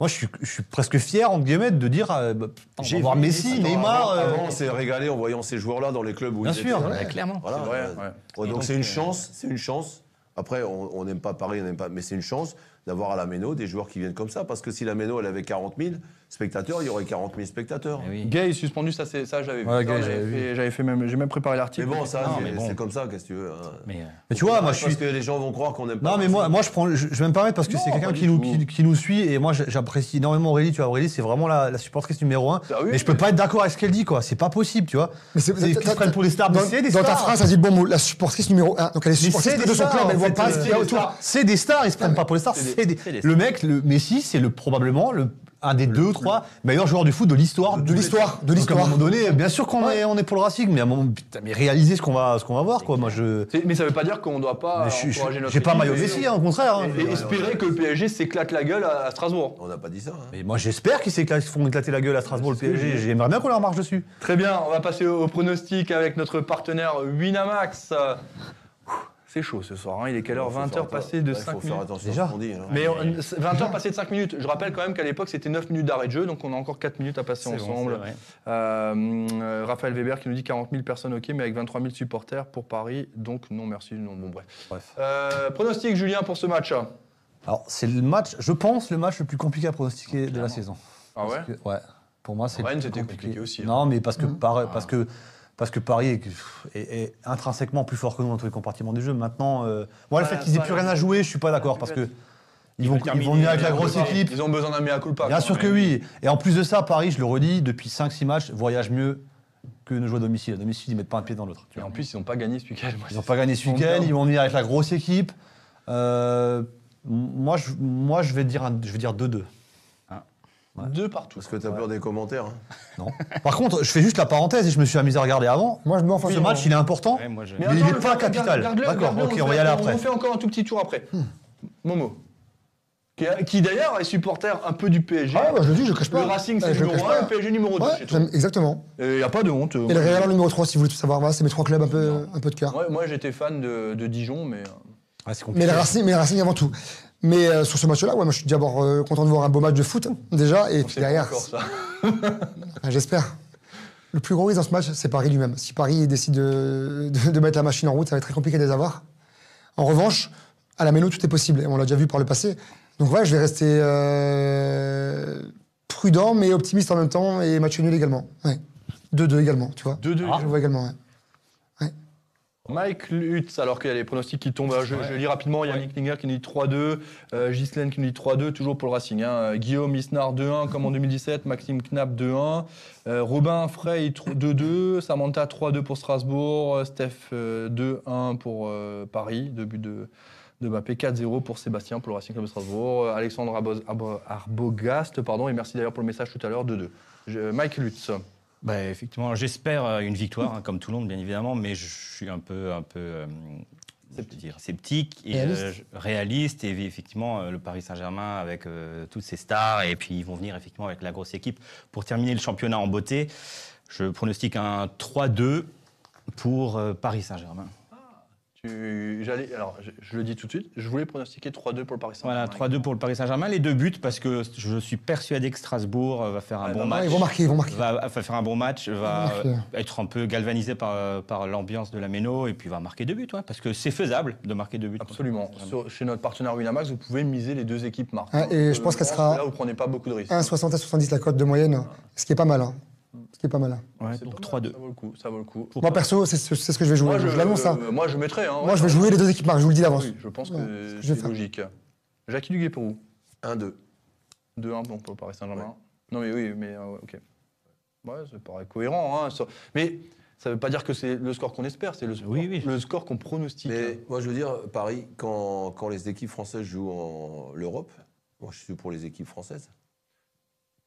[SPEAKER 2] moi, je suis, je suis presque fier, entre guillemets, de dire euh, bah, putain, on va
[SPEAKER 4] J'ai
[SPEAKER 2] voir
[SPEAKER 4] vu
[SPEAKER 2] Messi,
[SPEAKER 4] Messi.
[SPEAKER 2] Neymar.
[SPEAKER 5] Avant,
[SPEAKER 2] euh,
[SPEAKER 5] avant, on s'est régalé en voyant ces joueurs-là dans les clubs où
[SPEAKER 2] Bien
[SPEAKER 5] ils
[SPEAKER 2] sûr.
[SPEAKER 5] étaient.
[SPEAKER 4] Ouais, clairement.
[SPEAKER 5] Voilà,
[SPEAKER 1] C'est vrai,
[SPEAKER 5] euh,
[SPEAKER 1] ouais.
[SPEAKER 5] ouais, donc
[SPEAKER 4] donc,
[SPEAKER 5] c'est
[SPEAKER 4] euh,
[SPEAKER 5] une chance, c'est une chance. Après, on on n'aime pas Paris, on n'aime pas, mais c'est une chance d'avoir à la Méno des joueurs qui viennent comme ça. Parce que si la Méno, elle avait 40 000 spectateurs, il y aurait 40 000 spectateurs.
[SPEAKER 4] Mais oui.
[SPEAKER 1] Gay est suspendu, ça, c'est- ça j'avais vu.
[SPEAKER 2] Ouais,
[SPEAKER 1] Ça,
[SPEAKER 2] Gay,
[SPEAKER 1] j'avais
[SPEAKER 2] j'avais vu.
[SPEAKER 1] fait- J'avais fait même, j'ai même préparé
[SPEAKER 5] Mais
[SPEAKER 1] l'article.
[SPEAKER 5] bon, ça,
[SPEAKER 4] Non,
[SPEAKER 5] c'est
[SPEAKER 4] mais bon.
[SPEAKER 5] c'est comme ça, qu'est-ce que tu veux. hein.
[SPEAKER 4] Mais, euh,
[SPEAKER 2] mais tu vois, moi, je suis.
[SPEAKER 5] Parce que les gens vont croire qu'on n'aime pas.
[SPEAKER 2] Non, mais moi, moi je, prends, je, je vais me permettre parce que
[SPEAKER 1] Non,
[SPEAKER 2] c'est
[SPEAKER 1] pas
[SPEAKER 2] quelqu'un qui
[SPEAKER 1] du
[SPEAKER 2] nous,
[SPEAKER 1] tout.
[SPEAKER 2] qui, qui nous suit et moi j'a- j'apprécie énormément Aurélie. Tu vois, Aurélie, c'est vraiment la, la supportrice numéro un.
[SPEAKER 1] Ah oui,
[SPEAKER 2] mais je peux pas être d'accord avec ce qu'elle dit, quoi. C'est pas possible, tu vois.
[SPEAKER 3] Mais c'est-
[SPEAKER 2] C'est- Ils
[SPEAKER 3] t'as-
[SPEAKER 2] se prennent pour des stars, mais
[SPEAKER 3] Dans,
[SPEAKER 2] c'est des
[SPEAKER 3] dans ta
[SPEAKER 2] stars.
[SPEAKER 3] phrase, ça dit le bon mot. La supportrice numéro 1. Donc elle est
[SPEAKER 2] Mais
[SPEAKER 3] supportrice de son
[SPEAKER 2] stars,
[SPEAKER 3] club,
[SPEAKER 2] en
[SPEAKER 3] elle voit
[SPEAKER 2] fait,
[SPEAKER 3] pas
[SPEAKER 2] euh,
[SPEAKER 3] ce qu'il y
[SPEAKER 2] c'est
[SPEAKER 3] a
[SPEAKER 2] des
[SPEAKER 3] autour.
[SPEAKER 2] stars. C'est des stars, ils se prennent pas pour les stars.
[SPEAKER 4] C'est des-
[SPEAKER 2] c'est des-
[SPEAKER 4] c'est des
[SPEAKER 2] Le
[SPEAKER 4] stars.
[SPEAKER 2] mec, le Messi, c'est le probablement le un des deux, trois meilleurs joueurs du foot de l'histoire.
[SPEAKER 3] De l'histoire, de
[SPEAKER 2] Donc, À
[SPEAKER 3] l'histoire.
[SPEAKER 2] un moment donné, bien sûr qu'on est, on est pour le Racing, mais à un moment, putain, mais réaliser ce qu'on va, ce qu'on va voir, quoi. Moi, je,
[SPEAKER 1] C'est- Mais ça veut pas dire qu'on doit pas
[SPEAKER 2] mais je- je-
[SPEAKER 1] encourager notre
[SPEAKER 2] j'ai pas
[SPEAKER 1] équipe
[SPEAKER 2] maillot
[SPEAKER 1] et-
[SPEAKER 2] Messi, hein, au contraire. hein.
[SPEAKER 1] Et espérer que le PSG s'éclate la gueule à, à Strasbourg.
[SPEAKER 5] On n'a pas dit ça. hein.
[SPEAKER 2] Mais moi j'espère qu'ils s'éclatent- qu'ils font éclater la gueule à Strasbourg le PSG. J'aimerais bien qu'on leur marche dessus.
[SPEAKER 1] Très bien, on va passer au, au pronostic avec notre partenaire Winamax. Euh, ouh, C'est chaud ce soir, hein. il est quelle heure
[SPEAKER 5] Faut
[SPEAKER 1] 20h
[SPEAKER 5] faire
[SPEAKER 1] passées de
[SPEAKER 5] atten- ouais,
[SPEAKER 1] 5
[SPEAKER 5] faut faire
[SPEAKER 1] minutes.
[SPEAKER 5] attention
[SPEAKER 2] Déjà.
[SPEAKER 5] à ce qu'on dit. hein.
[SPEAKER 1] Mais 20h passées de 5 minutes. Je rappelle quand même qu'à l'époque c'était 9 minutes d'arrêt de jeu, donc on a encore 4 minutes à passer
[SPEAKER 4] c'est bon,
[SPEAKER 1] ensemble.
[SPEAKER 4] c'est vrai.
[SPEAKER 1] Euh, euh, Raphaël Weber qui nous dit 40 000 personnes, ok, mais avec 23 000 supporters pour Paris, donc non merci, non, bon bref.
[SPEAKER 2] Bref.
[SPEAKER 1] Euh, pronostic Julien pour ce match
[SPEAKER 2] Alors c'est le match, je pense, le match le plus compliqué à pronostiquer de la saison.
[SPEAKER 1] Ah ouais
[SPEAKER 2] Parce que- ouais. Pour moi c'est. le
[SPEAKER 1] Rennes,
[SPEAKER 2] plus
[SPEAKER 1] c'était compliqué aussi, hein. Ah.
[SPEAKER 2] Non mais parce que par- parce que parce que Paris est, est- est intrinsèquement plus fort que nous dans tous les compartiments du jeu. Maintenant, euh, moi le
[SPEAKER 1] Voilà,
[SPEAKER 2] fait qu'ils aient
[SPEAKER 1] voilà.
[SPEAKER 2] plus rien à jouer, je suis pas d'accord parce que Ils vont, ils
[SPEAKER 4] veulent
[SPEAKER 2] vont
[SPEAKER 4] terminer
[SPEAKER 2] venir
[SPEAKER 1] euh,
[SPEAKER 2] avec la
[SPEAKER 4] leur
[SPEAKER 2] grosse
[SPEAKER 4] part.
[SPEAKER 2] équipe.
[SPEAKER 1] Ils ont besoin d'un mea culpa.
[SPEAKER 2] Bien
[SPEAKER 1] quoi.
[SPEAKER 2] sûr que oui. Et en plus de ça, Paris, je le redis, depuis 5-6 matchs, voyage mieux que nos joueurs à domicile. À domicile, ils mettent pas un pied dans l'autre. tu
[SPEAKER 1] Et
[SPEAKER 2] vois.
[SPEAKER 1] en plus, ils n'ont pas gagné ce week-end. moi,
[SPEAKER 2] Ils n'ont
[SPEAKER 1] c'est-
[SPEAKER 2] pas gagné ce
[SPEAKER 1] Ils sont
[SPEAKER 2] week-end,
[SPEAKER 1] bien.
[SPEAKER 2] ils vont venir avec la grosse équipe. Euh, m- moi, je, moi, je vais dire un- je vais dire 2-2. Ouais.
[SPEAKER 1] Deux partout.
[SPEAKER 5] Parce que t'as peur des commentaires. hein.
[SPEAKER 2] Non. Par contre, je fais juste la parenthèse et je me suis amusé à regarder avant.
[SPEAKER 3] Moi, je me mets en face
[SPEAKER 2] Ce
[SPEAKER 3] de
[SPEAKER 2] match, il est important.
[SPEAKER 4] Ouais, moi, je-
[SPEAKER 2] Mais il
[SPEAKER 1] attends,
[SPEAKER 2] est
[SPEAKER 1] le-
[SPEAKER 2] pas
[SPEAKER 1] garde-
[SPEAKER 2] capital.
[SPEAKER 1] garde-le,
[SPEAKER 2] D'accord,
[SPEAKER 1] garde-le,
[SPEAKER 2] ok,
[SPEAKER 1] fait-
[SPEAKER 2] on va y aller
[SPEAKER 1] On
[SPEAKER 2] après.
[SPEAKER 1] fait encore un tout petit tour après. Hmm. Momo. Qui, a- qui, d'ailleurs est supporter un peu du PSG.
[SPEAKER 3] Ah, bah, je le dis, je cache
[SPEAKER 1] le
[SPEAKER 3] pas.
[SPEAKER 1] Racing c'est
[SPEAKER 3] Ah, je le
[SPEAKER 1] numéro
[SPEAKER 3] cache
[SPEAKER 1] 1,
[SPEAKER 3] pas.
[SPEAKER 1] le PSG numéro 2.
[SPEAKER 3] Ouais, j'aime- exactement.
[SPEAKER 1] Il n'y a pas de honte. euh,
[SPEAKER 3] Et le
[SPEAKER 1] Moi,
[SPEAKER 3] Real en
[SPEAKER 1] j'ai-
[SPEAKER 3] numéro 3, si vous voulez tout savoir, voilà, c'est mes trois clubs un peu, un peu de cœur.
[SPEAKER 1] Ouais, moi j'étais fan de, de Dijon, mais. euh,
[SPEAKER 2] Ouais, c'est
[SPEAKER 3] Mais
[SPEAKER 2] compliqué.
[SPEAKER 3] le Racing, mais le Racing avant tout. Mais euh, sur ce match-là, ouais, moi, je suis d'abord euh, content de voir un beau match de foot, hein, déjà, et
[SPEAKER 1] on
[SPEAKER 3] puis
[SPEAKER 1] sait pas
[SPEAKER 3] derrière,
[SPEAKER 1] encore ça.
[SPEAKER 3] ah, j'espère. Le plus gros risque dans ce match, c'est Paris lui-même. Si Paris décide de, de- de mettre la machine en route, ça va être très compliqué de les avoir. En revanche, à la Méno, tout est possible, et on l'a déjà vu par le passé. Donc ouais, je vais rester euh, prudent, mais optimiste en même temps, et match nul également. Ouais. 2-2 également, tu vois. Ah.
[SPEAKER 1] 2-2.
[SPEAKER 3] Je le vois également, ouais.
[SPEAKER 1] Mike Lutz, alors qu'il y a les pronostics qui tombent, je, je lis rapidement, il y a Nick Klinger qui nous dit 3-2, euh, Ghislaine qui nous dit 3-2, toujours pour le Racing. hein. Euh, Guillaume Isnard 2-1 comme en 2017, Maxime Knapp 2-1, euh, Robin Frey 3- 2-2, Samantha 3-2 pour Strasbourg, euh, Steph euh, 2-1 pour euh, Paris, deux buts de, de Mbappé, 4-0 pour Sébastien pour le Racing Club de Strasbourg, euh, Alexandre Arbo- Arbo- Arbogast, pardon, et merci d'ailleurs pour le message tout à l'heure, 2-2. Je- Mike Lutz.
[SPEAKER 4] Bah, effectivement, j'espère euh, une victoire, hein, comme tout le monde, bien évidemment, mais je suis un peu, un peu euh, je veux dire, sceptique et
[SPEAKER 3] Réaliste.
[SPEAKER 4] euh, je- réaliste. Et effectivement, euh, le Paris Saint-Germain avec euh, toutes ses stars, et puis ils vont venir effectivement avec la grosse équipe pour terminer le championnat en beauté. Je pronostique un 3-2 pour euh, Paris Saint-Germain.
[SPEAKER 1] Tu- j'allais- alors, je, je le dis tout de suite, je voulais pronostiquer 3-2 pour le Paris Saint-Germain.
[SPEAKER 4] Voilà, 3-2 pour le Paris Saint-Germain. Les deux buts, parce que je suis persuadé que Strasbourg euh, va faire un
[SPEAKER 1] Ouais,
[SPEAKER 4] bon
[SPEAKER 1] bah,
[SPEAKER 4] match.
[SPEAKER 3] Ouais, ils vont marquer, ils vont marquer.
[SPEAKER 4] va, va faire un bon match, va
[SPEAKER 3] Marquer.
[SPEAKER 4] euh, être un peu galvanisé par, euh, par l'ambiance de la méno et puis va marquer deux buts, ouais, parce que c'est faisable de marquer deux buts.
[SPEAKER 5] Ah, bah,
[SPEAKER 1] Absolument.
[SPEAKER 4] Vraiment.
[SPEAKER 1] Sur- chez notre partenaire Winamax, vous pouvez miser les deux équipes marques.
[SPEAKER 3] Ah, et je pense qu'elle sera-
[SPEAKER 1] que Là, vous prenez pas beaucoup de risques.
[SPEAKER 3] 1,60 à 70 la cote de moyenne, ce qui est pas mal. hein. Ce qui est pas mal.
[SPEAKER 4] Ouais,
[SPEAKER 1] C'est
[SPEAKER 4] donc
[SPEAKER 1] pas mal,
[SPEAKER 4] 3-2.
[SPEAKER 1] Ça vaut le coup. Ça vaut le coup.
[SPEAKER 4] Pour
[SPEAKER 3] Moi,
[SPEAKER 4] pas-
[SPEAKER 3] perso, c'est ce c'est ce que je vais jouer. je l'annonce, hein.
[SPEAKER 1] euh, moi, je mettrais. hein,
[SPEAKER 3] Moi,
[SPEAKER 1] ouais,
[SPEAKER 3] je vais
[SPEAKER 1] ça-
[SPEAKER 3] jouer les deux équipes marques, je vous le dis d'avance.
[SPEAKER 1] Oui, je pense
[SPEAKER 3] Ouais,
[SPEAKER 1] que
[SPEAKER 3] je vais
[SPEAKER 1] c'est
[SPEAKER 3] faire.
[SPEAKER 1] logique. Jackie Duguay-Pérou.
[SPEAKER 5] 1-2.
[SPEAKER 1] 2-1 bon, pour le Paris Saint-Germain.
[SPEAKER 5] Ouais.
[SPEAKER 1] Non, mais oui, mais euh, ok. Ouais, ça paraît cohérent. Hein, ça- Mais ça veut pas dire que c'est le score qu'on espère, c'est le, score-
[SPEAKER 4] Oui, oui.
[SPEAKER 1] le score qu'on pronostique. hein.
[SPEAKER 2] hein.
[SPEAKER 5] Mais moi, je veux dire, Paris, quand, quand les équipes françaises jouent en l'Europe, moi, je suis pour les équipes françaises.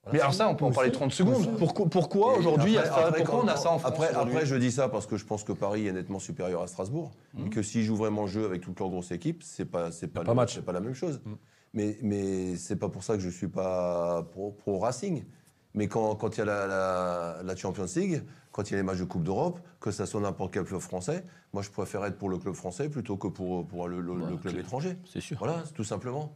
[SPEAKER 5] Voilà.
[SPEAKER 1] Mais alors ça, Ah, on peut en parler 30 secondes. Pourquoi, pourquoi aujourd'hui, il y a
[SPEAKER 5] Après-
[SPEAKER 1] ça-
[SPEAKER 5] après,
[SPEAKER 1] pourquoi
[SPEAKER 5] quand-
[SPEAKER 1] on a ça en France
[SPEAKER 5] après,
[SPEAKER 1] aujourd'hui
[SPEAKER 5] après, je dis ça parce que je pense que Paris est nettement supérieur à Strasbourg.
[SPEAKER 1] Mm.
[SPEAKER 5] Et que s'ils jouent vraiment le jeu avec toute leur grosse équipe, c'est pas, c'est pas,
[SPEAKER 2] pas
[SPEAKER 5] le-
[SPEAKER 2] match.
[SPEAKER 5] c'est pas la même chose.
[SPEAKER 1] Mm.
[SPEAKER 5] Mais, mais c'est pas pour ça que je suis pas pro, pro Racing. Mais quand quand il y a la, la- la Champions League, quand il y a les matchs de Coupe d'Europe, que ça soit n'importe quel club français, moi je préfère être pour le club français plutôt que pour, pour le,
[SPEAKER 1] Bah,
[SPEAKER 5] le- le club étranger.
[SPEAKER 4] C'est sûr.
[SPEAKER 5] Voilà, tout simplement.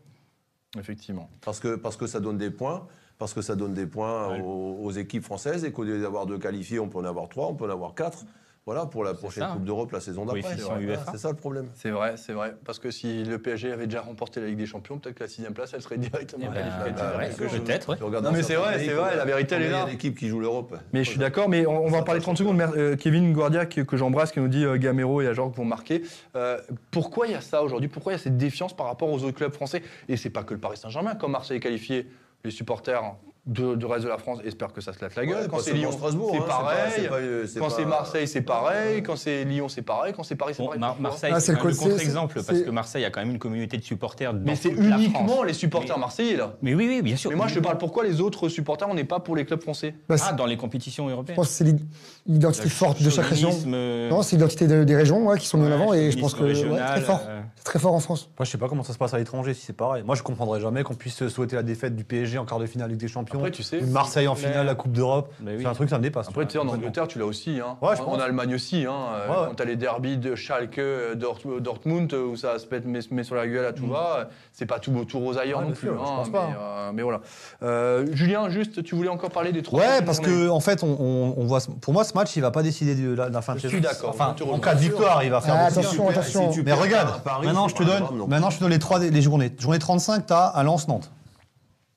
[SPEAKER 1] Effectivement.
[SPEAKER 5] Parce que, parce que ça donne des points, parce que ça donne des points aux, aux équipes françaises et qu'au lieu d'avoir deux qualifiés, on peut en avoir trois, on peut en avoir quatre. Voilà, pour la prochaine
[SPEAKER 4] ça. hein.
[SPEAKER 5] Coupe d'Europe, la saison d'après.
[SPEAKER 4] Coefficient
[SPEAKER 5] Voilà,
[SPEAKER 4] UEFA.
[SPEAKER 5] c'est ça le problème.
[SPEAKER 1] C'est vrai, c'est vrai. Parce que si le PSG avait déjà remporté la Ligue des Champions, peut-être que la sixième place, elle serait directement
[SPEAKER 4] Eh ben,
[SPEAKER 1] qualifiée.
[SPEAKER 4] bah ouais,
[SPEAKER 5] quelque chose.
[SPEAKER 4] Peut-être, ouais.
[SPEAKER 5] Tu regardes
[SPEAKER 1] Non,
[SPEAKER 5] dans
[SPEAKER 1] mais c'est
[SPEAKER 5] certains
[SPEAKER 1] vrai,
[SPEAKER 5] pays,
[SPEAKER 1] c'est vrai,
[SPEAKER 5] combien-
[SPEAKER 1] la vérité, elle est
[SPEAKER 5] combien
[SPEAKER 1] là.
[SPEAKER 5] Il y a d'équipes qui jouent l'Europe.
[SPEAKER 1] Mais je suis d'accord, mais on, on va en parler 30 secondes. Mer- euh, Kevin Guardia, que, que j'embrasse, qui nous dit euh, Gamero et Ajorg vont marquer. Euh, pourquoi il y a ça aujourd'hui Pourquoi il y a cette défiance par rapport aux autres clubs français Et c'est pas que le Paris Saint-Germain, comme Marseille est qualifié, les supporters de- du reste de la France espèrent que ça se latte la gueule.
[SPEAKER 5] Ouais,
[SPEAKER 1] quand
[SPEAKER 5] pas
[SPEAKER 1] c'est
[SPEAKER 5] seulement
[SPEAKER 1] Lyon,
[SPEAKER 5] Strasbourg,
[SPEAKER 1] c'est
[SPEAKER 5] hein,
[SPEAKER 1] pareil.
[SPEAKER 5] c'est pas- c'est pas- c'est
[SPEAKER 1] quand
[SPEAKER 5] pas-
[SPEAKER 1] c'est Marseille, c'est pareil. Quand c'est Lyon, c'est pareil. Quand c'est Paris, c'est
[SPEAKER 4] Bon,
[SPEAKER 1] pareil.
[SPEAKER 4] Mar-
[SPEAKER 1] Pourquoi
[SPEAKER 4] Marseille,
[SPEAKER 3] Ah, c'est
[SPEAKER 4] c'est quand
[SPEAKER 3] le
[SPEAKER 4] même le
[SPEAKER 3] côté,
[SPEAKER 4] contre-exemple,
[SPEAKER 3] c'est-
[SPEAKER 4] parce
[SPEAKER 3] c'est-
[SPEAKER 4] que Marseille a quand même une communauté de supporters.
[SPEAKER 1] Mais
[SPEAKER 4] dans
[SPEAKER 1] c'est
[SPEAKER 4] toute la
[SPEAKER 1] uniquement
[SPEAKER 4] France.
[SPEAKER 1] les supporters
[SPEAKER 4] Mais-
[SPEAKER 1] marseillais, là.
[SPEAKER 4] Mais oui, oui, bien sûr.
[SPEAKER 1] Mais moi, je te parle pourquoi les autres supporters, on n'est pas pour les clubs français.
[SPEAKER 3] Bah, c'est-
[SPEAKER 4] Ah, dans les compétitions
[SPEAKER 3] Je
[SPEAKER 4] européennes.
[SPEAKER 3] pense que c'est l'id- l'identité
[SPEAKER 4] Le
[SPEAKER 3] forte de chaque région.
[SPEAKER 4] chauvinisme, euh,
[SPEAKER 3] Non, c'est l'identité de- des régions ouais, qui sont mises en
[SPEAKER 4] ouais,
[SPEAKER 3] avant et je
[SPEAKER 4] chauvinisme
[SPEAKER 3] pense que ouais, c'est très
[SPEAKER 4] régional,
[SPEAKER 3] fort.
[SPEAKER 4] euh,
[SPEAKER 3] C'est très fort en France.
[SPEAKER 2] Moi, je sais pas comment ça se passe à l'étranger, si c'est pareil. Moi, je comprendrais jamais qu'on puisse souhaiter la défaite du PSG en quart de finale Ligue des Champions,
[SPEAKER 1] Après, tu sais,
[SPEAKER 2] ou de Marseille en finale, la Coupe d'Europe.
[SPEAKER 4] Mais oui.
[SPEAKER 2] C'est un truc, ça me dépasse.
[SPEAKER 1] Après, tu sais, en
[SPEAKER 2] Complètement.
[SPEAKER 1] Angleterre, tu l'as aussi. Hein.
[SPEAKER 2] Ouais, je
[SPEAKER 1] en,
[SPEAKER 2] pense.
[SPEAKER 1] en Allemagne aussi. Hein. Euh,
[SPEAKER 2] Ouais, ouais.
[SPEAKER 1] Quand t'as les derbys de Schalke, euh, Dort- euh, Dortmund, euh, où ça se pète, met, met sur la gueule à
[SPEAKER 4] Mm.
[SPEAKER 1] tout va, euh, c'est pas tout beau, tout rose ailleurs
[SPEAKER 2] Ouais,
[SPEAKER 1] non
[SPEAKER 2] bien
[SPEAKER 1] plus.
[SPEAKER 2] sûr, je
[SPEAKER 1] hein,
[SPEAKER 2] pense
[SPEAKER 1] mais,
[SPEAKER 2] pas.
[SPEAKER 1] euh, mais voilà. Euh, Julien, juste, tu voulais encore parler des trois.
[SPEAKER 2] Ouais,
[SPEAKER 1] prochaines
[SPEAKER 2] parce que
[SPEAKER 1] journées.
[SPEAKER 2] en fait, on, on- on voit. ce- Pour moi, ce match, il va pas décider de la, de la fin
[SPEAKER 1] Je
[SPEAKER 2] de saison.
[SPEAKER 1] suis d'accord,
[SPEAKER 2] Enfin,
[SPEAKER 1] je te
[SPEAKER 2] en
[SPEAKER 1] rejoins.
[SPEAKER 2] cas de victoire, il va faire.
[SPEAKER 3] Ah,
[SPEAKER 2] décider.
[SPEAKER 3] attention, attention.
[SPEAKER 5] si tu
[SPEAKER 2] Mais
[SPEAKER 5] perds
[SPEAKER 2] regarde,
[SPEAKER 5] à Paris,
[SPEAKER 2] maintenant, je te
[SPEAKER 5] c'est pas
[SPEAKER 2] donne,
[SPEAKER 5] grave non plus.
[SPEAKER 2] maintenant, je te donne les trois, les journées. Journée 35, t'as à Lens Nantes,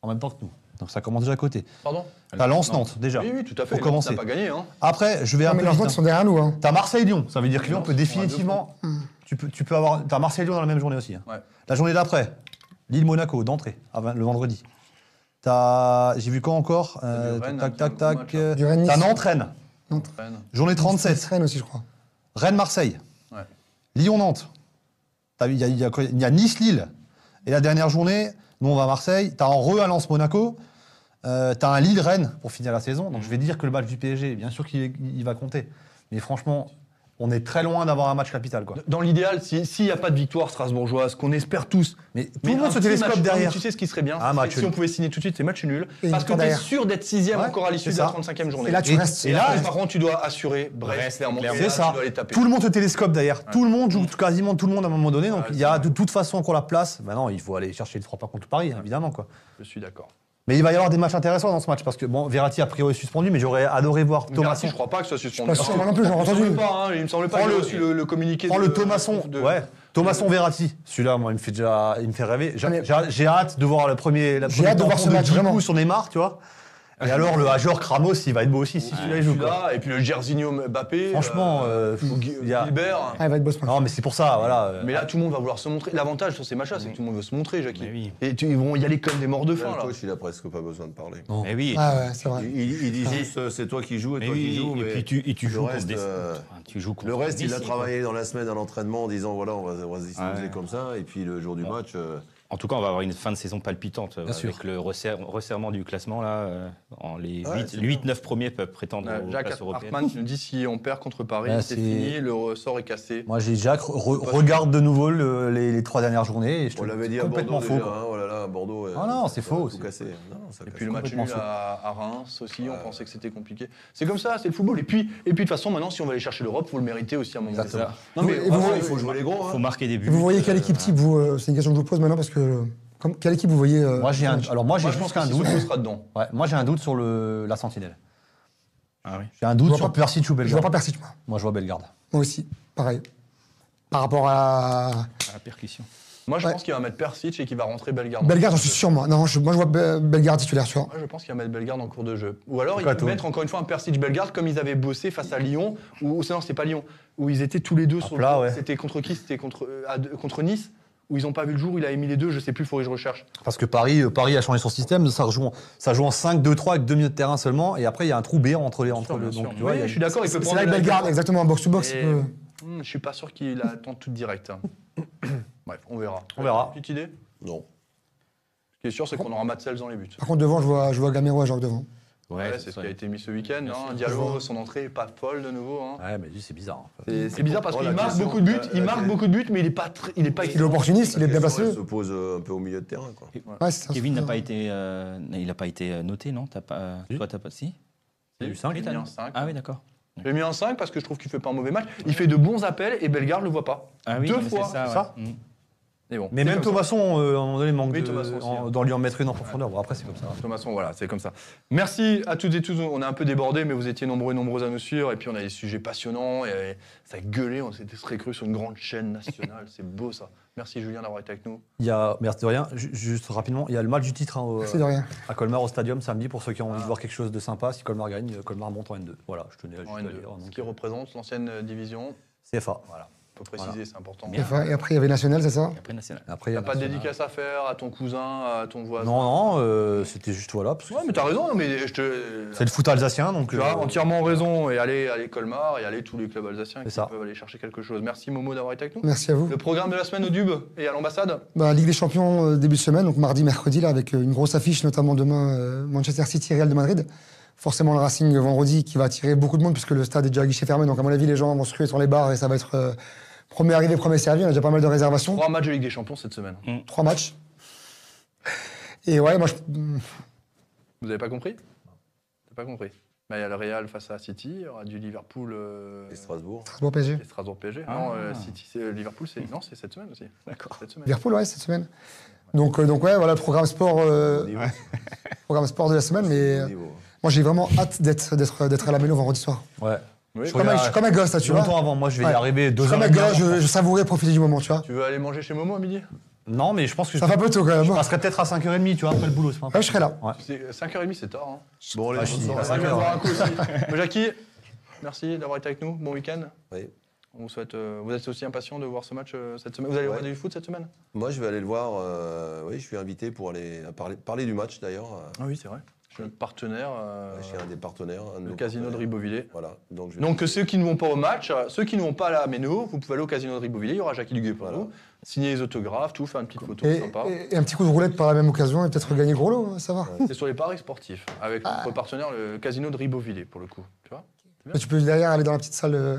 [SPEAKER 2] en même temps que nous. Donc ça commence déjà à côté.
[SPEAKER 1] Pardon
[SPEAKER 2] T'as Lens Nantes déjà.
[SPEAKER 1] Oui, oui, tout à fait. Non,
[SPEAKER 2] Pour
[SPEAKER 1] t'as
[SPEAKER 2] commencer.
[SPEAKER 1] pas gagné. Hein.
[SPEAKER 2] Après, je vais
[SPEAKER 3] Non,
[SPEAKER 2] un
[SPEAKER 3] mais
[SPEAKER 2] peu
[SPEAKER 3] leurs
[SPEAKER 2] vite,
[SPEAKER 3] votes
[SPEAKER 2] hein.
[SPEAKER 3] sont Hmm. derrière nous. Hein.
[SPEAKER 2] T'as Marseille-Lyon, ça veut dire que Lyon peut
[SPEAKER 1] deux
[SPEAKER 2] définitivement. Tu peux, tu peux avoir. T'as Marseille-Lyon dans la même journée aussi. hein.
[SPEAKER 1] Ouais.
[SPEAKER 2] La journée d'après, Lille-Monaco d'entrée, à vingt- le vendredi. T'as- J'ai vu quand encore Euh,
[SPEAKER 1] du Rennes,
[SPEAKER 2] Tac,
[SPEAKER 1] un
[SPEAKER 2] tac,
[SPEAKER 1] petit
[SPEAKER 2] tac.
[SPEAKER 1] match,
[SPEAKER 2] euh,
[SPEAKER 3] Du Rennes,
[SPEAKER 2] T'as
[SPEAKER 3] Nice.
[SPEAKER 2] Nantes-Rennes,
[SPEAKER 1] Rennes.
[SPEAKER 2] journée 37.
[SPEAKER 3] Rennes aussi, je crois.
[SPEAKER 2] Rennes-Marseille.
[SPEAKER 1] Ouais.
[SPEAKER 2] Lyon-Nantes. T'as vu, Il y a, il y a quoi Il y a Nice-Lille. Et la dernière journée, nous on va à Marseille. T'as en re à Lens-Monaco. Euh, T'as un Lille-Rennes pour finir la saison. Donc je vais dire que le match du PSG, bien sûr qu'il il va compter. Mais franchement, on est très loin d'avoir un match capital. Quoi.
[SPEAKER 1] Dans l'idéal, si- s'il n'y a pas de victoire strasbourgeoise, qu'on espère tous.
[SPEAKER 2] Mais tout
[SPEAKER 1] mais
[SPEAKER 2] le
[SPEAKER 1] un
[SPEAKER 2] monde se
[SPEAKER 1] petit
[SPEAKER 2] télescope
[SPEAKER 1] match-
[SPEAKER 2] derrière.
[SPEAKER 1] Ah, mais Tu sais ce qui serait bien
[SPEAKER 2] Un
[SPEAKER 1] c'est
[SPEAKER 2] match
[SPEAKER 1] Si
[SPEAKER 2] nul.
[SPEAKER 1] on pouvait signer tout de suite, c'est match nul.
[SPEAKER 3] Et
[SPEAKER 1] Parce que
[SPEAKER 3] pas
[SPEAKER 1] t'es
[SPEAKER 3] derrière.
[SPEAKER 1] sûr d'être sixième
[SPEAKER 2] Ouais,
[SPEAKER 1] encore à l'issue
[SPEAKER 2] c'est
[SPEAKER 1] de la
[SPEAKER 2] ça.
[SPEAKER 1] 35e journée.
[SPEAKER 3] Et là, tu
[SPEAKER 2] Et-
[SPEAKER 3] restes.
[SPEAKER 2] et là,
[SPEAKER 1] par contre, tu dois assurer Brest,
[SPEAKER 4] Brest,
[SPEAKER 1] Clermont.
[SPEAKER 4] Clermont.
[SPEAKER 1] Et
[SPEAKER 2] C'est
[SPEAKER 1] là,
[SPEAKER 2] ça.
[SPEAKER 1] Tu dois les taper.
[SPEAKER 2] Tout le monde se télescope derrière. Tout le monde joue quasiment tout le monde à un moment donné. Donc
[SPEAKER 1] Ouais,
[SPEAKER 2] il y a de toute façon encore la place. Maintenant, il faut aller chercher le 3 par contre Paris, évidemment. Quoi.
[SPEAKER 1] Je suis d'accord.
[SPEAKER 2] Mais il va y avoir des matchs intéressants dans ce match parce que bon, Verratti a priori est suspendu, mais j'aurais adoré voir
[SPEAKER 1] Thomasson,
[SPEAKER 2] Thomasson.
[SPEAKER 1] je crois pas que ce soit suspendu.
[SPEAKER 3] Je suis pas
[SPEAKER 1] Parce
[SPEAKER 3] sûr,
[SPEAKER 1] que-
[SPEAKER 3] moi non plus, j'ai
[SPEAKER 1] il me semble
[SPEAKER 3] entendu.
[SPEAKER 1] pas, hein, Il me semble pas
[SPEAKER 2] Prends
[SPEAKER 1] qu'il a
[SPEAKER 2] le-
[SPEAKER 1] reçu le, le communiqué.
[SPEAKER 2] Prends
[SPEAKER 1] de-
[SPEAKER 2] le Thomasson.
[SPEAKER 1] de-
[SPEAKER 2] ouais. Thomasson Verratti. Celui-là, moi, il me fait déjà, il me fait rêver. J'a-
[SPEAKER 3] Mais-
[SPEAKER 2] j'a- J'ai hâte de voir le premier. la
[SPEAKER 3] J'ai
[SPEAKER 2] première
[SPEAKER 3] hâte de voir
[SPEAKER 2] rencontre
[SPEAKER 3] ce match,
[SPEAKER 2] Giroud
[SPEAKER 3] vraiment.
[SPEAKER 2] sur Neymar, tu vois. Et alors le Ajor Kramos, il va être beau aussi si celui-là Ah, il joue. quoi.
[SPEAKER 1] Celui-là, et puis le Jerzinho Mbappé.
[SPEAKER 2] Franchement,
[SPEAKER 1] euh,
[SPEAKER 2] euh,
[SPEAKER 1] Gui-
[SPEAKER 2] il y a-
[SPEAKER 1] Gilbert.
[SPEAKER 3] Ah, il va être beau ce match.
[SPEAKER 2] non mais c'est pour ça, voilà. euh,
[SPEAKER 1] Mais là, tout le monde va vouloir se montrer. L'avantage sur ces matchs-là, c'est que tout le monde veut se montrer, Jackie.
[SPEAKER 4] Mais oui.
[SPEAKER 1] Et tu- ils vont y aller comme des morts de
[SPEAKER 5] Là,
[SPEAKER 1] faim,
[SPEAKER 5] le
[SPEAKER 1] là.
[SPEAKER 5] coach, il a presque pas besoin de parler.
[SPEAKER 4] Mais Eh oui.
[SPEAKER 3] Ah ouais, c'est vrai.
[SPEAKER 5] Il, il- il dit juste, euh, c'est toi qui joues et
[SPEAKER 4] Mais
[SPEAKER 5] toi
[SPEAKER 4] oui,
[SPEAKER 5] qui joues.
[SPEAKER 4] et
[SPEAKER 5] mais
[SPEAKER 4] puis tu, et tu
[SPEAKER 5] le
[SPEAKER 4] joues contre
[SPEAKER 5] reste,
[SPEAKER 4] des-
[SPEAKER 5] euh,
[SPEAKER 4] enfin, tu joues contre
[SPEAKER 5] Le reste, il a
[SPEAKER 4] Messi, quoi.
[SPEAKER 5] travaillé dans la semaine à l'entraînement en disant voilà, on va, on va se disposer
[SPEAKER 4] Ouais.
[SPEAKER 5] comme ça. Et puis le jour du
[SPEAKER 4] Bon.
[SPEAKER 5] match, euh,
[SPEAKER 4] En tout cas, on va avoir une fin de saison palpitante avec
[SPEAKER 2] sûr.
[SPEAKER 4] le resserre- resserrement du classement là. euh, en les
[SPEAKER 5] Ouais, c'est
[SPEAKER 4] 8-9 premiers peuvent prétendre
[SPEAKER 1] Euh,
[SPEAKER 4] aux
[SPEAKER 1] Jacques
[SPEAKER 4] places européennes.
[SPEAKER 1] Hartmann nous dit si on perd contre Paris,
[SPEAKER 3] Bah,
[SPEAKER 2] Là,
[SPEAKER 1] c'est
[SPEAKER 2] c'est-
[SPEAKER 1] fini, le ressort est cassé.
[SPEAKER 2] Moi, j'ai Jacques re- regarde de nouveau le- les, les trois dernières journées. Et je
[SPEAKER 5] on
[SPEAKER 2] te-
[SPEAKER 5] l'avait dit à
[SPEAKER 2] complètement
[SPEAKER 5] Bordeaux.
[SPEAKER 2] faux.
[SPEAKER 5] déjà,
[SPEAKER 2] quoi.
[SPEAKER 5] hein, oh là là, à Bordeaux.
[SPEAKER 2] Ah
[SPEAKER 5] euh,
[SPEAKER 2] non,
[SPEAKER 5] ça
[SPEAKER 2] c'est
[SPEAKER 5] va
[SPEAKER 2] faux,
[SPEAKER 5] Tout
[SPEAKER 2] c'est-
[SPEAKER 5] cassé. Non, non,
[SPEAKER 1] Et
[SPEAKER 5] ça casse
[SPEAKER 1] puis le match
[SPEAKER 2] complètement
[SPEAKER 1] nul
[SPEAKER 2] faux.
[SPEAKER 1] à, à Reims aussi, on pensait que c'était compliqué. C'est comme ça, c'est le football. Et puis, et puis de toute façon, maintenant, si on va aller chercher l'Europe, faut le mériter aussi à un moment. donné.
[SPEAKER 2] Exactement.
[SPEAKER 1] Non, mais
[SPEAKER 5] pas.
[SPEAKER 3] Et vous-
[SPEAKER 5] Après, il faut jouer les gros.
[SPEAKER 4] Il
[SPEAKER 5] hein.
[SPEAKER 4] faut marquer des buts.
[SPEAKER 3] Et vous voyez quelle
[SPEAKER 4] euh,
[SPEAKER 3] équipe type vous euh, C'est une question que je vous pose maintenant parce que euh, comme- quelle équipe vous voyez euh,
[SPEAKER 2] Moi, j'ai un, alors moi, j'ai
[SPEAKER 1] moi, je pense
[SPEAKER 2] juste
[SPEAKER 1] qu'un
[SPEAKER 2] un doute.
[SPEAKER 1] doute sera dedans.
[SPEAKER 2] Ouais, moi, j'ai un doute sur le, la Sentinelle.
[SPEAKER 4] Ah oui.
[SPEAKER 2] J'ai un doute
[SPEAKER 3] vois
[SPEAKER 2] sur
[SPEAKER 3] pas-
[SPEAKER 2] Persic ou
[SPEAKER 3] Je vois
[SPEAKER 2] Bellegarde.
[SPEAKER 3] pas Persic, moi.
[SPEAKER 2] Moi, je vois Bellegarde.
[SPEAKER 3] Moi aussi, pareil. Par rapport à
[SPEAKER 4] à la percussion.
[SPEAKER 1] Moi, je
[SPEAKER 3] Ouais.
[SPEAKER 1] pense qu'il va mettre Persic et qu'il va rentrer Bellegarde.
[SPEAKER 3] Bellegarde, j'en suis sûr, moi. Non, je- moi je vois Be- Bellegarde titulaire, sûr.
[SPEAKER 1] Moi, je pense qu'il va mettre Bellegarde en cours de jeu. Ou alors, il
[SPEAKER 2] Pourquoi
[SPEAKER 1] va
[SPEAKER 2] toi
[SPEAKER 1] mettre encore une fois un Persic Bellegarde comme ils avaient bossé face à Lyon. Ou ou- non, c'était pas Lyon. Où ils étaient tous les deux
[SPEAKER 2] À
[SPEAKER 1] sur
[SPEAKER 2] plat,
[SPEAKER 1] le
[SPEAKER 2] ouais.
[SPEAKER 1] C'était contre qui C'était contre, euh, à deux- contre Nice Où ils n'ont pas vu le jour, où il avait mis les deux, je sais plus, il faudrait que je recherche.
[SPEAKER 2] Parce que Paris, euh, Paris a changé son système, ça joue en, ça joue en 5-2-3 avec 2 minutes de terrain seulement, et après il y a un trou béant entre les. Entre le, donc, tu vois, il y
[SPEAKER 1] Oui,
[SPEAKER 2] a-
[SPEAKER 1] je suis d'accord, il peut
[SPEAKER 3] C'est
[SPEAKER 1] prendre.
[SPEAKER 3] là que
[SPEAKER 1] la-
[SPEAKER 3] Bellegarde, exactement, box to box.
[SPEAKER 1] Et-
[SPEAKER 3] il peut-
[SPEAKER 1] Hmm, je suis pas sûr qu'il attend toute directe. hein. Bref, on verra.
[SPEAKER 2] On verra.
[SPEAKER 1] Petite idée
[SPEAKER 5] Non.
[SPEAKER 1] Ce qui est sûr, c'est qu'on aura Matzels dans les buts.
[SPEAKER 3] Par contre, devant, je vois, je vois Gamero à Jacques devant.
[SPEAKER 1] Ouais,
[SPEAKER 4] Euh, Ouais,
[SPEAKER 1] c'est ce
[SPEAKER 4] ça.
[SPEAKER 1] qui a été mis ce week-end.
[SPEAKER 4] Bien
[SPEAKER 1] Hein.
[SPEAKER 4] sûr.
[SPEAKER 1] Diallo, son entrée est pas folle de nouveau. hein.
[SPEAKER 2] Ouais, mais c'est bizarre. hein.
[SPEAKER 1] C'est c'est bizarre parce
[SPEAKER 5] Oh,
[SPEAKER 1] qu'il
[SPEAKER 5] la
[SPEAKER 1] marque
[SPEAKER 5] question,
[SPEAKER 1] beaucoup de buts,
[SPEAKER 5] la-
[SPEAKER 1] il
[SPEAKER 5] la-
[SPEAKER 1] marque beaucoup de buts, mais il est pas, tr- il est pas.
[SPEAKER 3] Il est opportuniste, il est bien
[SPEAKER 5] La
[SPEAKER 3] placé.
[SPEAKER 5] question, elle se pose euh, un peu au milieu de terrain. Quoi.
[SPEAKER 3] Ouais, c'est ça.
[SPEAKER 4] Kevin n'a pas été, euh, il n'a pas été euh, noté, non T'as pas, euh,
[SPEAKER 2] Si.
[SPEAKER 4] toi t'as pas, si
[SPEAKER 2] Il y a eu cinq,
[SPEAKER 4] Oui,
[SPEAKER 1] J'ai
[SPEAKER 4] t'as-
[SPEAKER 1] mis un 5.
[SPEAKER 4] Ah oui, d'accord.
[SPEAKER 1] J'ai mis un 5 parce que je trouve qu'il fait pas un mauvais match. Il fait de bons appels et Bellegarde le voit pas.
[SPEAKER 4] Ah oui,
[SPEAKER 1] Deux
[SPEAKER 4] non, mais
[SPEAKER 1] fois,
[SPEAKER 4] c'est ça.
[SPEAKER 2] c'est
[SPEAKER 4] ouais.
[SPEAKER 2] ça
[SPEAKER 4] Mm.
[SPEAKER 1] Mais bon.
[SPEAKER 2] Mais
[SPEAKER 1] c'est
[SPEAKER 2] même
[SPEAKER 1] comme ça.
[SPEAKER 2] Thomasson, euh, à un moment donné, manque
[SPEAKER 1] Oui,
[SPEAKER 2] de-
[SPEAKER 1] Thomasson aussi,
[SPEAKER 2] en-
[SPEAKER 1] hein.
[SPEAKER 2] d'en lui en mettre une en profondeur. Bon, après, c'est comme ça.
[SPEAKER 1] Thomasson, voilà, c'est comme ça. Merci à toutes et tous. On a un peu débordé, mais vous étiez nombreux et nombreuses à nous suivre. Et puis, on a des sujets passionnants. Et ça gueulait. On s'était très cru sur une grande chaîne nationale. c'est beau, ça. Merci, Julien, d'avoir été avec nous.
[SPEAKER 2] Il y a, merci de rien, ju- juste rapidement, il y a le match du titre hein, au-
[SPEAKER 3] C'est de rien.
[SPEAKER 2] à Colmar au stadium samedi pour ceux qui ont
[SPEAKER 1] Ah.
[SPEAKER 2] envie de voir quelque chose de sympa. Si Colmar gagne, euh, Colmar monte en N2. Voilà, je tenais à juste
[SPEAKER 1] En
[SPEAKER 2] à
[SPEAKER 1] N2,
[SPEAKER 2] dire,
[SPEAKER 1] ce
[SPEAKER 2] donc,
[SPEAKER 1] qui
[SPEAKER 2] euh,
[SPEAKER 1] représente l'ancienne euh, division.
[SPEAKER 2] CFA.
[SPEAKER 1] Voilà. Faut préciser,
[SPEAKER 2] Voilà.
[SPEAKER 1] c'est important.
[SPEAKER 4] Mais
[SPEAKER 1] T'as
[SPEAKER 3] Et après, il y avait National, c'est ça
[SPEAKER 4] Et Après national.
[SPEAKER 2] Après, il y a
[SPEAKER 1] pas de
[SPEAKER 2] National.
[SPEAKER 1] dédicace à faire à ton cousin, à ton voisin.
[SPEAKER 2] Non, non, euh, c'était juste voilà. Parce que
[SPEAKER 1] Ouais, mais t'as raison. Mais je te.
[SPEAKER 2] C'est le foot alsacien, donc.
[SPEAKER 1] Tu
[SPEAKER 2] euh,
[SPEAKER 1] as entièrement raison. Et aller aller Colmar et aller tous les clubs alsaciens
[SPEAKER 2] C'est
[SPEAKER 1] qui
[SPEAKER 2] ça.
[SPEAKER 1] peuvent aller chercher quelque chose. Merci, Momo, d'avoir été avec nous.
[SPEAKER 3] Merci à vous.
[SPEAKER 1] Le programme de la semaine au Dube et à l'ambassade
[SPEAKER 3] Bah, Ligue des Champions euh, début de semaine, donc mardi, mercredi, là, avec euh, une grosse affiche, notamment demain euh, Manchester City, Real de Madrid. Forcément le Racing euh, vendredi qui va attirer beaucoup de monde puisque le stade est déjà à guichet fermé, donc à mon avis les gens vont se ruer sur les bars et ça va être euh, premier arrivé, premier servi. On a déjà pas mal de réservations, trois,
[SPEAKER 1] Trois matchs de Ligue des Champions cette semaine.
[SPEAKER 3] matchs. Et ouais, moi je,
[SPEAKER 1] Vous avez pas compris T'as pas compris Bah, Il y a le Real face à City, il y aura du Liverpool euh,
[SPEAKER 5] Et Strasbourg.
[SPEAKER 3] Strasbourg PSG.
[SPEAKER 1] et Strasbourg PSG.
[SPEAKER 4] Ah.
[SPEAKER 1] Non, euh, City, c'est- Liverpool, c'est non, c'est cette semaine aussi. D'accord. Cette semaine.
[SPEAKER 3] Liverpool ouais cette semaine. Donc euh, donc ouais voilà programme sport euh,
[SPEAKER 5] Au niveau.
[SPEAKER 3] programme sport de la semaine, mais
[SPEAKER 5] Au
[SPEAKER 3] euh,
[SPEAKER 5] niveau.
[SPEAKER 3] moi j'ai vraiment hâte d'être d'être d'être à la Mélo vendredi soir.
[SPEAKER 2] Ouais.
[SPEAKER 1] Oui.
[SPEAKER 2] Je
[SPEAKER 3] Comme un- Je suis comme un gosse là, Ah, tu
[SPEAKER 2] Tu
[SPEAKER 3] vois.
[SPEAKER 2] longtemps avant, moi je vais
[SPEAKER 3] Ouais.
[SPEAKER 2] y arriver
[SPEAKER 3] Je
[SPEAKER 2] deux
[SPEAKER 3] suis
[SPEAKER 2] heures.
[SPEAKER 3] Comme un
[SPEAKER 2] et demie
[SPEAKER 3] gosse,
[SPEAKER 2] avant.
[SPEAKER 3] je, je savourais, profiter du moment, tu vois.
[SPEAKER 1] Tu veux aller manger chez Momo à midi
[SPEAKER 2] Non, mais je pense que je,
[SPEAKER 3] Ça fait un peu tôt quand même. hein.
[SPEAKER 2] je passerai peut-être à 5h30, tu vois, après le boulot. c'est pas un
[SPEAKER 3] Ouais, je serai là.
[SPEAKER 2] Ouais.
[SPEAKER 1] C'est 5h30, c'est tard. Hein.
[SPEAKER 5] Bon, les
[SPEAKER 2] Ah, je suis
[SPEAKER 5] bonsoirs.
[SPEAKER 2] à cinq
[SPEAKER 1] Je vais
[SPEAKER 2] heures.
[SPEAKER 1] boire un coup aussi. Bon, Jackie, merci d'avoir été avec nous. Bon week-end.
[SPEAKER 5] Oui.
[SPEAKER 1] On vous souhaite. euh, vous êtes aussi impatient de voir ce match euh, cette semaine. Vous allez
[SPEAKER 5] Ouais.
[SPEAKER 1] regarder du foot cette semaine
[SPEAKER 5] Moi, je vais aller le voir. euh, oui, je suis invité pour aller à parler, parler du match d'ailleurs. euh,
[SPEAKER 1] Ah oui, c'est vrai. Je suis notre partenaire. euh,
[SPEAKER 5] chez un des partenaires. un de
[SPEAKER 1] le
[SPEAKER 5] nos
[SPEAKER 1] casino de
[SPEAKER 5] partenaires.
[SPEAKER 1] Ribeauvillé.
[SPEAKER 5] Voilà. Donc, je vais-
[SPEAKER 1] Donc euh, ceux qui ne vont pas au match, euh, ceux qui ne vont pas là à Méno, vous pouvez aller au casino de Ribeauvillé, il y aura Jackie Duguay pour
[SPEAKER 5] Voilà.
[SPEAKER 1] vous, signer les autographes, tout, faire une petite photo
[SPEAKER 3] Et,
[SPEAKER 1] sympa.
[SPEAKER 3] et- et un petit coup de roulette par la même occasion et peut-être gagner gros lot, hein, ça va.
[SPEAKER 1] C'est sur les paris sportifs, avec
[SPEAKER 3] Ah.
[SPEAKER 1] notre partenaire le casino de Ribeauvillé pour le coup. Tu vois
[SPEAKER 3] Mais tu peux derrière aller dans la petite salle. euh,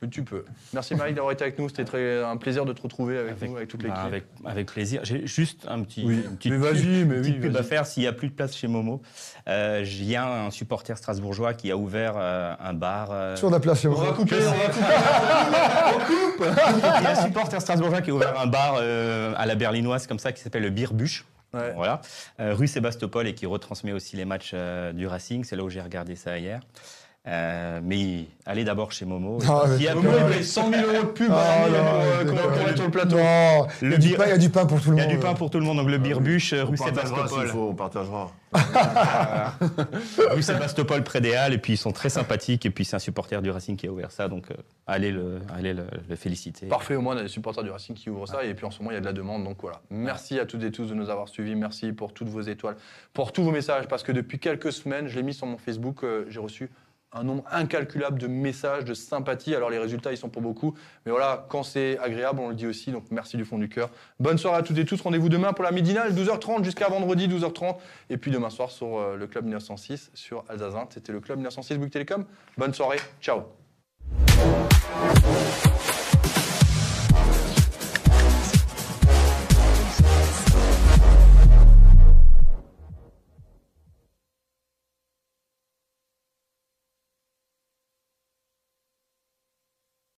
[SPEAKER 1] Que Tu peux. Merci Malik d'avoir été avec nous, c'était très un plaisir de te retrouver avec, nous, avec toute l'équipe.
[SPEAKER 4] Bah, avec, avec plaisir. J'ai juste un petit,
[SPEAKER 1] Oui.
[SPEAKER 4] une petite,
[SPEAKER 1] Mais vas-y, mais
[SPEAKER 4] une
[SPEAKER 1] oui,
[SPEAKER 4] petite pub
[SPEAKER 1] vas-y.
[SPEAKER 4] à faire s'il n'y a plus de place chez Momo. Euh, Il y a un supporter strasbourgeois qui a ouvert euh, un bar. euh,
[SPEAKER 3] Sur la place chez
[SPEAKER 1] On va
[SPEAKER 3] moi.
[SPEAKER 1] couper, on va couper.
[SPEAKER 4] Il y a un supporter strasbourgeois qui a ouvert un bar euh, à la berlinoise comme ça qui s'appelle le Birbuche.
[SPEAKER 1] Ouais.
[SPEAKER 4] Voilà. Euh, rue Sébastopol et qui retransmet aussi les matchs euh, du Racing. C'est là où j'ai regardé ça hier. Euh, mais allez d'abord chez Momo. Et
[SPEAKER 3] Ah,
[SPEAKER 4] s'il y a
[SPEAKER 1] Au
[SPEAKER 4] plus-
[SPEAKER 1] moins, il paye 100 000 euros de pub
[SPEAKER 3] Ah,
[SPEAKER 1] par année pour,
[SPEAKER 3] non,
[SPEAKER 1] euh,
[SPEAKER 3] c'est
[SPEAKER 1] qu'on- qu'on
[SPEAKER 3] pas-
[SPEAKER 1] mette sur le plateau.
[SPEAKER 3] Non, il y,
[SPEAKER 4] Le
[SPEAKER 3] a du
[SPEAKER 4] bi-
[SPEAKER 3] pain- il y a du pain pour tout le
[SPEAKER 4] il y
[SPEAKER 3] monde.
[SPEAKER 4] a du pain pour tout le monde, donc le Birbuche,
[SPEAKER 5] On
[SPEAKER 4] rue
[SPEAKER 5] partagera s'il
[SPEAKER 4] Sébastopol.
[SPEAKER 5] faut, on partagera.
[SPEAKER 4] rue Sébastopol près des Halles, et puis ils sont très sympathiques, et puis c'est un supporter du Racing qui a ouvert ça, donc euh, allez le, allez le, le féliciter.
[SPEAKER 1] Parfait, au moins, on a des supporters du Racing qui ouvrent ça. Et puis en ce moment, il y a de la demande. Donc voilà. Merci à toutes et tous de nous avoir suivis. Merci pour toutes vos étoiles, pour tous vos messages. Parce que depuis quelques semaines, je l'ai mis sur mon Facebook, euh, j'ai reçu un nombre incalculable de messages, de sympathie. Alors les résultats, ils sont pour beaucoup. Mais voilà, quand c'est agréable, on le dit aussi. Donc merci du fond du cœur. Bonne soirée à toutes et tous. Rendez-vous demain pour la midinale, 12h30 jusqu'à vendredi, 12h30. Et puis demain soir sur euh, le Club 1906, sur Alsace 20. C'était le Club 1906 Bouygues Télécom. Bonne soirée. Ciao.